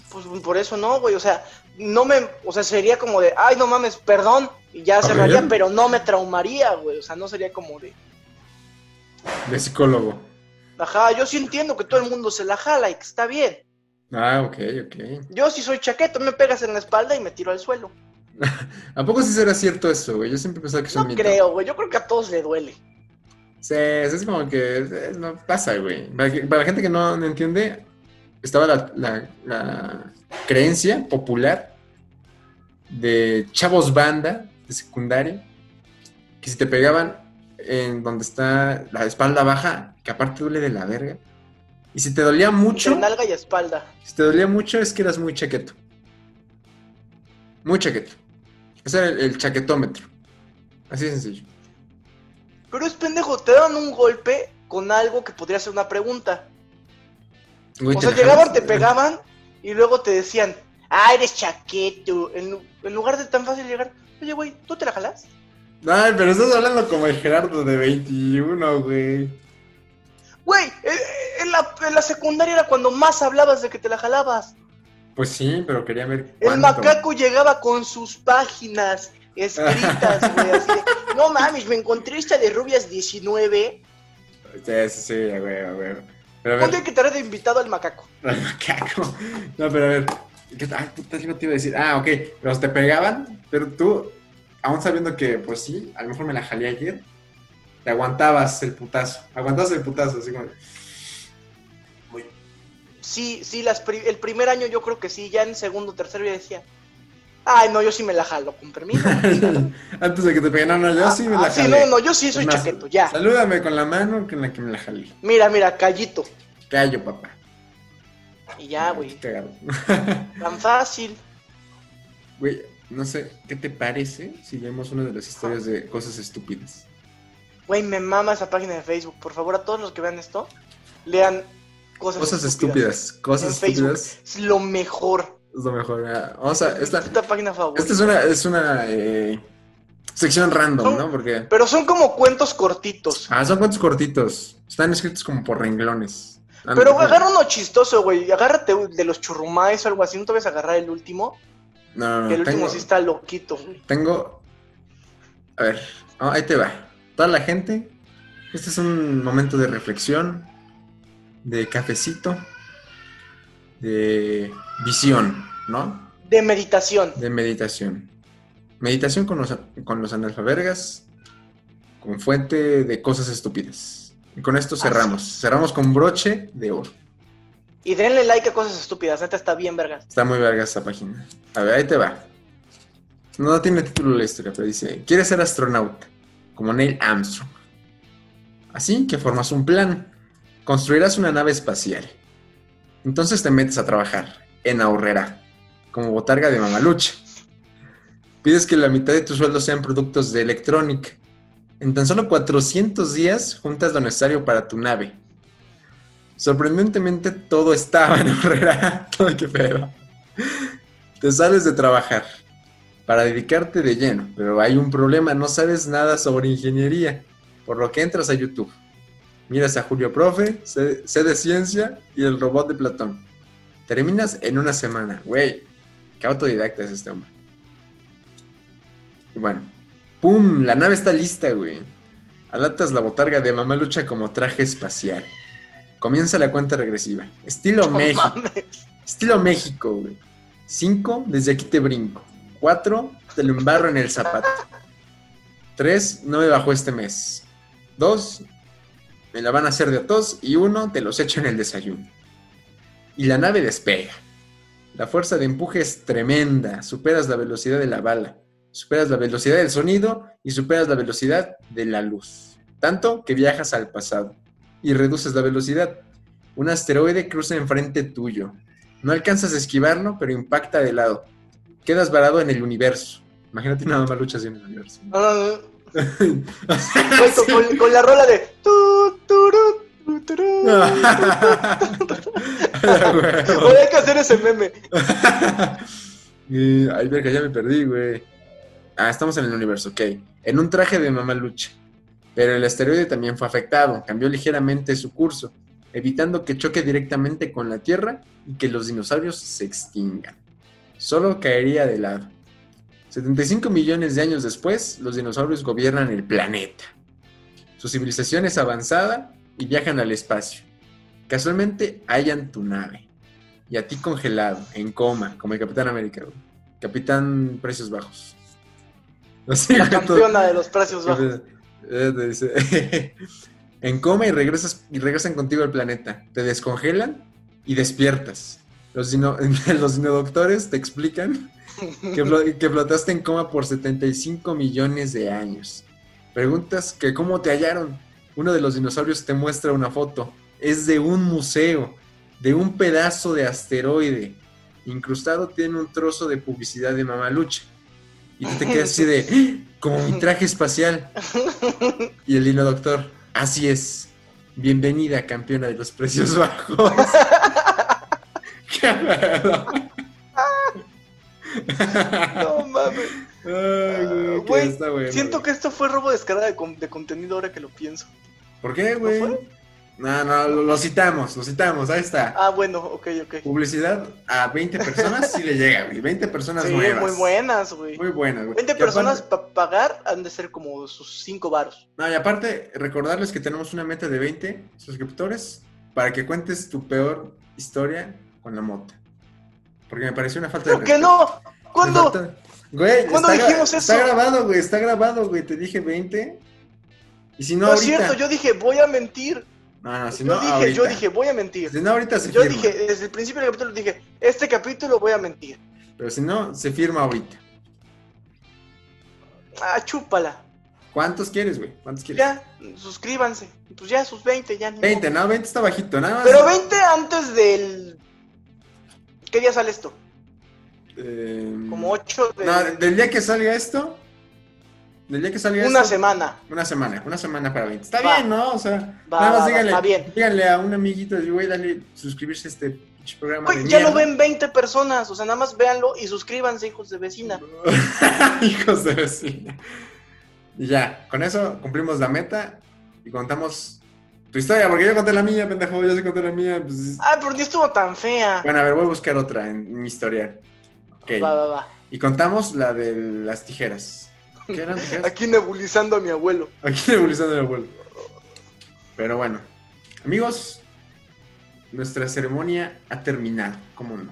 Speaker 1: Pues por eso no, güey. O sea, no me. O sea, sería como de, ay, no mames, perdón. Y ya
Speaker 2: ver.
Speaker 1: cerraría, pero no me traumaría, güey. O sea, no sería como de.
Speaker 2: De psicólogo.
Speaker 1: Ajá, yo sí entiendo que todo el mundo se la jala y que está bien.
Speaker 2: Ah, ok, ok.
Speaker 1: Yo sí soy chaqueto, me pegas en la espalda y me tiro al suelo.
Speaker 2: ¿A poco sí será cierto eso, güey? Yo siempre pensaba que es
Speaker 1: No
Speaker 2: un mito.
Speaker 1: creo, güey. Yo creo que a todos le duele.
Speaker 2: Sí, eso es como que eh, no pasa, güey. Para, que- para la gente que no, no entiende, estaba la, la- la creencia popular de chavos banda de secundaria, que si te pegaban en donde está la espalda baja, que aparte duele de la verga, y si te dolía mucho,
Speaker 1: Entre nalga y espalda.
Speaker 2: si te dolía mucho es que eras muy chaqueto. Muy chaqueto. Ese era el, el chaquetómetro. Así de sencillo.
Speaker 1: Pero es pendejo, te daban un golpe con algo que podría ser una pregunta.
Speaker 2: Güey,
Speaker 1: o sea,
Speaker 2: la
Speaker 1: llegaban,
Speaker 2: jalabas.
Speaker 1: te pegaban y luego te decían, ah, eres chaqueto. En, lu- en lugar de tan fácil llegar, oye, güey, ¿tú te la jalás?
Speaker 2: Ay, pero estás hablando como el Gerardo de 21, güey.
Speaker 1: Güey, eh, eh, en la, en la secundaria era cuando más hablabas de que te la jalabas.
Speaker 2: Pues sí, pero quería ver
Speaker 1: El macaco llegaba con sus páginas
Speaker 2: *laughs*
Speaker 1: escritas, güey, así de, no mames, me encontré esta de rubias 19.
Speaker 2: Sí, sí, sí, a huevo, a huevo. Pero a
Speaker 1: Ponte
Speaker 2: ver,
Speaker 1: que traer de invitado al macaco.
Speaker 2: *laughs* el macaco. No, pero a ver. ¿qué tal? Ay, puta, yo te iba a decir. Ah, ok. Pero te pegaban, pero tú, aún sabiendo que, pues sí, a lo mejor me la jalé ayer, te aguantabas el putazo. Aguantabas el putazo, así como. Muy
Speaker 1: Sí, sí, las pri- el primer año yo creo que sí, ya en segundo, tercero ya decía, ay, no, yo sí me la jalo, con permiso.
Speaker 2: Antes de que te peguen, no, no, *laughs* yo sí me la
Speaker 1: Ah,
Speaker 2: jalé.
Speaker 1: sí, no, no, yo sí
Speaker 2: Es
Speaker 1: soy
Speaker 2: más,
Speaker 1: chaqueto, ya.
Speaker 2: Salúdame con la mano con la que me la jalé.
Speaker 1: Mira, mira, callito.
Speaker 2: Callo, papá.
Speaker 1: Y ya,
Speaker 2: Qué
Speaker 1: güey,
Speaker 2: cagado.
Speaker 1: tan fácil.
Speaker 2: Güey, no sé, ¿qué te parece si leemos una de las historias de cosas estúpidas?
Speaker 1: Güey, me mama esa página de Facebook. Por favor, a todos los que vean esto, lean cosas,
Speaker 2: Cosas estúpidas, cosas
Speaker 1: En Facebook.
Speaker 2: estúpidas
Speaker 1: Es lo mejor.
Speaker 2: es lo mejor. ¿verdad? O sea, esta,
Speaker 1: Esta página favorita.
Speaker 2: esta es una, es una eh, sección random,
Speaker 1: Son-
Speaker 2: ¿no? Porque
Speaker 1: Pero son como cuentos cortitos.
Speaker 2: ah, son cuentos cortitos, están escritos como por renglones. Ah,
Speaker 1: Pero
Speaker 2: no,
Speaker 1: güey, agarra uno chistoso, güey. Agárrate un- de los churrumais o algo así. No te vayas a agarrar el último.
Speaker 2: No, no,
Speaker 1: que el
Speaker 2: no,
Speaker 1: último
Speaker 2: Ah, tengo,
Speaker 1: sí está loquito, güey.
Speaker 2: tengo, a ver, ah, ahí te va. Toda la gente, este es un momento de reflexión, de cafecito, de visión, ¿no?
Speaker 1: De meditación.
Speaker 2: De meditación. Meditación con los, con los analfabergas, con fuente de cosas estúpidas. Y con esto cerramos. Cerramos con broche de oro.
Speaker 1: Y denle like a cosas estúpidas. Neta está bien, vergas.
Speaker 2: Está muy verga esta página. A ver, ahí te va. No tiene título la historia, pero dice, ¿quieres ser astronauta? Como Neil Armstrong. Así que formas un plan. Construirás una nave espacial. Entonces te metes a trabajar en ahorrera, como botarga de mamalucha. Pides que la mitad de tu sueldo sean productos de electrónica. En tan solo 400 días juntas lo necesario para tu nave. Sorprendentemente todo estaba en *laughs* Herrera. Todo qué pedo. Te sales de trabajar para dedicarte de lleno, pero hay un problema, no sabes nada sobre ingeniería, por lo que entras a YouTube. Miras a Julio Profe, sé, Sé de ciencia y el robot de Platón. Terminas en una semana, güey. Qué autodidacta es este hombre. Y bueno, ¡pum! La nave está lista, güey. Alatas la botarga de Mamalucha como traje espacial. Comienza la cuenta regresiva. Estilo
Speaker 1: *laughs* No
Speaker 2: México.
Speaker 1: mames.
Speaker 2: Estilo México, güey. Cinco, desde aquí te brinco. Cuatro, te lo embarro en el zapato. Tres, no me bajó este mes. Dos, me la van a hacer de a tos. Y uno, te los echo en el desayuno. Y la nave despega. La fuerza de empuje es tremenda. Superas la velocidad de la bala, superas la velocidad del sonido y superas la velocidad de la luz. Tanto que viajas al pasado y reduces la velocidad. Un asteroide cruza enfrente tuyo. No alcanzas a esquivarlo, pero impacta de lado. Quedas varado en el universo. Imagínate nada más luchas en el universo.
Speaker 1: No, no, no. Güey, *laughs* con, con- con la rola de. tu, turu, tu,
Speaker 2: *laughs*
Speaker 1: turu.
Speaker 2: *laughs*
Speaker 1: Güey, hay que hacer ese meme.
Speaker 2: Eh, Ay, verga, ya me perdí, güey. Ah, estamos en el universo, ok. En un traje de mamalucha. Pero el asteroide también fue afectado, cambió ligeramente su curso, evitando que choque directamente con la Tierra y que los dinosaurios se extingan. Solo caería de lado. 75 millones de años después, los dinosaurios gobiernan el planeta. Su civilización es avanzada y viajan al espacio. Casualmente hallan tu nave. Y a ti congelado, en coma, como el Capitán América, güey. Capitán Precios Bajos. *laughs* Así,
Speaker 1: La
Speaker 2: güey, todo-
Speaker 1: campeona de los
Speaker 2: *laughs*
Speaker 1: precios bajos.
Speaker 2: eh, te dice, *laughs* en coma y regresas y regresan contigo al planeta. Te descongelan y despiertas. Los, dino- *laughs* los dinodoctores te explican
Speaker 1: *laughs*
Speaker 2: que, flo- que flotaste en coma por 75 millones de años. Preguntas que cómo te hallaron. Uno de los dinosaurios te muestra una foto. Es de un museo, de un pedazo de asteroide. Incrustado tiene un trozo de publicidad de Mamalucha. Y tú te quedas así de, "¡Ah! como mi traje espacial. Y el hilo doctor, así es. Bienvenida, campeona de los precios bajos. ¡Qué pedo!
Speaker 1: No mames.
Speaker 2: Ay, güey,
Speaker 1: Ah, güey,
Speaker 2: está bueno,
Speaker 1: Siento
Speaker 2: güey.
Speaker 1: que esto fue robo descarada de, con- de contenido ahora que lo pienso.
Speaker 2: ¿Por qué, güey?
Speaker 1: ¿No
Speaker 2: No, no, lo, lo citamos, lo citamos, ahí está.
Speaker 1: Ah, bueno, ok, ok.
Speaker 2: Publicidad a 20 personas sí le llega, güey. 20 personas
Speaker 1: Sí,
Speaker 2: nuevas.
Speaker 1: muy buenas, güey.
Speaker 2: Muy buenas, güey.
Speaker 1: 20
Speaker 2: Y
Speaker 1: personas
Speaker 2: aparte-
Speaker 1: para pagar han de ser como sus 5 varos.
Speaker 2: No, y aparte, recordarles que tenemos una meta de 20 suscriptores para que cuentes tu peor historia con la mota. Porque me pareció una falta de
Speaker 1: ¿Por qué
Speaker 2: respeto.
Speaker 1: no? ¿Cuándo?
Speaker 2: Me falta- Güey,
Speaker 1: ¿Cuándo
Speaker 2: está gra-
Speaker 1: dijimos
Speaker 2: Está
Speaker 1: eso?
Speaker 2: grabado, güey, está grabado, güey. Te dije 20. Y si no,
Speaker 1: No, es
Speaker 2: ahorita.
Speaker 1: cierto, yo dije, voy a mentir.
Speaker 2: No, no, si
Speaker 1: yo
Speaker 2: no,
Speaker 1: dije,
Speaker 2: ahorita.
Speaker 1: yo dije, voy a mentir.
Speaker 2: Si no, ahorita se
Speaker 1: Yo
Speaker 2: firma.
Speaker 1: dije, desde el principio del capítulo dije, este capítulo voy a mentir.
Speaker 2: Pero si no, se firma ahorita.
Speaker 1: Ah, chúpala.
Speaker 2: ¿Cuántos quieres, güey? ¿Cuántos quieres?
Speaker 1: Ya, suscríbanse. Pues ya, sus 20, ya. ni
Speaker 2: 20,
Speaker 1: modo.
Speaker 2: no, 20 está bajito, nada más.
Speaker 1: Pero 20 antes del... ¿Qué día sale esto?
Speaker 2: Eh,
Speaker 1: Como 8 de...
Speaker 2: No, del día que salga esto. Del día que salga
Speaker 1: una
Speaker 2: esto.
Speaker 1: semana.
Speaker 2: Una semana, una semana para 20. Está
Speaker 1: Va.
Speaker 2: bien, ¿no? O sea,
Speaker 1: Va, va,
Speaker 2: nada más
Speaker 1: va,
Speaker 2: díganle,
Speaker 1: está bien.
Speaker 2: díganle a un amiguito, de, güey, dale suscribirse a este pinche programa.
Speaker 1: Güey,
Speaker 2: de
Speaker 1: ya lo
Speaker 2: mierda".
Speaker 1: ven 20 personas. O sea, nada más véanlo y suscríbanse, hijos de vecina.
Speaker 2: *laughs* Hijos de vecina. Y ya, con eso cumplimos la meta y contamos tu historia, porque yo conté la mía, pendejo, yo sí conté la mía. pues-
Speaker 1: Ah, pero ni estuvo tan fea.
Speaker 2: Bueno, a ver, voy a buscar otra en mi historial. Ok.
Speaker 1: Va, va, va.
Speaker 2: Y contamos la de las tijeras.
Speaker 1: *laughs*
Speaker 2: ¿Qué eran tijeras?
Speaker 1: Aquí nebulizando a mi
Speaker 2: *laughs*
Speaker 1: abuelo.
Speaker 2: Aquí nebulizando el abuelo. Pero bueno, amigos, nuestra ceremonia ha terminado, ¿cómo no?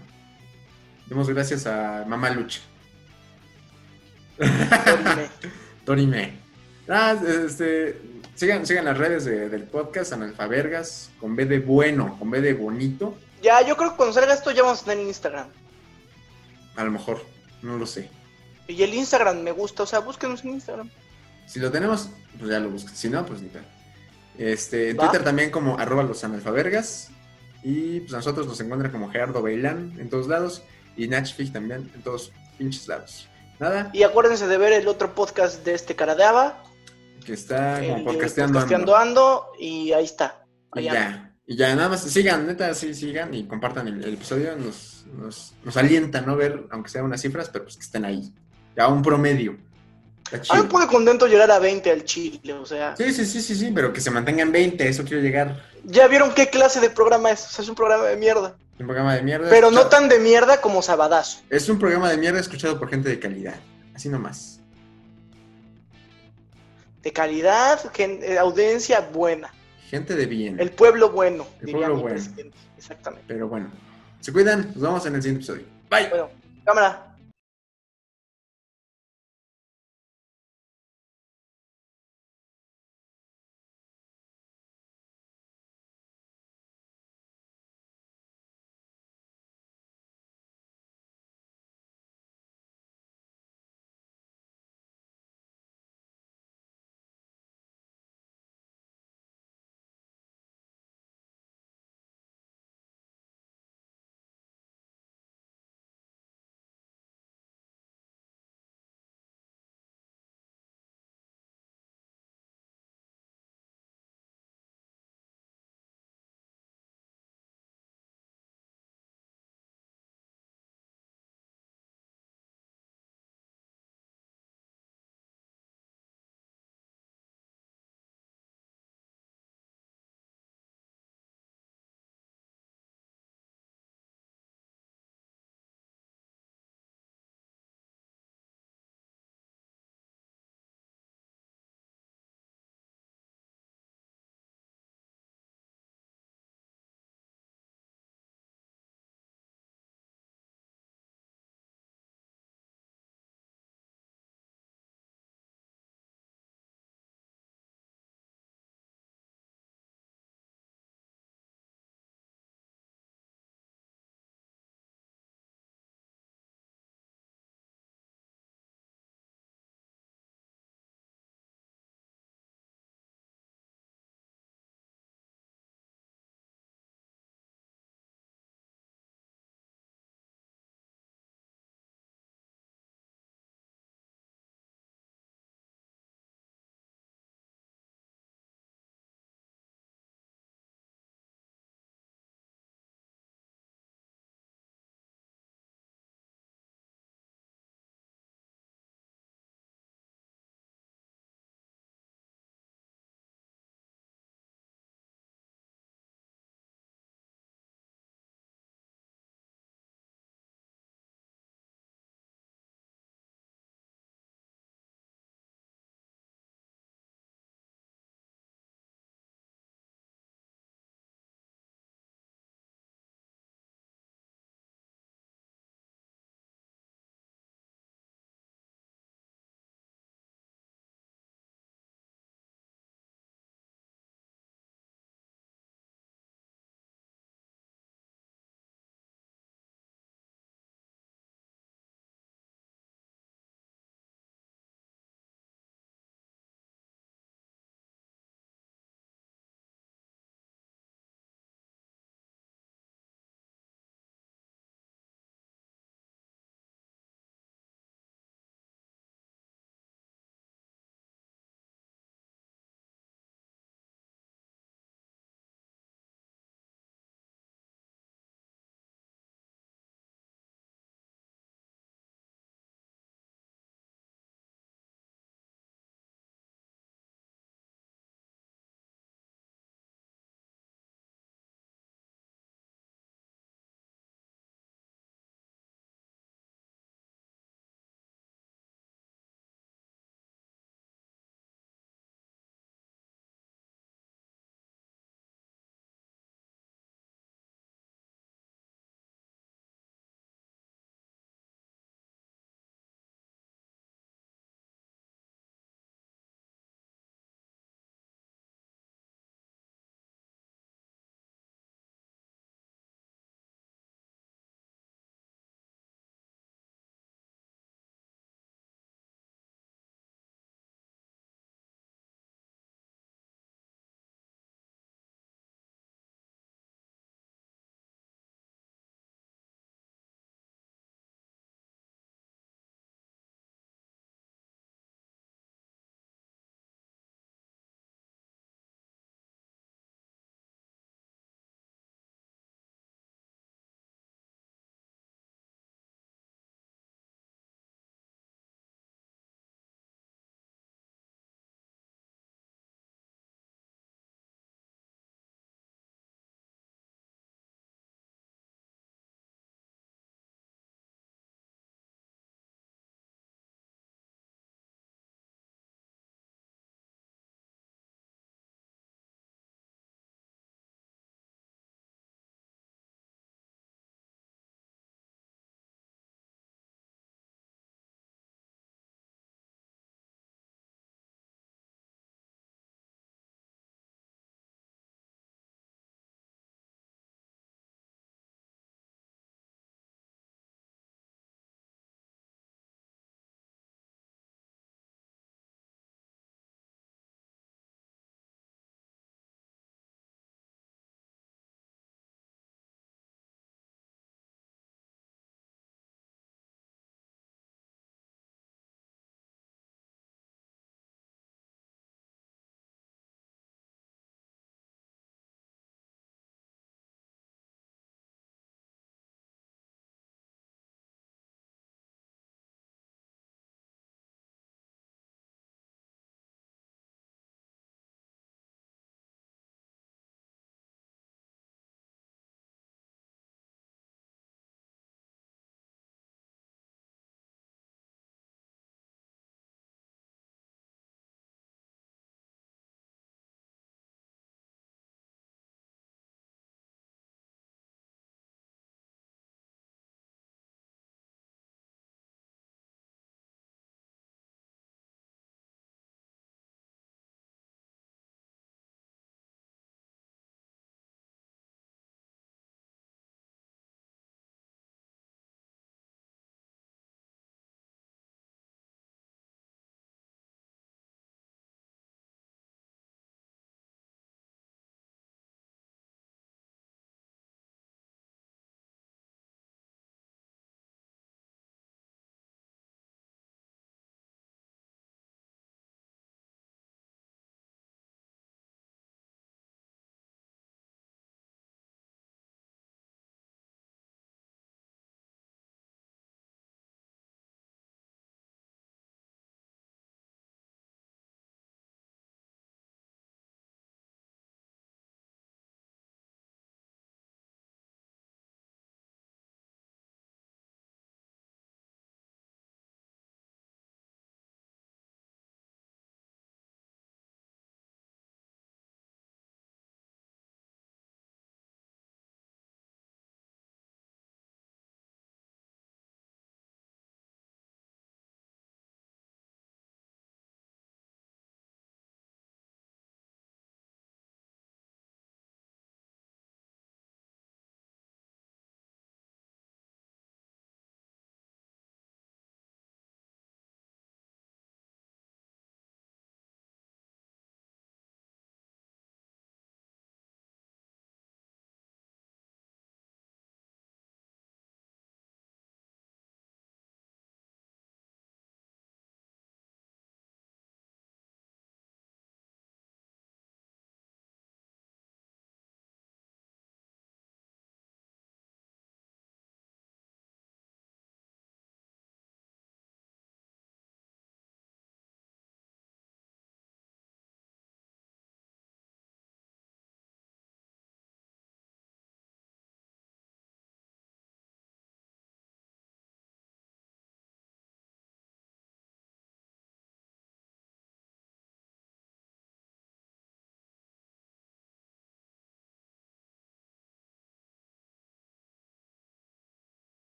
Speaker 2: Demos gracias a Mamá Lucha,
Speaker 1: Dorime.
Speaker 2: Torime. Ah, este, sigan, sigan las redes de- del podcast, Analfabergas, con B de bueno, con B de bonito,
Speaker 1: ya, yo creo que cuando salga esto ya vamos a tener Instagram.
Speaker 2: a lo mejor, no lo sé.
Speaker 1: Y el Instagram me gusta, o sea, búsquenos en Instagram.
Speaker 2: Si lo tenemos, pues ya lo buscan. Si no, pues ni tal. Este, en
Speaker 1: ¿Va?
Speaker 2: Twitter también como arroba los analfabergas. Y pues a nosotros nos encuentran como Gerardo Bailán en todos lados. Y Nachfig también en todos pinches lados. Nada,
Speaker 1: Y acuérdense de ver el otro podcast de este cara de Ava,
Speaker 2: que está
Speaker 1: el
Speaker 2: como
Speaker 1: de
Speaker 2: Ah, podcasteando.
Speaker 1: Podcasteando
Speaker 2: Ando.
Speaker 1: Ando, y ahí está.
Speaker 2: Y
Speaker 1: Ahí anda.
Speaker 2: ya, y ya, nada más sigan, neta, sí, sigan y compartan el, el episodio. Nos, nos, nos alienta, ¿no? Ver, aunque sean unas cifras, pero pues que estén ahí. Ya un promedio. Está
Speaker 1: Ah,
Speaker 2: chido.
Speaker 1: me pone contento llegar a 20 al chile, o sea.
Speaker 2: Sí, sí, sí, sí, sí, pero que se mantengan 20, eso quiero llegar.
Speaker 1: Ya vieron qué clase de programa es, o sea, es un programa de mierda.
Speaker 2: Un programa de mierda.
Speaker 1: Pero no
Speaker 2: Chao.
Speaker 1: tan de mierda como Sabadazo.
Speaker 2: Es un programa de mierda escuchado por gente de calidad. Así nomás.
Speaker 1: De calidad, gen- eh, audiencia buena.
Speaker 2: Gente de bien.
Speaker 1: El pueblo bueno,
Speaker 2: El
Speaker 1: diría
Speaker 2: pueblo
Speaker 1: mi
Speaker 2: bueno.
Speaker 1: presidente. Exactamente.
Speaker 2: Pero bueno. Se cuidan. Nos vemos en el siguiente episodio. Bye.
Speaker 1: Bueno, cámara.